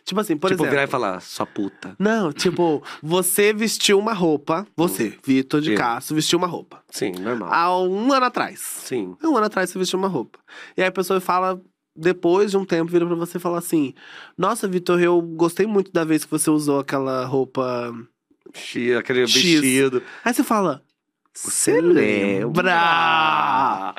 Speaker 3: Tipo assim, por
Speaker 1: tipo,
Speaker 3: exemplo.
Speaker 1: virar e falar, sua puta.
Speaker 3: Não, tipo, você vestiu uma roupa. Você, Vitor de
Speaker 1: Hum. Eu.
Speaker 3: Castro, vestiu uma roupa.
Speaker 1: Sim, normal.
Speaker 3: Há um ano atrás.
Speaker 1: Sim.
Speaker 3: Um ano atrás você vestiu uma roupa. E aí a pessoa fala, depois de um tempo, vira pra você e fala assim: Nossa, Vitor, eu gostei muito da vez que você usou aquela roupa.
Speaker 1: X, aquele
Speaker 3: X.
Speaker 1: vestido.
Speaker 3: Aí você fala.
Speaker 1: Você lembra?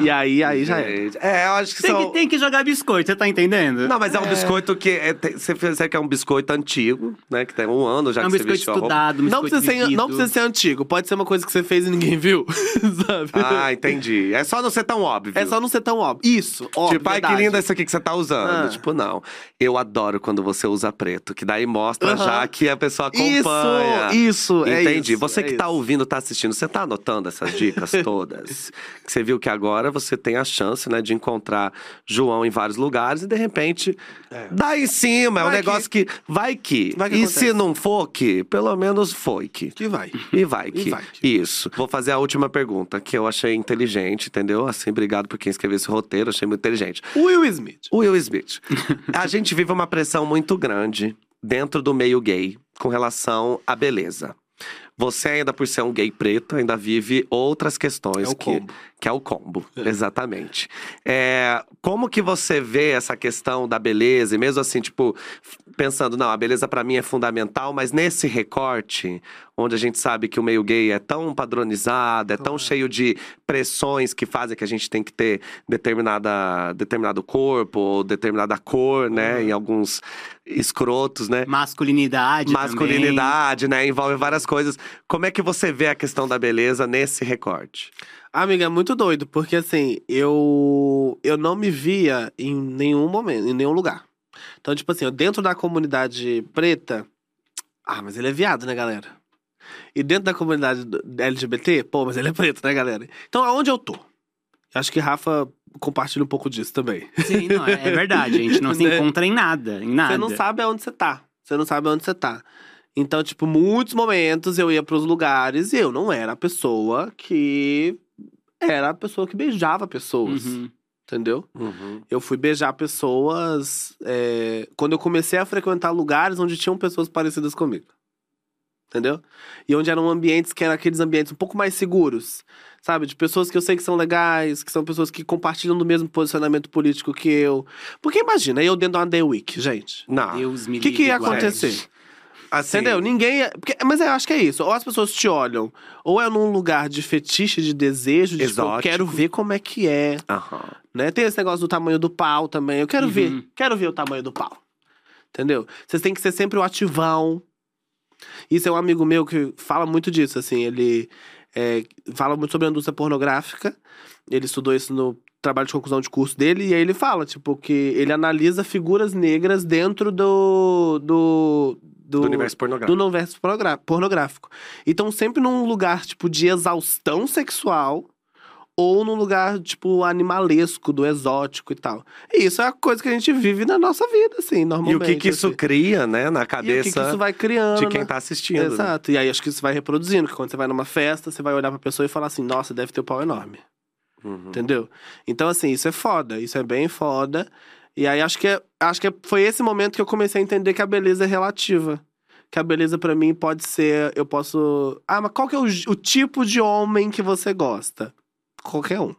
Speaker 3: E aí, aí já é.
Speaker 1: Ah. Gente, É, eu acho que
Speaker 2: Tem,
Speaker 1: são...
Speaker 2: que, tem que jogar biscoito, você tá entendendo?
Speaker 1: Não, mas é um biscoito que... é- tem- você percebe que é um biscoito antigo, né? Que tem um ano já
Speaker 2: é um
Speaker 1: que você
Speaker 2: biscoito
Speaker 1: vestiu a roupa.
Speaker 2: estudado, um
Speaker 3: Não
Speaker 2: biscoito
Speaker 3: precisa, ser,
Speaker 2: vivido.
Speaker 3: não precisa ser antigo, pode ser uma coisa que você fez e ninguém viu, *laughs* sabe?
Speaker 1: Ah, entendi. É só não ser tão óbvio.
Speaker 3: É só não ser tão óbvio. Isso, óbvio.
Speaker 1: Tipo, ai, que
Speaker 3: verdade.
Speaker 1: linda essa aqui que você tá usando.
Speaker 3: Ah.
Speaker 1: Tipo, não. Eu adoro quando você usa preto, que daí mostra
Speaker 3: Aham.
Speaker 1: já que a pessoa acompanha.
Speaker 3: Isso, isso, é
Speaker 1: Entendi.
Speaker 3: isso,
Speaker 1: você
Speaker 3: é
Speaker 1: que tá ouvindo, tá assistindo, você tá anotando essas
Speaker 3: *laughs*
Speaker 1: dicas todas? Que você viu que agora você tem a chance, né, de encontrar João em vários lugares e de repente
Speaker 3: É.
Speaker 1: dá em cima. É um
Speaker 3: Vai que-
Speaker 1: negócio que. Vai que.
Speaker 3: Vai que
Speaker 1: e
Speaker 3: acontece.
Speaker 1: se não for que, pelo menos foi que.
Speaker 3: Que
Speaker 1: *laughs*
Speaker 3: vai.
Speaker 1: E vai
Speaker 3: E
Speaker 1: que.
Speaker 3: vai que.
Speaker 1: Isso. Vou fazer a última pergunta, que eu achei inteligente, entendeu? Assim, obrigado por quem escreveu esse roteiro, achei muito inteligente.
Speaker 3: Will Smith.
Speaker 1: O Will Smith.
Speaker 3: *laughs*
Speaker 1: a gente vive uma pressão muito grande dentro do meio gay com relação à beleza. Você, ainda por ser um gay preto, ainda vive outras questões
Speaker 3: É o
Speaker 1: que,
Speaker 3: combo.
Speaker 1: que é o combo.
Speaker 3: É.
Speaker 1: Exatamente. É, como que você vê essa questão da beleza? E mesmo assim, tipo, f- pensando, não, a beleza pra mim é fundamental, mas nesse recorte, onde a gente sabe que o meio gay é tão padronizado, é tão
Speaker 3: Claro.
Speaker 1: cheio de pressões que fazem que a gente tem que ter determinada, determinado corpo ou determinada cor, né? Em alguns escrotos, né?
Speaker 2: Masculinidade
Speaker 1: Masculinidade, né? Envolve várias coisas. Como é que você vê a questão da beleza nesse recorte?
Speaker 3: Amiga, é muito doido, porque assim, eu eu não me via em nenhum momento, em nenhum lugar. Então, tipo assim, eu dentro da comunidade preta, ah, mas ele é viado, né, galera? E dentro da comunidade do- LGBT, pô, mas ele é preto, né, galera? Então, aonde eu tô? Acho que Rafa compartilha um pouco disso também. *laughs*
Speaker 2: Sim, não, é, é verdade, a
Speaker 1: *laughs*
Speaker 2: gente não se
Speaker 3: Né?
Speaker 2: encontra em nada, em nada.
Speaker 3: Você não sabe aonde você tá. Você não sabe aonde você tá. Então, tipo, muitos momentos eu ia pros lugares e eu não era a pessoa que era a pessoa que beijava pessoas,
Speaker 2: Uhum.
Speaker 3: entendeu? Eu fui beijar pessoas é, quando eu comecei a frequentar lugares onde tinham pessoas parecidas comigo. Entendeu? E onde eram ambientes que eram aqueles ambientes um pouco mais seguros, sabe? De pessoas que eu sei que são legais, que são pessoas que compartilham do mesmo posicionamento político que eu. Porque imagina, eu dentro de uma The Week, gente.
Speaker 1: Não.
Speaker 2: Deus me
Speaker 3: O que, que ia
Speaker 2: livre, guarde.
Speaker 3: acontecer?
Speaker 1: é. Assim,
Speaker 3: Entendeu? Ninguém. ia- porque- mas eu acho que é isso. Ou as pessoas te olham, ou é num lugar de fetiche, de desejo, de tipo, eu
Speaker 1: Exótico.
Speaker 3: quero ver como é que é
Speaker 1: Aham.
Speaker 3: né? Tem esse negócio do tamanho do pau também. Eu quero
Speaker 2: Uhum.
Speaker 3: ver, quero ver o tamanho do pau. Entendeu? Vocês têm que ser sempre o ativão. Isso é um amigo meu que fala muito disso, assim, ele é, fala muito sobre a indústria pornográfica. Ele estudou isso no trabalho de conclusão de curso dele, e aí ele fala, tipo, que ele analisa figuras negras dentro do. do.
Speaker 1: Do universo pornográfico.
Speaker 3: do universo pornogra- pornográfico. Então, sempre num lugar, tipo, de exaustão sexual ou num lugar, tipo, animalesco, do exótico e tal. E isso é a coisa que a gente vive na nossa vida, assim,
Speaker 1: E
Speaker 3: normalmente.
Speaker 1: o que que isso
Speaker 3: assim.
Speaker 1: cria, né, na
Speaker 3: E o que, que isso
Speaker 1: cabeça
Speaker 3: vai criando.
Speaker 1: de quem
Speaker 3: né?
Speaker 1: tá assistindo. né?
Speaker 3: Exato. E aí acho que isso vai reproduzindo, que quando você vai numa festa, você vai olhar pra pessoa e falar assim, nossa, deve ter o pau enorme.
Speaker 1: Uhum.
Speaker 3: Entendeu? Então, assim, isso é foda, isso é bem foda. E aí acho que, é- acho que é- foi esse momento que eu comecei a entender que a beleza é relativa. Que a beleza pra mim pode ser. Eu posso. Ah, mas qual que é o, gi- o tipo de homem que você gosta? Qualquer um.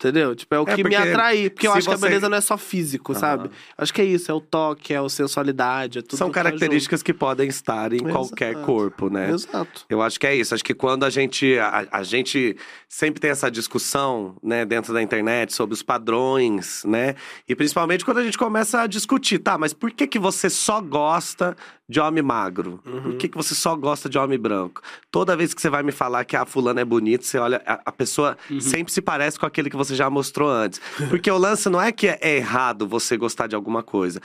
Speaker 3: Entendeu? Tipo, é o
Speaker 1: É,
Speaker 3: que me
Speaker 1: porque
Speaker 3: atrai. Porque eu
Speaker 1: se
Speaker 3: acho que
Speaker 1: você-
Speaker 3: a beleza não é só físico,
Speaker 1: Aham.
Speaker 3: sabe? Acho que é isso, é o toque, é a sensualidade, é tudo.
Speaker 1: São
Speaker 3: que tá
Speaker 1: características que podem estar em
Speaker 3: Exato.
Speaker 1: qualquer corpo, né?
Speaker 3: junto. Exato.
Speaker 1: Eu acho que é isso. Acho que quando a gente. A, a gente sempre tem essa discussão, né, dentro da internet sobre os padrões, né? E principalmente quando a gente começa a discutir, tá, mas por que que você só gosta de homem magro? Por que que você só gosta de homem branco? Toda vez que você vai me falar que a fulana é bonita, você olha, a, a pessoa sempre se parece com aquele que você já mostrou antes. Porque o lance não é que é errado você gostar de alguma coisa.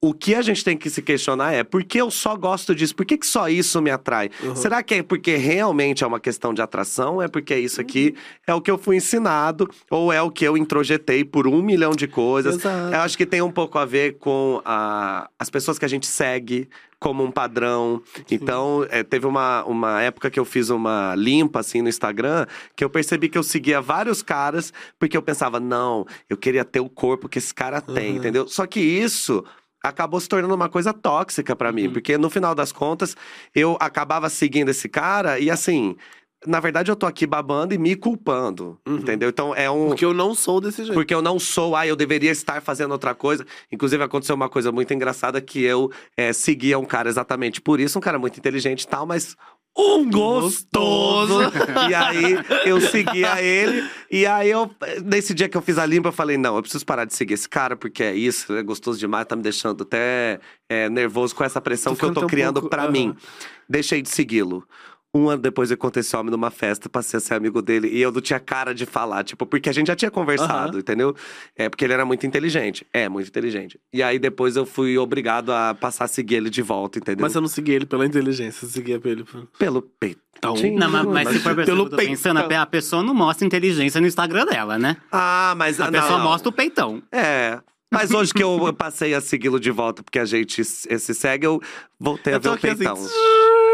Speaker 1: O que a gente tem que se questionar é por que eu só gosto disso? Por que, que só isso me atrai?
Speaker 3: Uhum.
Speaker 1: Será que é porque realmente é uma questão de atração? É porque isso aqui é o que eu fui ensinado? Ou é o que eu introjetei por um milhão de coisas?
Speaker 3: Exato.
Speaker 1: Eu acho que tem um pouco a ver com a- as pessoas que a gente segue como um padrão. Então, é, teve uma, uma época que eu fiz uma limpa, assim, no Instagram, que eu percebi que eu seguia vários caras, porque eu pensava, não, eu queria ter o corpo que esse cara tem,
Speaker 3: Uhum.
Speaker 1: entendeu? Só que isso acabou se tornando uma coisa tóxica pra mim,
Speaker 2: Uhum.
Speaker 1: porque no final das contas, eu acabava seguindo esse cara e, assim, na verdade, eu tô aqui babando e me culpando,
Speaker 3: Uhum.
Speaker 1: entendeu? Então, é um...
Speaker 3: Porque eu não sou desse jeito.
Speaker 1: Porque eu não sou, ah, eu deveria estar fazendo outra coisa. Inclusive, aconteceu uma coisa muito engraçada que eu eh, seguia um cara exatamente por isso, um cara muito inteligente e tal, mas um gostoso. e aí eu seguia ele. E aí eu, eh, nesse dia que eu fiz a limpa, eu falei, não, eu preciso parar de seguir esse cara, porque é isso, é gostoso demais, tá me deixando até eh, nervoso com essa pressão
Speaker 3: Tô
Speaker 1: que eu
Speaker 3: ficando
Speaker 1: tô
Speaker 3: até um
Speaker 1: criando
Speaker 3: pouco-
Speaker 1: pra
Speaker 3: aham.
Speaker 1: mim. Deixei de segui-lo. Um ano depois eu encontrei esse homem numa festa, passei a ser amigo dele e eu não tinha cara de falar, tipo, porque a gente já tinha conversado, entendeu? É porque ele era muito inteligente. É, muito inteligente. E aí depois eu fui obrigado a passar a seguir ele de volta, entendeu?
Speaker 3: Mas eu não segui ele pela inteligência, eu segui ele pelo. Tá um
Speaker 1: Pelo peito.
Speaker 2: Não, mas, mas se for pensar
Speaker 3: Pelo
Speaker 2: que eu tô pensando,
Speaker 3: peitão.
Speaker 2: a pessoa não mostra inteligência no Instagram dela, né?
Speaker 1: Ah, mas
Speaker 2: A
Speaker 1: não,
Speaker 2: pessoa
Speaker 1: não.
Speaker 2: mostra o peitão.
Speaker 1: É. Mas hoje que eu passei a segui-lo de volta, porque a gente eh, se se segue, eu voltei a
Speaker 3: Eu
Speaker 1: ver
Speaker 3: tô
Speaker 1: o
Speaker 3: aqui assim.
Speaker 1: peitão.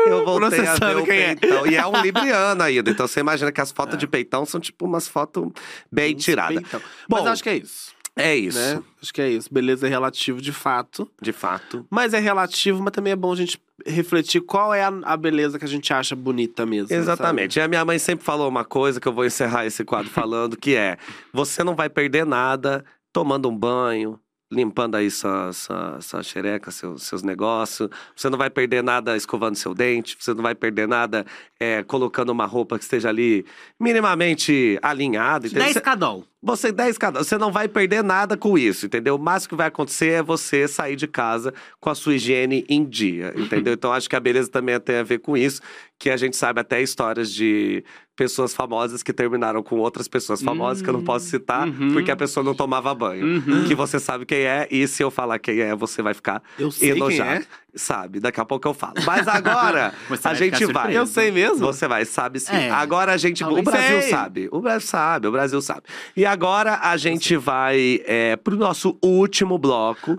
Speaker 1: eu voltei a ver
Speaker 3: processando
Speaker 1: o
Speaker 3: quem é.
Speaker 1: peitão. E é um libriano ainda. Então você imagina que as fotos de peitão são tipo umas fotos bem tiradas.
Speaker 3: Então,
Speaker 1: Bom,
Speaker 3: mas acho que é isso.
Speaker 1: É isso,
Speaker 3: Né? Acho que é isso. Beleza é relativo de fato.
Speaker 1: de fato.
Speaker 3: Mas é relativo, mas também é bom a gente refletir qual é a, a beleza que a gente acha bonita mesmo. sabe?
Speaker 1: Exatamente. E a minha mãe sempre falou uma coisa que eu vou encerrar esse *laughs* quadro falando, que é: você não vai perder nada tomando um banho, limpando aí sua, sua, sua xereca, seu- seus negócios. Você não vai perder nada escovando seu dente, você não vai perder nada é, colocando uma roupa que esteja ali minimamente alinhada. entendeu?
Speaker 2: 10
Speaker 1: Você-
Speaker 2: cadol.
Speaker 1: Você, 10 cada. Você não vai perder nada com isso, entendeu? O máximo que vai acontecer é você sair de casa com a sua higiene em dia,
Speaker 3: *laughs*
Speaker 1: entendeu? Então acho que a beleza também tem a ver com isso, que a gente sabe até histórias de pessoas famosas que terminaram com outras pessoas famosas, que eu não
Speaker 3: Hum,
Speaker 1: posso citar,
Speaker 2: Uhum.
Speaker 1: porque a pessoa não tomava banho.
Speaker 2: Uhum.
Speaker 1: Que você sabe quem é, e se eu falar quem é, você vai ficar
Speaker 3: Eu sei quem
Speaker 1: enojado.
Speaker 3: é.
Speaker 1: Sabe, daqui a pouco eu falo. Mas
Speaker 3: *laughs*
Speaker 1: agora,
Speaker 2: Você
Speaker 1: a
Speaker 2: vai
Speaker 1: gente
Speaker 2: ficar
Speaker 1: vai.
Speaker 2: surpreso.
Speaker 3: Eu sei mesmo.
Speaker 1: Você vai, sabe sim.
Speaker 2: É.
Speaker 1: Agora a gente. o
Speaker 2: Talvez
Speaker 1: Brasil
Speaker 3: sei.
Speaker 1: sabe. O Brasil sabe, o Brasil sabe. E agora a gente vai é, pro nosso último bloco.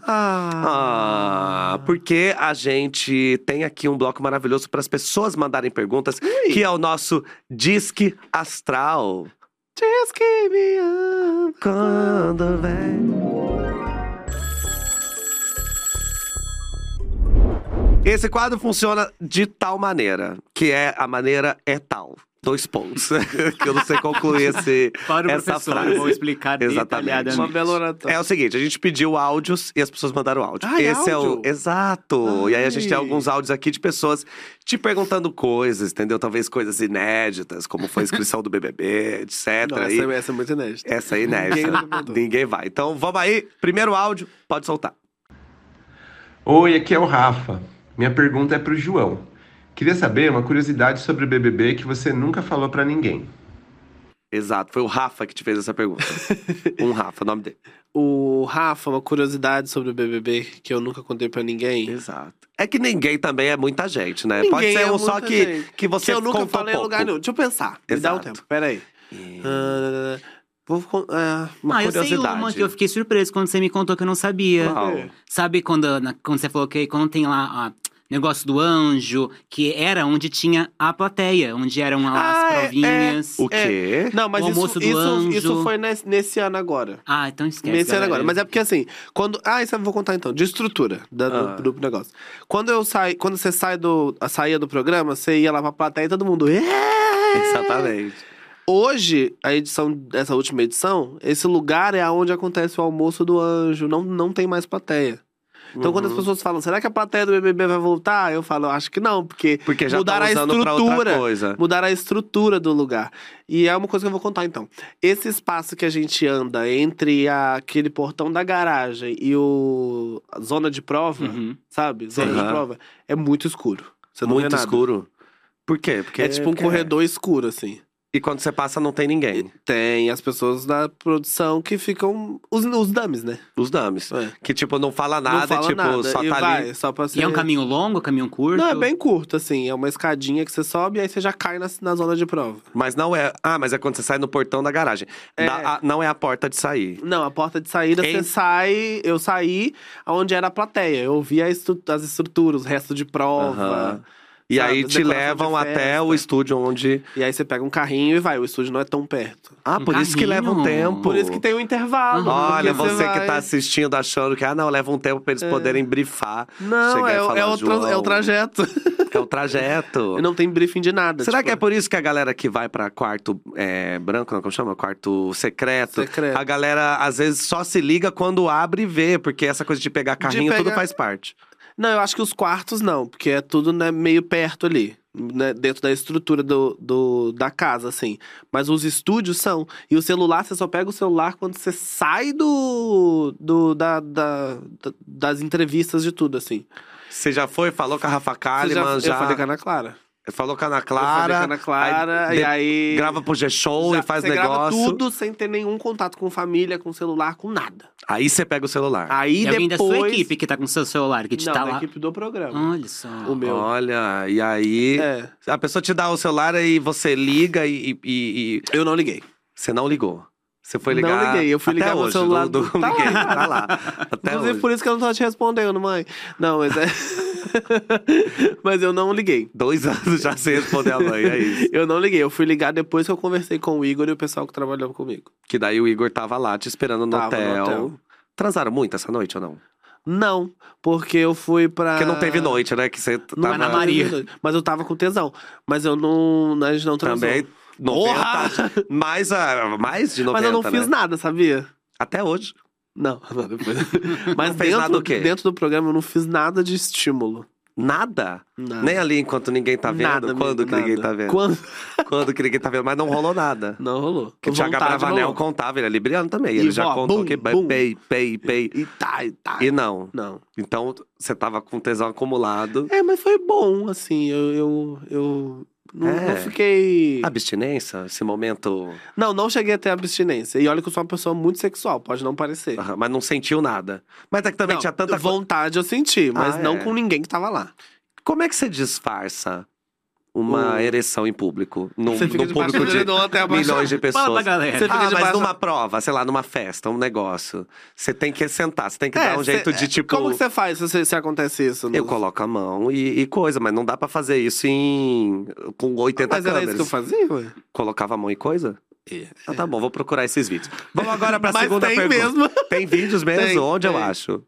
Speaker 1: Ah, porque a gente tem aqui um bloco maravilhoso para as pessoas mandarem perguntas, que é o nosso Disque Astral.
Speaker 3: Diz que me ama.
Speaker 1: Quando vem. Esse quadro funciona de tal maneira, que é a maneira é tal. Dois pontos. *laughs* que eu não sei concluir esse,
Speaker 2: Para o
Speaker 1: essa
Speaker 2: professor,
Speaker 1: frase.
Speaker 2: vou explicar
Speaker 1: Exatamente.
Speaker 3: Uma
Speaker 2: detalhadamente.
Speaker 3: bela oratória.
Speaker 1: É o seguinte, a gente pediu áudios e as pessoas mandaram áudio.
Speaker 3: Ai,
Speaker 1: Esse
Speaker 3: áudio?
Speaker 1: é o. Exato! E aí a gente tem
Speaker 3: Ai.
Speaker 1: alguns áudios aqui de pessoas te perguntando coisas, entendeu? Talvez coisas inéditas, como foi a inscrição do BBB, etc.
Speaker 3: Não,
Speaker 1: E-
Speaker 3: essa, essa é muito inédita.
Speaker 1: essa aí,
Speaker 3: Ninguém
Speaker 1: inédita.
Speaker 3: nunca mandou.
Speaker 1: Ninguém vai. Então vamos aí, primeiro áudio, pode soltar.
Speaker 4: Oi, aqui é o Rafa. Minha pergunta é pro João. Queria saber uma curiosidade sobre o BBB que você nunca falou pra ninguém.
Speaker 1: Exato, foi o Rafa que te fez essa
Speaker 3: *laughs*
Speaker 1: pergunta. um Rafa, o nome dele.
Speaker 3: O Rafa, uma curiosidade sobre o BBB que eu nunca contei pra ninguém.
Speaker 1: Exato. É que ninguém também é muita gente, né? Pode
Speaker 3: Ninguém
Speaker 1: ser
Speaker 3: é
Speaker 1: um só
Speaker 3: muita
Speaker 1: que,
Speaker 3: gente.
Speaker 1: que você
Speaker 3: que eu nunca
Speaker 1: contou
Speaker 3: falei em
Speaker 1: pouco.
Speaker 3: lugar nenhum. Deixa eu pensar. Me dá um
Speaker 1: Exato. Hum.
Speaker 3: tempo, peraí. Ah, vou. con- ah,
Speaker 1: Uma
Speaker 2: ah, eu sei uma
Speaker 1: curiosidade.
Speaker 2: que eu fiquei surpreso quando você me contou que eu não sabia.
Speaker 1: Qual?
Speaker 2: Sabe quando, na- quando você falou que quando tem lá ah, negócio do anjo, que era onde tinha a plateia, onde eram lá
Speaker 3: Ah,
Speaker 2: as
Speaker 3: é,
Speaker 2: provinhas.
Speaker 1: O quê?
Speaker 3: Não, mas
Speaker 2: O
Speaker 3: isso,
Speaker 2: almoço do
Speaker 3: isso,
Speaker 2: anjo.
Speaker 3: isso foi nesse, nesse ano agora.
Speaker 2: Ah, então esquece.
Speaker 3: nesse ano
Speaker 2: galera.
Speaker 3: agora. Mas é porque assim, quando. Ah, isso eu vou contar então. De estrutura da-
Speaker 1: Ah.
Speaker 3: do, do negócio. Quando eu saí. Quando você sai do, saía do programa, você ia lá pra plateia e todo mundo. "É!"
Speaker 1: Exatamente.
Speaker 3: Hoje, a edição, essa última edição, esse lugar é onde acontece o almoço do anjo. Não, não tem mais plateia. Então, quando as
Speaker 1: Uhum.
Speaker 3: pessoas falam, será que a plateia do BBB vai voltar? Eu falo, acho que não, porque
Speaker 1: Porque já
Speaker 3: mudaram
Speaker 1: tá
Speaker 3: a
Speaker 1: usando pra outra
Speaker 3: estrutura.
Speaker 1: coisa.
Speaker 3: mudaram a estrutura do lugar. E é uma coisa que eu vou contar então. Esse espaço que a gente anda entre a- aquele portão da garagem e o a zona de prova,
Speaker 2: Uhum.
Speaker 3: sabe? Zona
Speaker 1: Sim.
Speaker 3: de prova, é muito escuro. Você não vê
Speaker 1: Muito
Speaker 3: nada.
Speaker 1: escuro. Por quê? Porque
Speaker 3: É tipo um
Speaker 1: porque
Speaker 3: corredor escuro, assim.
Speaker 1: E quando você passa, não tem ninguém.
Speaker 3: Tem as pessoas da produção que ficam. Os, os dummies, né?
Speaker 1: Os dames.
Speaker 3: É.
Speaker 1: Que, tipo, não fala
Speaker 3: Não
Speaker 1: nada, e,
Speaker 3: fala
Speaker 1: tipo,
Speaker 3: nada,
Speaker 1: só
Speaker 3: e
Speaker 1: tá
Speaker 3: vai,
Speaker 1: ali.
Speaker 3: Só pra
Speaker 2: E é um
Speaker 3: ser-
Speaker 2: caminho longo, caminho curto?
Speaker 3: Não, é bem curto, assim. É uma escadinha que você sobe e aí você já cai na, na zona de prova.
Speaker 1: Mas não é. Ah, mas é quando você sai no portão da garagem.
Speaker 3: É.
Speaker 1: Da- a- não é a porta de sair.
Speaker 3: Não, a porta de saída
Speaker 1: Em-
Speaker 3: você sai. Eu saí onde era a plateia. Eu vi a estru- as estruturas, o resto de prova.
Speaker 1: Aham. E
Speaker 3: Sabe,
Speaker 1: aí te
Speaker 3: decoração de
Speaker 1: levam até
Speaker 3: festa.
Speaker 1: o estúdio onde.
Speaker 3: E aí você pega um carrinho e vai. O estúdio não é tão perto.
Speaker 1: Ah,
Speaker 2: Um
Speaker 1: por isso que leva um
Speaker 2: carrinho.
Speaker 1: tempo.
Speaker 3: Por isso que tem um intervalo.
Speaker 1: Olha,
Speaker 3: porque
Speaker 1: você que
Speaker 3: vai- É.
Speaker 1: tá assistindo achando que, ah, não, leva um tempo pra eles poderem brifar.
Speaker 3: Não,
Speaker 1: chegar e
Speaker 3: é, o-
Speaker 1: falar,
Speaker 3: é o tra-
Speaker 1: "João,
Speaker 3: é o trajeto.
Speaker 1: É o
Speaker 3: *laughs*
Speaker 1: trajeto.
Speaker 3: não tem briefing de nada.
Speaker 1: Será
Speaker 3: tipo,
Speaker 1: que é por isso que a galera que vai pra quarto é, branco, não, como chama? Quarto secreto,
Speaker 3: Secreto.
Speaker 1: A galera, às vezes, só se liga quando abre e vê, porque essa coisa de pegar carrinho, tudo
Speaker 3: pegar-
Speaker 1: faz parte.
Speaker 3: Não, eu acho que os quartos não, porque é tudo né, meio perto ali, né, dentro da estrutura do, do- da casa, assim. Mas os estúdios são. E o celular, você só pega o celular quando você sai do, do- da- da- da- das entrevistas de tudo, assim.
Speaker 1: Você já foi, falou com a Rafa
Speaker 3: Você
Speaker 1: Kalimann, já,
Speaker 3: Eu falei com a Ana Clara.
Speaker 1: falou com a Ana
Speaker 3: eu falei com a
Speaker 1: Clara,
Speaker 3: Ana Clara,
Speaker 1: aí
Speaker 3: e
Speaker 1: de-
Speaker 3: aí...
Speaker 1: grava pro G-Show
Speaker 3: já-
Speaker 1: e faz
Speaker 3: você grava
Speaker 1: negócio.
Speaker 3: tudo sem ter nenhum contato com família, com celular, com nada.
Speaker 1: Aí você pega o celular.
Speaker 3: Aí
Speaker 2: E alguém
Speaker 3: depois...
Speaker 2: da sua equipe que tá com seu celular, que te
Speaker 3: Não,
Speaker 2: tá
Speaker 3: da
Speaker 2: lá.
Speaker 3: equipe do programa.
Speaker 2: Olha só.
Speaker 3: O meu.
Speaker 1: Olha, e aí.
Speaker 3: É,
Speaker 1: A pessoa te dá o celular e você liga e. e- e- e-
Speaker 3: eu não liguei.
Speaker 1: Você não ligou. Você foi
Speaker 3: Não
Speaker 1: ligar.
Speaker 3: liguei, eu fui
Speaker 1: até
Speaker 3: ligar meu
Speaker 1: hoje,
Speaker 3: celular
Speaker 1: Não,
Speaker 3: do-
Speaker 1: não
Speaker 3: Tá lá. *laughs*
Speaker 1: liguei, tá lá. Até
Speaker 3: Inclusive,
Speaker 1: hoje.
Speaker 3: por isso que eu não tô te respondendo, mãe. Não, mas é. *laughs* mas eu não liguei.
Speaker 1: Dois anos já sem responder a mãe, é isso.
Speaker 3: Eu não liguei. Eu fui ligar depois que eu conversei com o Igor e o pessoal que trabalhou comigo.
Speaker 1: Que daí o Igor tava lá te esperando no,
Speaker 3: Tava no
Speaker 1: hotel.
Speaker 3: hotel.
Speaker 1: Transaram muito essa noite ou não?
Speaker 3: Não, porque eu fui pra.
Speaker 1: Porque não teve noite, né? Que você
Speaker 3: Ah, Não
Speaker 1: tava
Speaker 2: Ana
Speaker 3: teve
Speaker 2: Maria.
Speaker 3: noite, Mas eu tava com tesão. Mas eu não. A gente não transou.
Speaker 1: também. 90, *laughs* mais, a, mais de 90,
Speaker 3: Mas eu não
Speaker 1: né?
Speaker 3: fiz nada, sabia?
Speaker 1: Até hoje. *laughs*
Speaker 3: Não, não depois. *laughs* Mas
Speaker 1: Não fez
Speaker 3: dentro,
Speaker 1: nada o quê?
Speaker 3: dentro do programa eu não fiz nada de estímulo.
Speaker 1: Nada.
Speaker 3: Nada.
Speaker 1: Nem ali enquanto ninguém tá vendo.
Speaker 3: Ah. Nada,
Speaker 1: quando
Speaker 3: amigo,
Speaker 1: que ninguém
Speaker 3: nada.
Speaker 1: tá vendo.
Speaker 3: Quando?
Speaker 1: Quando que ninguém tá vendo. Mas não rolou nada.
Speaker 3: Não rolou.
Speaker 1: Que o Thiago
Speaker 3: Vontade
Speaker 1: Bravanel
Speaker 3: rolou.
Speaker 1: contava, ele é libriano também.
Speaker 3: E
Speaker 1: Ele já
Speaker 3: vó,
Speaker 1: contou
Speaker 3: bum,
Speaker 1: que
Speaker 3: bum.
Speaker 1: pei, pei, pei.
Speaker 3: E tá, e tá.
Speaker 1: E não.
Speaker 3: Não.
Speaker 1: Então, você tava com tesão acumulado.
Speaker 3: É, mas foi bom, assim, eu, eu, eu não,
Speaker 1: É.
Speaker 3: não fiquei...
Speaker 1: Abstinência? Esse momento.
Speaker 3: Não, não cheguei a ter abstinência. E olha que eu sou uma pessoa muito sexual, pode não parecer.
Speaker 1: Aham, Mas não sentiu nada. Mas é que Ah, também
Speaker 3: Não,
Speaker 1: tinha tanta coisa.
Speaker 3: vontade eu senti, mas
Speaker 1: Ah,
Speaker 3: não
Speaker 1: é.
Speaker 3: com ninguém que tava lá.
Speaker 1: Como é que você disfarça uma
Speaker 3: O-
Speaker 1: ereção em público? Num,
Speaker 3: Você fica
Speaker 1: num
Speaker 3: de
Speaker 1: público
Speaker 3: baixo do
Speaker 1: de
Speaker 3: edredom até abaixo.
Speaker 1: milhões de pessoas.
Speaker 2: Fala pra galera.
Speaker 3: Você- tá
Speaker 1: Ah,
Speaker 3: fica de
Speaker 1: mas
Speaker 3: baixo-
Speaker 1: numa prova, sei lá, numa festa, um negócio. Você tem que sentar, você tem que dar um
Speaker 3: É, cê-
Speaker 1: jeito de, tipo…
Speaker 3: Como que você faz se, se acontece isso?
Speaker 1: Eu
Speaker 3: no-
Speaker 1: coloco a mão e, e coisa, mas não dá pra fazer isso em com 80
Speaker 3: Mas era
Speaker 1: câmeras.
Speaker 3: isso que eu fazia, ué?
Speaker 1: Colocava a mão e coisa?
Speaker 3: É.
Speaker 1: Ah, tá bom, vou procurar esses vídeos. Vamos agora pra
Speaker 3: Mas
Speaker 1: segunda
Speaker 3: tem
Speaker 1: pergunta.
Speaker 3: *laughs* mesmo.
Speaker 1: *laughs* Tem vídeos mesmo?
Speaker 3: Tem,
Speaker 1: onde eu
Speaker 3: tem.
Speaker 1: acho?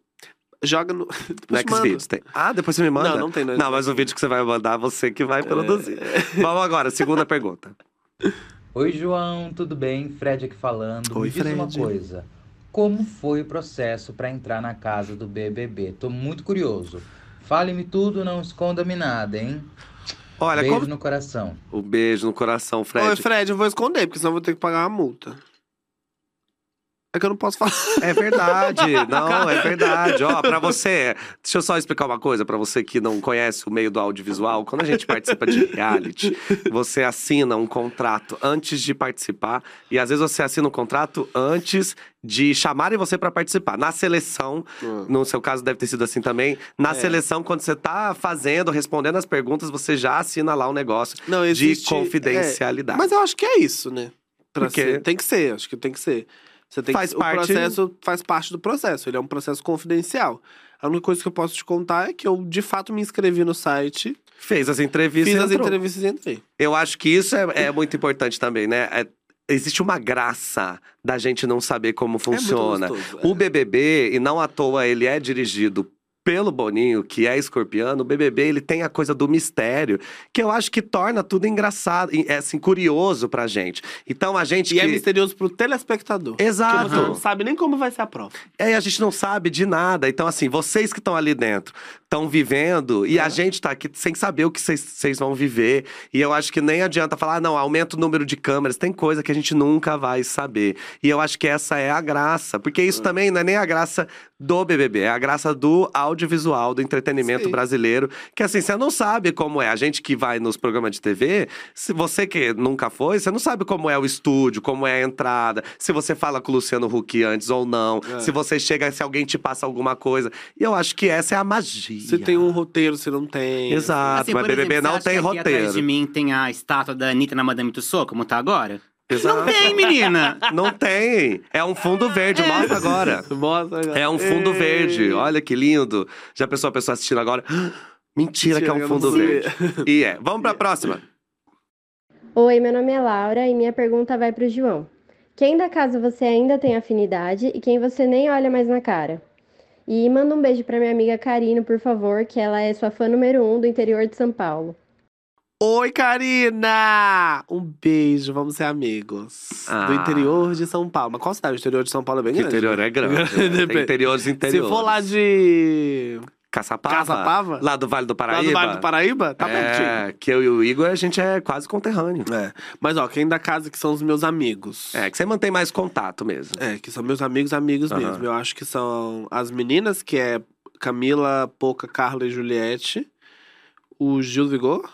Speaker 3: Joga
Speaker 1: No
Speaker 3: no... Depois te mando.
Speaker 1: Xvideos tem. Ah, depois você me manda?
Speaker 3: Não, não tem no
Speaker 1: Não, mas o vídeo que você vai mandar, você que vai produzir. Vamos agora, segunda pergunta.
Speaker 5: Oi, João, tudo bem? Fred aqui falando.
Speaker 3: Oi,
Speaker 5: Me diz uma
Speaker 3: Fred.
Speaker 5: coisa. Como foi o processo para entrar na casa do BBB? Tô muito curioso. Fale-me tudo, não esconda-me nada, hein?
Speaker 1: Olha,
Speaker 5: Beijo
Speaker 1: como...
Speaker 5: no coração.
Speaker 1: O beijo no coração, Fred.
Speaker 3: Oi, Fred, eu vou esconder, porque senão eu vou ter que pagar uma multa. É que eu não
Speaker 1: *laughs*
Speaker 3: posso falar.
Speaker 1: É *laughs* verdade, não, é verdade. Ó, pra você, deixa eu só explicar uma coisa pra você que não conhece o meio do audiovisual. Quando a gente participa de reality, você assina um contrato antes de participar e às vezes você assina um contrato antes de chamarem você pra participar. Na seleção, no seu caso deve ter sido assim também, na
Speaker 3: É.
Speaker 1: seleção quando você tá fazendo, respondendo as perguntas, você já assina lá o negócio
Speaker 3: Não,
Speaker 1: de
Speaker 3: existe- é,
Speaker 1: confidencialidade.
Speaker 3: Mas eu acho que é isso, né? Pra
Speaker 1: Porque-
Speaker 3: ser- Tem que ser, acho que tem que ser. Você tem
Speaker 1: Faz
Speaker 3: que,
Speaker 1: parte-
Speaker 3: O processo faz parte do processo, ele é um processo confidencial. A única coisa que eu posso te contar é que eu, de fato, me inscrevi no site,
Speaker 1: Fez as entrevistas,
Speaker 3: fiz as
Speaker 1: entrou.
Speaker 3: entrevistas e entrei. É
Speaker 1: Eu acho que isso é, é muito importante também, né? É- existe uma graça da gente não saber como funciona.
Speaker 3: É muito gostoso, é.
Speaker 1: o BBB, e não à toa ele é dirigido pelo Boninho, que é escorpiano, o BBB ele tem a coisa do mistério, que eu acho que torna tudo engraçado, e, é, assim, curioso pra gente. Então a gente
Speaker 3: E é
Speaker 1: que...
Speaker 3: misterioso pro telespectador.
Speaker 1: Exato.
Speaker 3: Porque você não sabe nem como vai ser a prova.
Speaker 1: É, a gente não sabe de nada. Então, assim, vocês que estão ali dentro, estão vivendo e a gente tá aqui sem saber o que vocês- vocês vão viver. E eu acho que nem adianta falar, ah, não, aumenta o número de câmeras. Tem coisa que a gente nunca vai saber. E eu acho que essa é a graça. Porque isso também não é nem a graça do BBB, é a graça do audiovisual, do entretenimento
Speaker 3: Sim.
Speaker 1: brasileiro. Que assim, você não sabe como é. A gente que vai nos programas de TV, se você que nunca foi, você não sabe como é o estúdio, como é a entrada, se você fala com o Luciano Huck antes ou não,
Speaker 3: É.
Speaker 1: se você chega, se alguém te passa alguma coisa. E eu acho que essa é a magia.
Speaker 3: Você tem um roteiro, você não tem.
Speaker 1: ah. Exato,
Speaker 2: Assim,
Speaker 1: mas
Speaker 2: por
Speaker 1: BBB
Speaker 2: exemplo,
Speaker 1: não
Speaker 2: você acha
Speaker 1: tem
Speaker 2: que aqui
Speaker 1: roteiro.
Speaker 2: Atrás de mim tem a estátua da Anitta na Madame Tussauds, como tá agora?
Speaker 1: Exato.
Speaker 2: Não tem, menina!
Speaker 1: Não tem. É um fundo verde, mostra agora.
Speaker 3: Bota agora.
Speaker 1: É um fundo
Speaker 3: Ei.
Speaker 1: verde. Olha que lindo. Já pensou a pessoa assistindo agora? *gasps* Mentira, que é um
Speaker 3: eu não
Speaker 1: fundo
Speaker 3: sei.
Speaker 1: verde. E é. Vamos pra próxima.
Speaker 6: Oi, meu nome é Laura e minha pergunta vai para o João. Quem da casa você ainda tem afinidade e quem você nem olha mais na cara? E manda um beijo para minha amiga Karina, por favor, que ela é sua fã número um do interior de São Paulo.
Speaker 3: Oi, Karina! Um beijo, vamos ser amigos.
Speaker 1: Ah.
Speaker 3: Do interior de São Paulo. Mas qual cidade? O interior de São Paulo é bem
Speaker 1: Que
Speaker 3: grande.
Speaker 1: interior é grande. né?
Speaker 3: *laughs*
Speaker 1: Tem interiores e
Speaker 3: Se
Speaker 1: interiores.
Speaker 3: for lá de.
Speaker 1: Caçapava.
Speaker 3: Caçapava?
Speaker 1: Lá do Vale do Paraíba.
Speaker 3: Lá do Vale do Paraíba? Tá pertinho.
Speaker 1: É, que eu e o Igor, a gente é quase conterrâneo.
Speaker 3: É. Mas ó, quem da casa que são os meus amigos.
Speaker 1: É, que você mantém mais contato mesmo.
Speaker 3: É, que são meus amigos, amigos
Speaker 1: Aham.
Speaker 3: mesmo. Eu acho que são as meninas, que é Camila, Poca, Carla e Juliette. O Gil do Vigor.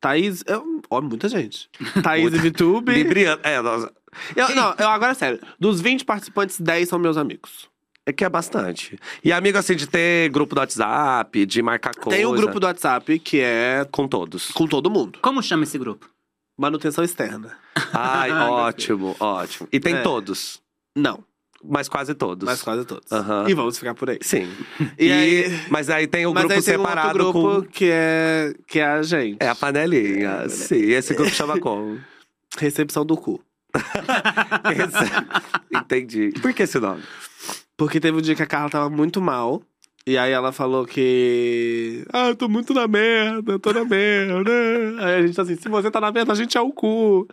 Speaker 3: Thaís. eu- Ó,
Speaker 1: *laughs*
Speaker 3: muita gente. Thaís e Vitube.
Speaker 1: Libriano. É, nós-
Speaker 3: Eu- não, eu, agora é sério. Dos 20 participantes, 10 são meus amigos.
Speaker 1: é que é bastante. E amigo, assim, de ter grupo do WhatsApp, de marcar coisa.
Speaker 3: Tem o grupo do WhatsApp, que é
Speaker 1: Com todos.
Speaker 3: com todo mundo.
Speaker 2: Como chama esse grupo?
Speaker 3: Manutenção externa. *laughs*
Speaker 1: Ai,
Speaker 2: Gostei.
Speaker 1: ótimo, ótimo. E tem
Speaker 3: É.
Speaker 1: todos,
Speaker 3: Não,
Speaker 1: mas quase todos.
Speaker 3: mas quase todos.
Speaker 1: Aham.
Speaker 3: E vamos ficar por aí.
Speaker 1: Sim.
Speaker 3: E
Speaker 1: E
Speaker 3: aí-
Speaker 1: mas aí tem o
Speaker 3: mas
Speaker 1: grupo
Speaker 3: aí tem um outro
Speaker 1: separado
Speaker 3: grupo
Speaker 1: com.
Speaker 3: que, é, que é a gente.
Speaker 1: É a panelinha. Sim, esse grupo chama
Speaker 3: *laughs*
Speaker 1: como?
Speaker 3: Recepção do cu.
Speaker 1: Esse- Entendi. Por que esse nome?
Speaker 3: Porque teve um dia que a Carla tava muito mal. E aí ela falou que. Ah, eu tô muito na merda, eu tô na merda. Aí a gente tá assim, se você tá na merda, a gente é o cu.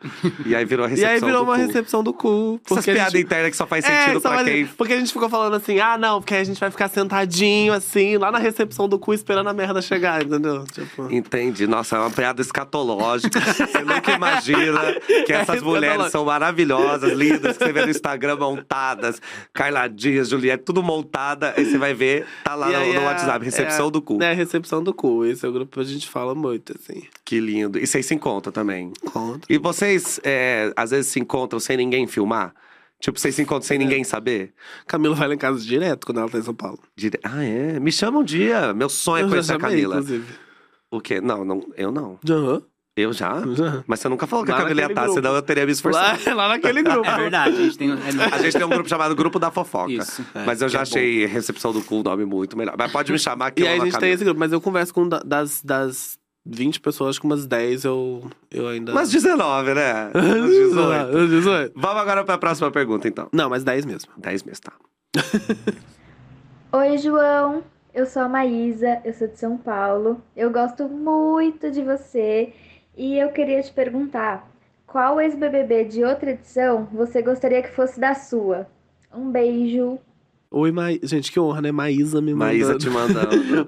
Speaker 1: E aí virou a
Speaker 3: E
Speaker 1: recepção.
Speaker 3: aí virou
Speaker 1: do
Speaker 3: uma
Speaker 1: cu.
Speaker 3: recepção do cu.
Speaker 1: Essas
Speaker 3: a gente-
Speaker 1: piadas internas que só faz
Speaker 3: É,
Speaker 1: sentido
Speaker 3: só
Speaker 1: pra
Speaker 3: mais-
Speaker 1: quem.
Speaker 3: Porque a gente ficou falando assim, ah, não, porque a gente vai ficar sentadinho, assim, lá na recepção do cu, esperando a merda chegar, entendeu? Tipo...
Speaker 1: Entendi. Nossa, é uma piada escatológica. você nunca imagina que
Speaker 3: É
Speaker 1: essas mulheres
Speaker 3: escatológico.
Speaker 1: são maravilhosas, lindas, que você vê no Instagram montadas. Carla Dias, Juliette, tudo montada. Aí você vai ver, tá lá
Speaker 3: E
Speaker 1: no,
Speaker 3: aí
Speaker 1: no
Speaker 3: é-
Speaker 1: WhatsApp, recepção
Speaker 3: é-
Speaker 1: do cu.
Speaker 3: É, recepção do cu. Esse é o grupo que a gente fala muito, assim.
Speaker 1: Que lindo. E vocês se encontram também.
Speaker 3: Conta.
Speaker 1: E vocês, é, às vezes, se encontram sem ninguém filmar? Tipo, vocês se
Speaker 3: É.
Speaker 1: encontram sem ninguém saber?
Speaker 3: Camila vai lá em casa direto quando ela tá em São Paulo.
Speaker 1: Dire- Ah, é? Me chama um dia. Meu sonho é
Speaker 3: já
Speaker 1: conhecer a
Speaker 3: chamei,
Speaker 1: Camila. Uhum.
Speaker 3: inclusive.
Speaker 1: O quê? Não, não, eu não.
Speaker 3: Aham,
Speaker 1: Eu já?
Speaker 3: já.
Speaker 1: Mas você nunca falou que
Speaker 3: Lá
Speaker 1: a Camila ia
Speaker 3: naquele
Speaker 1: estar,
Speaker 3: grupo.
Speaker 1: senão eu teria me
Speaker 3: Lá,
Speaker 1: esforçado.
Speaker 3: lá
Speaker 1: *laughs*
Speaker 3: naquele grupo.
Speaker 2: É verdade, a gente
Speaker 3: *laughs*
Speaker 2: tem. é-
Speaker 1: A gente tem um grupo chamado Grupo da Fofoca.
Speaker 2: Isso.
Speaker 1: Mas eu já
Speaker 3: que é bom.
Speaker 1: achei Recepção do Cu um nome muito melhor. Mas pode me chamar que
Speaker 3: E
Speaker 1: eu
Speaker 3: aí a
Speaker 1: amo
Speaker 3: gente tem
Speaker 1: Camila.
Speaker 3: esse grupo. Mas eu converso com da- das, das 20 pessoas, com umas 10 eu, eu ainda... *laughs*
Speaker 1: Mas 19, né? Mas 18.
Speaker 3: 18.
Speaker 1: Vamos agora pra próxima pergunta, então.
Speaker 3: Não, mas 10 mesmo.
Speaker 1: 10 meses, tá?
Speaker 7: Oi, João. Eu sou a Maísa, eu sou de São Paulo. Eu gosto muito de você e eu queria te perguntar: qual ex-BBB de outra edição você gostaria que fosse da sua? Um beijo.
Speaker 3: Oi, Maísa. Gente, que honra, né? Maísa me
Speaker 1: Maísa
Speaker 3: mandando.
Speaker 1: te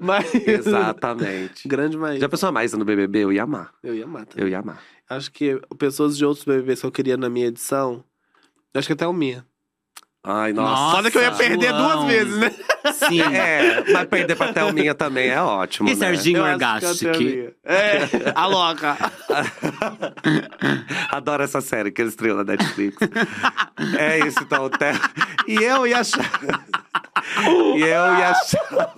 Speaker 1: mandando.
Speaker 3: *laughs* Maísa.
Speaker 1: Exatamente.
Speaker 3: Grande Maísa.
Speaker 1: Já pensou a Maísa no BBB? Eu ia amar.
Speaker 3: Eu ia matar.
Speaker 1: Eu ia amar.
Speaker 3: Acho que pessoas de outros BBBs que eu queria na minha edição. Acho que até o minha.
Speaker 1: Ai, nossa.
Speaker 2: Nossa.
Speaker 3: Olha que eu ia perder
Speaker 2: João.
Speaker 3: duas vezes, *laughs* né?
Speaker 2: Sim.
Speaker 1: É, mas perder pra Thelminha também é ótimo,
Speaker 2: E
Speaker 1: né?
Speaker 2: Serginho
Speaker 3: Eu acho um que até
Speaker 2: *laughs* Orgastic?
Speaker 3: o minha. É, a louca.
Speaker 1: Adoro essa série que ele estreou na Netflix. é isso, então. Até... E eu ia achar... e eu ia achar...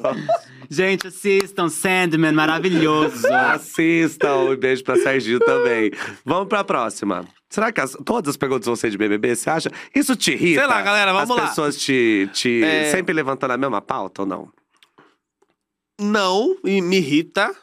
Speaker 2: Gente, assistam Sandman,
Speaker 3: *laughs*
Speaker 2: maravilhoso.
Speaker 1: Assistam. Um beijo pra Serginho também. Vamos pra próxima. Será que as- todas as perguntas vão ser de BBB, você acha? Isso te irrita?
Speaker 3: Sei lá, galera, vamos
Speaker 1: as
Speaker 3: lá.
Speaker 1: As pessoas te, te
Speaker 3: É.
Speaker 1: sempre levantando a mesma pauta ou não?
Speaker 3: Não, e me irrita.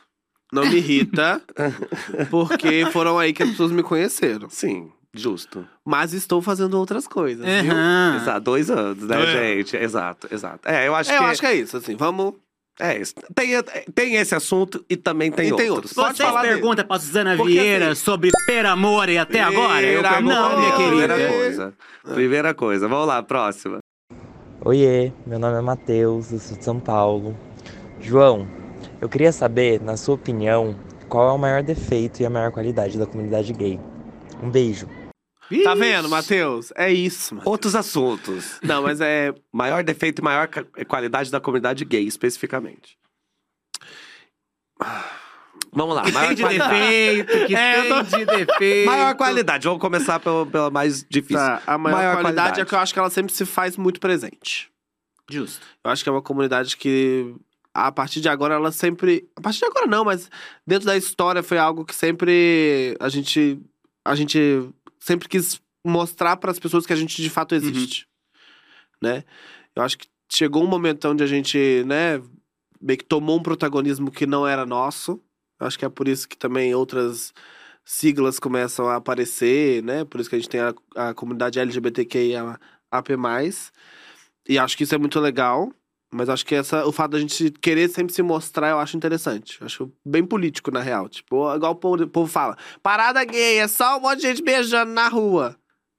Speaker 3: Não me irrita.
Speaker 1: *laughs*
Speaker 3: porque foram aí que as pessoas me conheceram.
Speaker 1: Sim, justo.
Speaker 3: Mas estou fazendo outras coisas. viu?
Speaker 2: Aham.
Speaker 1: Exato, dois anos, né,
Speaker 3: É.
Speaker 1: gente? Exato, exato. É, eu acho
Speaker 3: Ah. É,
Speaker 1: que...
Speaker 3: eu acho que é isso, assim. Vamos.
Speaker 1: É isso. Tem, tem esse assunto e também tem
Speaker 3: E
Speaker 1: outros.
Speaker 3: tem outros. Pode
Speaker 2: Vocês
Speaker 3: falar dele.
Speaker 2: perguntam pra Suzana
Speaker 3: Porque,
Speaker 2: Vieira
Speaker 3: assim,
Speaker 2: sobre Per Amore até agora?
Speaker 3: Per
Speaker 2: não,
Speaker 3: Amore,
Speaker 2: minha querida.
Speaker 1: Primeira coisa. Primeira coisa. Vamos lá, próxima.
Speaker 8: Oiê, meu nome é Matheus, eu sou de São Paulo. João, eu queria saber, na sua opinião, qual é o maior defeito e a maior qualidade da comunidade gay. Um beijo.
Speaker 3: Tá vendo, Matheus? É isso, mano.
Speaker 1: Outros assuntos.
Speaker 3: Não, mas é.
Speaker 1: Maior defeito e maior ca- qualidade da comunidade gay, especificamente. Vamos lá. Maior
Speaker 2: Tem de
Speaker 1: qualidade.
Speaker 2: defeito, que
Speaker 3: tá. É, eu
Speaker 2: tem
Speaker 3: tô-
Speaker 2: de defeito.
Speaker 1: Maior qualidade. Vamos começar pela, pela mais difícil.
Speaker 3: Tá, a maior,
Speaker 1: Maior
Speaker 3: qualidade, é
Speaker 1: qualidade.
Speaker 3: que eu acho que ela sempre se faz muito presente.
Speaker 2: Justo.
Speaker 3: Eu acho que é uma comunidade que, a partir de agora, ela sempre. A partir de agora não, mas dentro da história foi algo que sempre a gente. A gente sempre quis mostrar para as pessoas que a gente de fato existe. Né? Eu acho que chegou um momento onde a gente, né, meio que tomou um protagonismo que não era nosso. Eu acho que é por isso que também outras siglas começam a aparecer, né? Por isso que a gente tem a, a comunidade LGBTQIA AP+. E acho que isso é muito legal. Mas acho que essa, o fato da gente querer sempre se mostrar, eu acho interessante. Eu Acho bem político, na real. Tipo, igual o povo, o povo fala: parada gay, é só um monte de gente beijando na rua.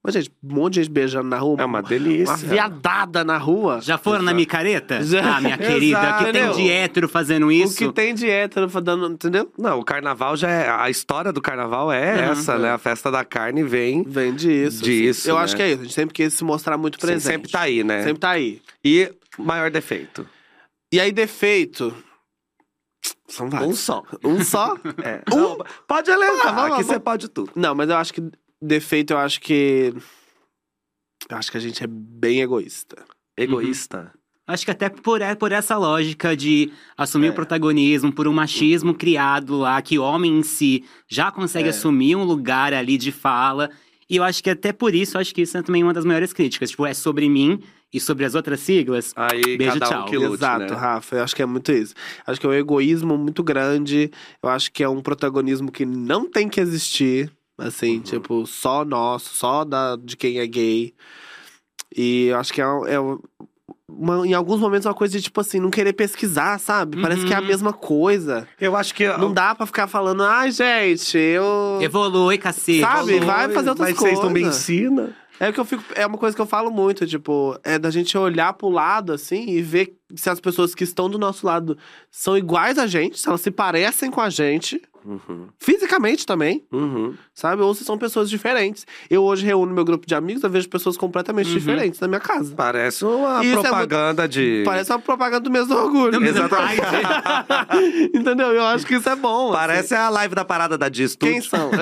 Speaker 3: Mas, gente, um monte de gente beijando na rua.
Speaker 1: É uma
Speaker 3: uma
Speaker 1: delícia.
Speaker 3: viadada na rua.
Speaker 2: Já foram na micareta?
Speaker 3: Já.
Speaker 2: Ah, minha querida,
Speaker 1: Exato.
Speaker 2: que tem de
Speaker 1: Entendeu?
Speaker 2: hétero fazendo
Speaker 3: O
Speaker 2: isso.
Speaker 3: que tem de hétero dando, entendeu?
Speaker 1: Não, o carnaval já é. A história do carnaval é
Speaker 2: Uhum.
Speaker 1: essa, né? A festa da carne vem.
Speaker 3: Vem disso.
Speaker 1: Disso,
Speaker 3: assim. Eu
Speaker 1: né?
Speaker 3: acho que é isso. A gente sempre quis se mostrar muito presente.
Speaker 1: Sempre tá aí, né?
Speaker 3: Sempre tá aí.
Speaker 1: E maior defeito.
Speaker 3: E aí, defeito. São
Speaker 1: Um
Speaker 3: vários.
Speaker 1: só.
Speaker 3: Um *laughs* só?
Speaker 1: É. Não, pode elencar,
Speaker 3: Ah, vamos lá,
Speaker 1: aqui você
Speaker 3: vamos.
Speaker 1: pode tudo.
Speaker 3: Não, mas eu acho que defeito, eu acho que. Eu acho que a gente é bem egoísta.
Speaker 1: Egoísta.
Speaker 2: Acho que até por, é- por essa lógica de assumir
Speaker 3: É.
Speaker 2: o protagonismo, por um machismo criado lá, que homem em si já consegue
Speaker 3: É.
Speaker 2: assumir um lugar ali de fala. E eu acho que até por isso, eu acho que isso é também uma das maiores críticas. Tipo, é sobre mim e sobre as outras siglas.
Speaker 1: Aí
Speaker 2: Beijo,
Speaker 1: cada um
Speaker 2: tchau.
Speaker 1: que lute,
Speaker 3: Exato,
Speaker 1: né?
Speaker 3: Rafa. Eu acho que é muito isso. Acho que é um egoísmo muito grande. Eu acho que é um protagonismo que não tem que existir. Assim, tipo, só nosso, só da, de quem é gay. E eu acho que é, um- é um- uma- em alguns momentos é uma coisa de, tipo assim, não querer pesquisar, sabe? Parece que é a
Speaker 2: Uhum.
Speaker 3: mesma coisa.
Speaker 1: Eu acho que.
Speaker 3: Não dá pra ficar falando, ai, gente, eu.
Speaker 2: Evolui, cacete.
Speaker 3: Sabe?
Speaker 2: *laughs* Evolui.
Speaker 3: Ah, Vai fazer outras
Speaker 1: Mas vocês não me
Speaker 3: coisas.
Speaker 1: ensinam.
Speaker 3: É o que eu fico. É uma coisa que eu falo muito, tipo, é da gente olhar pro lado, assim, e ver se as pessoas que estão do nosso lado são iguais a gente, se elas se parecem com a gente,
Speaker 1: Uhum.
Speaker 3: fisicamente também,
Speaker 1: Uhum.
Speaker 3: sabe? Ou se são pessoas diferentes. Eu hoje reúno meu grupo de amigos, eu vejo pessoas completamente
Speaker 2: Uhum.
Speaker 3: diferentes na minha casa.
Speaker 1: Parece uma
Speaker 3: Isso é
Speaker 1: propaganda de.
Speaker 3: Parece uma propaganda do mesmo orgulho.
Speaker 2: Não me
Speaker 1: Exato.
Speaker 3: *laughs* Entendeu? Eu acho que isso é bom. assim.
Speaker 1: Parece a live da parada da Distude.
Speaker 3: Quem são?
Speaker 1: *laughs*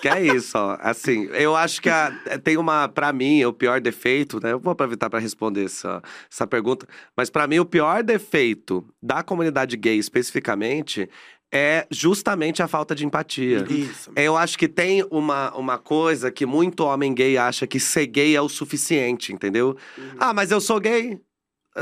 Speaker 1: Que é isso, ó. Assim, eu acho que a- tem uma, pra mim, o pior defeito, né? Eu vou aproveitar pra responder essa, essa pergunta. Mas pra mim, o pior defeito da comunidade gay, especificamente, é justamente a falta de empatia.
Speaker 3: isso.
Speaker 1: Eu acho que tem uma, uma coisa que muito homem gay acha que ser gay é o suficiente, entendeu?
Speaker 3: Uhum.
Speaker 1: Ah, mas eu sou gay.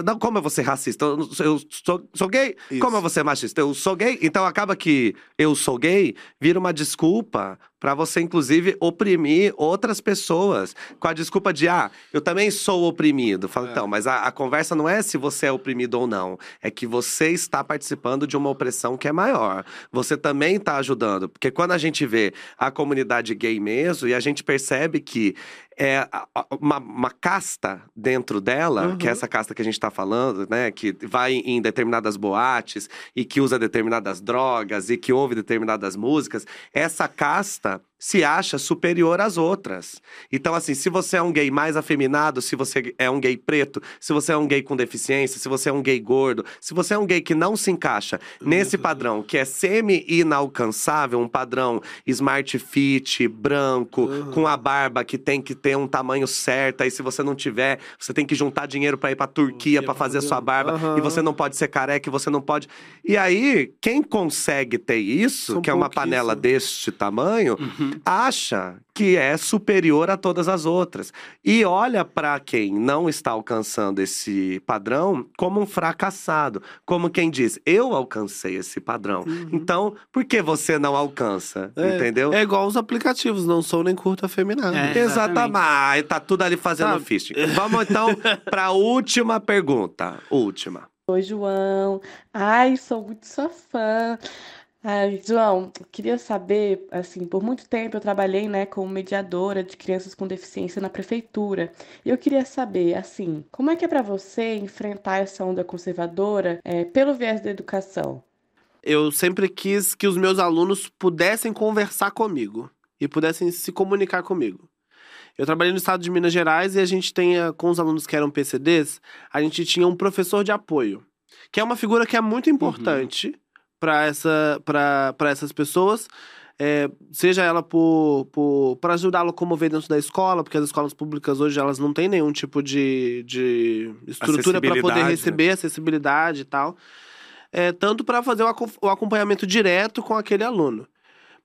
Speaker 1: Não, como eu vou ser racista? Eu, não- eu sou, sou gay.
Speaker 3: Isso.
Speaker 1: Como eu vou ser machista? Eu sou gay. Então acaba que eu sou gay vira uma desculpa pra você, inclusive, oprimir outras pessoas. Com a desculpa de, ah, eu também sou oprimido. Fala,
Speaker 3: É.
Speaker 1: então, mas a, a conversa não é se você é oprimido ou não. É que você está participando de uma opressão que é maior. Você também está ajudando. Porque quando a gente vê a comunidade gay mesmo, e a gente percebe que é a- a- uma, uma casta dentro dela,
Speaker 3: Uhum.
Speaker 1: que é essa casta que a gente tá falando, né? Que vai em determinadas boates e que usa determinadas drogas e que ouve determinadas músicas. Essa casta se acha superior às outras. Então, assim, se você é um gay mais afeminado, se você é um gay preto, se você é um gay com deficiência, se você é um gay gordo, se você é um gay que não se encaixa nesse padrão que é semi-inalcançável, um padrão smart fit, branco,
Speaker 3: Uhum.
Speaker 1: com a barba que tem que ter um tamanho certo, aí se você não tiver, você tem que juntar dinheiro pra ir pra Turquia pra fazer um a sua barba,
Speaker 3: Aham.
Speaker 1: e você não pode ser careca, e você não pode. E aí, quem consegue ter isso,
Speaker 3: São
Speaker 1: que é uma
Speaker 3: pouquíssimos.
Speaker 1: panela deste tamanho,
Speaker 2: Uhum.
Speaker 1: acha que é superior a todas as outras e olha pra quem não está alcançando esse padrão como um fracassado, como quem diz: "Eu alcancei esse padrão". Então, por que você não alcança?
Speaker 3: Uhum. É.
Speaker 1: Então, Entendeu?
Speaker 3: É igual os aplicativos, não sou nem curto afeminado.
Speaker 2: É.
Speaker 1: Exatamente.
Speaker 2: exatamente.
Speaker 1: Ah, Tá tudo ali fazendo
Speaker 3: Sabe?
Speaker 1: phishing. Vamos *laughs* então pra última pergunta. Última.
Speaker 9: Oi, João. Ai, sou muito sua fã. Ah, João, eu queria saber, assim, por muito tempo eu trabalhei, né, como mediadora de crianças com deficiência na prefeitura. E eu queria saber, assim, como é que é para você enfrentar essa onda conservadora, eh, pelo viés da educação?
Speaker 3: Eu sempre quis que os meus alunos pudessem conversar comigo e pudessem se comunicar comigo. Eu trabalhei no estado de Minas Gerais e a gente tem, eh, com os alunos que eram PCDs, a gente tinha um professor de apoio, que é uma figura que é muito
Speaker 1: Uhum.
Speaker 3: importante para essa, pra- pra essas pessoas, eh, seja ela por, por, para ajudá lo a locomover dentro da escola, porque as escolas públicas hoje elas não têm nenhum tipo de, de estrutura para poder
Speaker 1: Acessibilidade, né?
Speaker 3: receber acessibilidade e tal. É, tanto para fazer o aco- o acompanhamento direto com aquele aluno.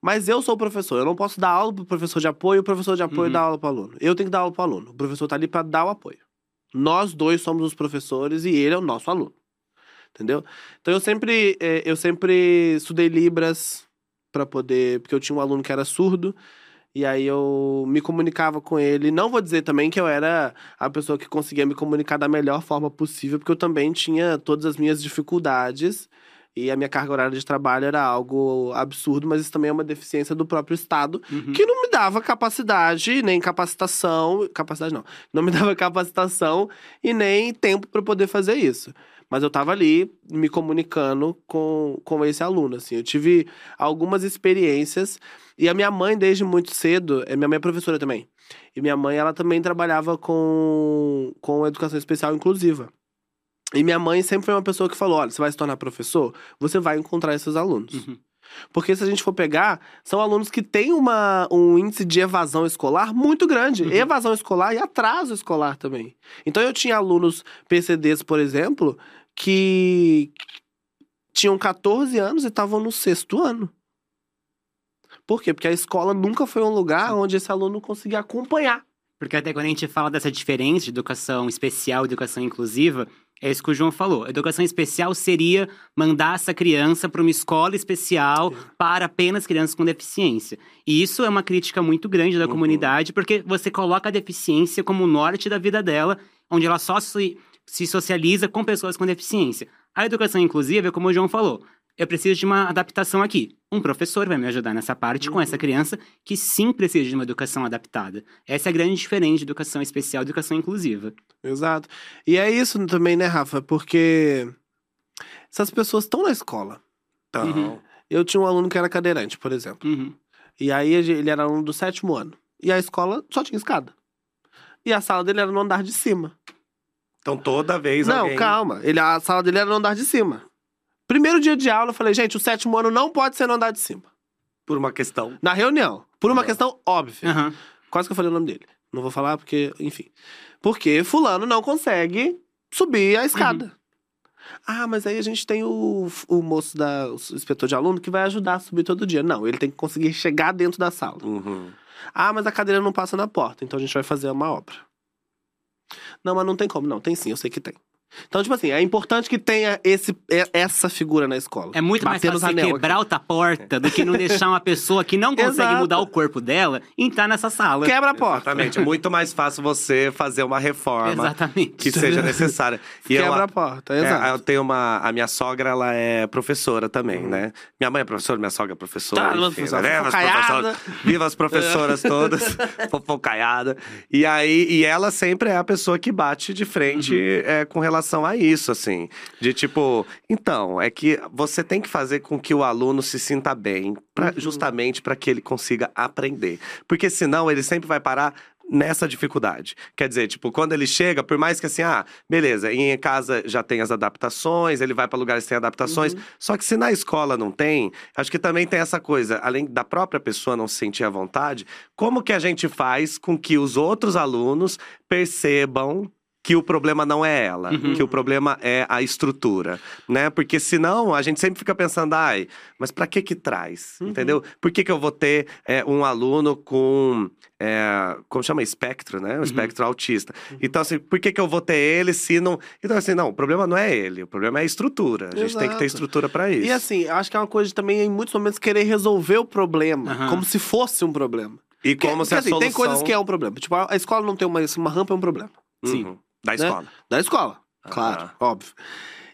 Speaker 3: Mas eu sou o professor, eu não posso dar aula pro professor de apoio, o professor de apoio
Speaker 2: Uhum.
Speaker 3: dá aula pro aluno. Eu tenho que dar aula pro aluno. O professor tá ali para dar o apoio. Nós dois somos os professores e ele é o nosso aluno. Entendeu? Então eu sempre, eh, eu sempre estudei Libras para poder, porque eu tinha um aluno que era surdo. E aí eu me comunicava com ele. Não vou dizer também que eu era a pessoa que conseguia me comunicar da melhor forma possível, porque eu também tinha todas as minhas dificuldades. E a minha carga horária de trabalho era algo absurdo, mas isso também é uma deficiência do próprio Estado,
Speaker 2: *laughs* Uhum.
Speaker 3: que não me dava capacidade, nem capacitação. Capacidade não. *laughs* Não me dava capacitação e nem tempo para poder fazer isso. Mas eu tava ali me comunicando com, com esse aluno, assim. Eu tive algumas experiências. E a minha mãe, desde muito cedo, eh, minha mãe é professora também. E minha mãe, ela também trabalhava com, com educação especial inclusiva. E minha mãe sempre foi uma pessoa que falou: olha, você vai se tornar professor, você vai encontrar esses alunos.
Speaker 2: Uhum.
Speaker 3: Porque se a gente for pegar, são alunos que têm uma, um índice de evasão escolar muito grande. Evasão escolar e atraso escolar também. Então eu tinha alunos PCDs, por exemplo, que tinham 14 anos e estavam no sexto ano. Por quê? Porque a escola nunca foi um lugar onde esse aluno conseguia acompanhar.
Speaker 2: Porque até quando a gente fala dessa diferença de educação especial e educação inclusiva, é isso que o João falou. Educação especial seria mandar essa criança para uma escola especial para apenas crianças com deficiência. E isso é uma crítica muito grande da comunidade, porque você coloca a deficiência como o norte da vida dela, onde ela só se, se socializa com pessoas com deficiência. A educação inclusiva é como o João falou. Eu preciso de uma adaptação aqui. Um professor vai me ajudar nessa parte com essa criança que sim precisa de uma educação adaptada. Essa é a grande diferença de educação especial e educação inclusiva.
Speaker 3: Exato. E é isso também, né, Rafa? Porque essas pessoas estão na escola. Então,
Speaker 2: Uhum.
Speaker 3: eu tinha um aluno que era cadeirante, por exemplo.
Speaker 2: Uhum.
Speaker 3: E aí a gen- ele era aluno do sétimo ano. E a escola só tinha escada. E a sala dele era no andar de cima.
Speaker 1: Então toda vez
Speaker 3: não,
Speaker 1: alguém...
Speaker 3: calma. Ele, a sala dele era no andar de cima. Primeiro dia de aula, eu falei, gente, o sétimo ano não pode ser no andar de cima.
Speaker 1: Por uma questão.
Speaker 3: Na reunião. Por uma
Speaker 1: Aham.
Speaker 3: questão óbvia.
Speaker 2: Aham.
Speaker 3: Quase que eu falei o nome dele. Não vou falar porque, enfim. Porque fulano não consegue subir a escada. Ah, mas aí a gente tem o, o moço da o inspetor de aluno que vai ajudar a subir todo dia. Não, ele tem que conseguir chegar dentro da sala.
Speaker 1: Uhum.
Speaker 3: Ah, mas a cadeira não passa na porta, então a gente vai fazer uma obra. Não, mas não tem como, não. Tem sim, eu sei que tem. Então, tipo assim, é importante que tenha esse, é- essa figura na escola.
Speaker 2: É muito mais
Speaker 3: Batendo
Speaker 2: fácil
Speaker 3: os
Speaker 2: você
Speaker 3: anel aqui.
Speaker 2: quebrar outra porta do que não deixar uma pessoa
Speaker 1: *laughs*
Speaker 2: que não consegue
Speaker 3: Exato.
Speaker 2: mudar o corpo dela entrar nessa sala.
Speaker 3: Quebra a porta.
Speaker 1: Exatamente. É muito mais fácil você fazer uma reforma
Speaker 2: Exatamente.
Speaker 1: que seja necessária. E eu-
Speaker 3: Quebra a porta,
Speaker 1: É,
Speaker 3: exato.
Speaker 1: eu tenho uma. A minha sogra, ela é professora também, né? Minha mãe é professora, minha sogra é professora.
Speaker 3: Uhum. Tá,
Speaker 1: enfim,
Speaker 3: mas, professor,
Speaker 1: né? Viva as
Speaker 3: fofocaiada.
Speaker 1: professoras, viva as professoras todas, *laughs* fofocaiada. E aí, e ela sempre é a pessoa que bate de frente é, com relação a isso, assim. De tipo, então, é que você tem que fazer com que o aluno se sinta bem, pra- justamente para que ele consiga aprender. Porque senão ele sempre vai parar nessa dificuldade. Quer dizer, tipo, quando ele chega, por mais que assim, ah, beleza, em casa já tem as adaptações, ele vai para lugares que tem adaptações, só que se na escola não tem, acho que também tem essa coisa, além da própria pessoa não se sentir à vontade, como que a gente faz com que os outros alunos percebam que o problema não é ela,
Speaker 2: Uhum.
Speaker 1: que o problema é a estrutura, né? Porque senão a gente sempre fica pensando, ai, mas pra que que traz, entendeu? Por que que eu vou ter é, um aluno com é, como chama? Espectro, né? O espectro autista. Então, assim, por que, que eu vou ter ele se não. Então, assim, não, o problema não é ele, o problema é a estrutura. A gente tem que
Speaker 3: Exato.
Speaker 1: ter estrutura pra isso.
Speaker 3: E assim, eu acho que é uma coisa de também, em muitos momentos, querer resolver o problema.
Speaker 2: Aham.
Speaker 3: Como se fosse um problema.
Speaker 1: e
Speaker 3: Porque,
Speaker 1: como se
Speaker 3: porque,
Speaker 1: a
Speaker 3: assim,
Speaker 1: solução...
Speaker 3: Tem coisas que é um problema. Tipo, a a escola não tem uma, uma rampa, é um problema.
Speaker 1: Uhum, Da escola.
Speaker 3: Da escola,
Speaker 1: Ah.
Speaker 3: claro, óbvio.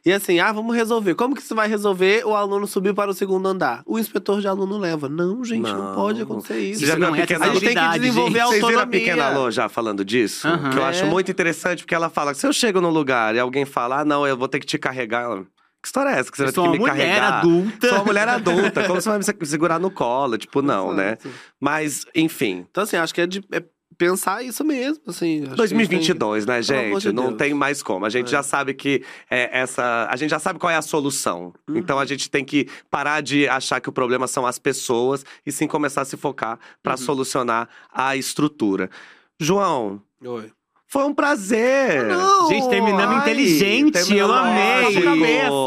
Speaker 3: E assim, ah, vamos resolver. Como que isso vai resolver? O aluno subir para o segundo andar. O inspetor de aluno leva. Não, gente, não,
Speaker 1: Não.
Speaker 3: pode acontecer isso.
Speaker 1: Você já viu a
Speaker 2: não é
Speaker 1: pequena
Speaker 3: a gente tem que
Speaker 2: atividade,
Speaker 3: desenvolver a
Speaker 1: Vocês viram a
Speaker 3: autonomia.
Speaker 1: pequena Lô já falando disso?
Speaker 2: Aham.
Speaker 1: Que eu acho
Speaker 3: É.
Speaker 1: muito interessante, porque ela fala: se eu chego num lugar e alguém falar, ah, não, eu vou ter que te carregar. Ela, que história é essa? Que você
Speaker 2: Eu
Speaker 1: vai ter
Speaker 2: sou
Speaker 1: que
Speaker 2: uma
Speaker 1: me
Speaker 2: mulher
Speaker 1: carregar?
Speaker 2: adulta.
Speaker 1: Sou uma mulher adulta.
Speaker 3: *laughs*
Speaker 1: Como você vai me se- segurar no colo? Tipo, não, né?
Speaker 3: Exato.
Speaker 1: Mas, enfim.
Speaker 3: Então assim, acho que é de é pensar isso mesmo, assim. acho que a gente tem que-
Speaker 1: 2022, né,
Speaker 3: Pelo amor
Speaker 1: gente?
Speaker 3: de
Speaker 1: não
Speaker 3: Deus.
Speaker 1: tem mais como. A gente
Speaker 3: É.
Speaker 1: já sabe que é, essa. A gente já sabe qual é a solução.
Speaker 3: Uhum.
Speaker 1: Então a gente tem que parar de achar que o problema são as pessoas e sim começar a se focar pra
Speaker 3: Uhum.
Speaker 1: solucionar a estrutura. João,
Speaker 3: Oi.
Speaker 1: foi um prazer!
Speaker 2: Gente, terminamos
Speaker 1: Ai,
Speaker 2: inteligente,
Speaker 1: terminou
Speaker 2: eu amei.
Speaker 1: lógico.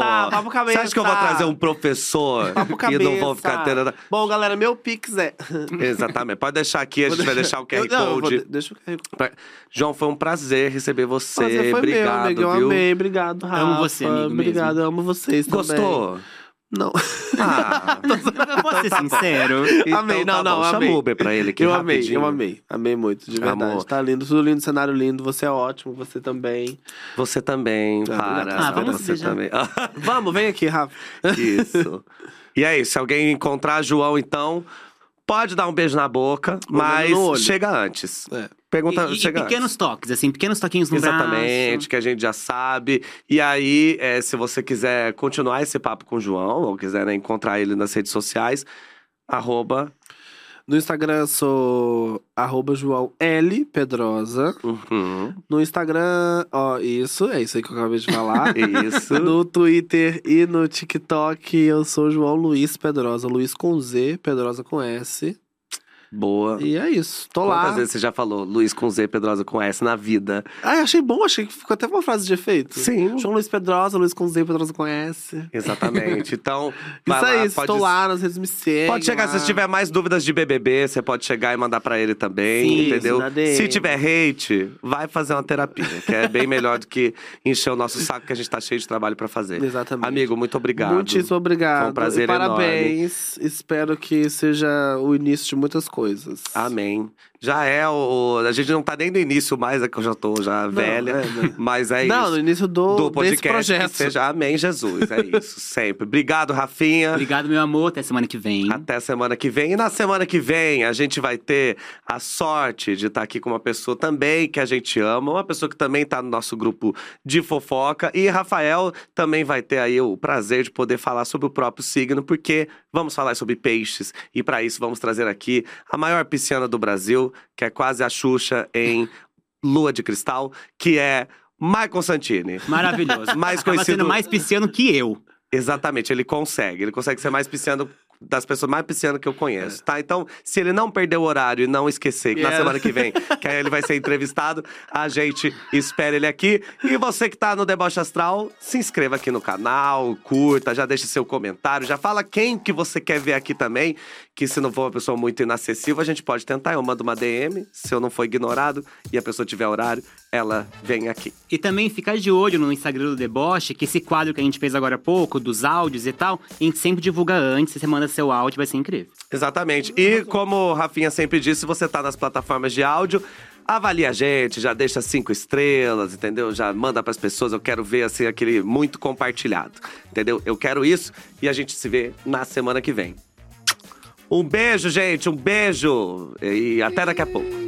Speaker 3: Papo cabeça, papo
Speaker 1: Você
Speaker 3: cabeça.
Speaker 1: acha que eu vou trazer um professor
Speaker 3: Papo
Speaker 1: e não vou
Speaker 3: cabeça.
Speaker 1: ficar tendo.
Speaker 3: Bom, galera, meu pix é.
Speaker 1: Exatamente. Pode deixar aqui, a gente vai deixar o QR
Speaker 3: Eu- não, eu vou
Speaker 1: Code.
Speaker 3: de- Deixa o QR Code.
Speaker 1: João, foi um prazer receber você.
Speaker 3: Prazer foi meu,
Speaker 1: Obrigado,
Speaker 3: amigo. Eu
Speaker 1: viu?
Speaker 3: amei, obrigado, Rafa.
Speaker 2: Amo você, amigo mesmo.
Speaker 3: Obrigado, eu amo vocês também.
Speaker 1: Gostou?
Speaker 3: Não.
Speaker 1: Ah,
Speaker 2: *laughs* Eu posso ser sincero?
Speaker 1: então
Speaker 3: *laughs* Amei,
Speaker 1: tá
Speaker 3: não, não,
Speaker 1: bom. Chama
Speaker 3: amei.
Speaker 1: o Uber pra ele aqui
Speaker 3: eu amei,
Speaker 1: rapidinho.
Speaker 3: eu amei. Amei muito, de verdade.
Speaker 1: Amor.
Speaker 3: Tá lindo, tudo lindo, cenário lindo. Você é ótimo, você também.
Speaker 1: Você também,
Speaker 3: Ah,
Speaker 1: para.
Speaker 2: ah, vamos
Speaker 1: você
Speaker 2: se beijar.
Speaker 1: também.
Speaker 3: Vamos, vem aqui, Rafa.
Speaker 1: *laughs* Isso. E é isso, se alguém encontrar João, então, pode dar um beijo na boca,
Speaker 3: beijo no
Speaker 1: mas
Speaker 3: olho.
Speaker 1: chega antes.
Speaker 3: É.
Speaker 1: Pergunta,
Speaker 2: E- e,
Speaker 1: chega antes.
Speaker 2: pequenos toques, assim, pequenos toquinhos no
Speaker 1: Exatamente, que a gente já sabe. E aí, é, se você quiser continuar esse papo com o João, ou quiser né, encontrar ele nas redes sociais, arroba.
Speaker 3: No Instagram eu sou arroba João L Pedrosa.
Speaker 1: Uhum,
Speaker 3: No Instagram, ó, isso, é isso aí que eu acabei de falar.
Speaker 1: *laughs*
Speaker 3: *laughs*
Speaker 1: isso.
Speaker 3: no Twitter e no TikTok eu sou João Luiz Pedrosa. Luiz com Z, Pedrosa com S.
Speaker 1: Boa.
Speaker 3: E é isso, tô lá.
Speaker 1: Quantas vezes você já falou Luiz com Z, Pedrosa com S na vida?
Speaker 3: Ah, eu achei bom, achei que ficou até uma frase de efeito.
Speaker 1: Sim.
Speaker 3: João Luiz Pedrosa, Luiz com Z, Pedrosa com S.
Speaker 1: Exatamente.
Speaker 3: *laughs*
Speaker 1: Então, vai
Speaker 3: Isso
Speaker 1: lá,
Speaker 3: aí, estou
Speaker 1: pode...
Speaker 3: lá nas redes me seguem
Speaker 1: Pode chegar,
Speaker 3: lá.
Speaker 1: se tiver mais dúvidas de BBB, você pode chegar e mandar pra ele também,
Speaker 3: Sim,
Speaker 1: entendeu?
Speaker 3: na DM.
Speaker 1: Se tiver hate, vai fazer uma terapia, que é bem melhor do que encher o nosso saco, que a gente tá cheio de trabalho pra fazer.
Speaker 3: Exatamente.
Speaker 1: Amigo, muito obrigado.
Speaker 3: Muitíssimo obrigado.
Speaker 1: Foi um prazer
Speaker 3: E Parabéns. Espero que seja o início de muitas coisas.
Speaker 1: Amém. Já é o. A gente não tá nem no início mais, é que eu já tô já
Speaker 3: Não,
Speaker 1: velha.
Speaker 3: é, né?
Speaker 1: Mas é
Speaker 3: não, no
Speaker 1: isso.
Speaker 3: início do,
Speaker 1: Do
Speaker 3: desse
Speaker 1: podcast. Que
Speaker 3: projeto.
Speaker 1: seja Amém, Jesus. É
Speaker 3: *laughs*
Speaker 1: isso, sempre. Obrigado, Rafinha.
Speaker 2: braço. Obrigado, meu amor. Até semana que vem.
Speaker 1: Até semana que vem. E na semana que vem a gente vai ter a sorte de estar aqui com uma pessoa também que a gente ama, uma pessoa que também está no nosso grupo de fofoca. E Rafael também vai ter aí o prazer de poder falar sobre o próprio signo, porque vamos falar sobre peixes. E para isso vamos trazer aqui a maior pisciana do Brasil, que é quase a Xuxa em Lua de Cristal, que é Michael Santini. *laughs*
Speaker 2: Maravilhoso.
Speaker 1: Mais
Speaker 2: Acaba
Speaker 1: conhecido-
Speaker 2: sendo mais pisciano que eu.
Speaker 1: Exatamente, ele consegue. Ele consegue ser mais pisciano das pessoas mais pisciano que eu conheço, tá? Então, se ele não perder o horário e não esquecer que na
Speaker 3: Yeah.
Speaker 1: semana que vem, que aí ele vai ser entrevistado, a gente espera ele aqui. E você que tá no Deboche Astral, se inscreva aqui no canal, curta, já deixa seu comentário, já fala quem que você quer ver aqui também, que se não for uma pessoa muito inacessível, a gente pode tentar. Eu mando uma DM, se eu não for ignorado e a pessoa tiver horário, ela vem aqui.
Speaker 2: E também ficar de olho no Instagram do Deboche, que esse quadro que a gente fez agora há pouco, dos áudios e tal, a gente sempre divulga antes, você manda seu áudio, vai ser incrível.
Speaker 1: Exatamente. E como o Rafinha sempre disse, você tá nas plataformas de áudio. Avalia a gente, já deixa cinco estrelas, entendeu? Já manda pras pessoas, eu quero ver assim aquele muito compartilhado, entendeu? Eu quero isso e a gente se vê na semana que vem. Um beijo, gente, um beijo e até daqui a pouco.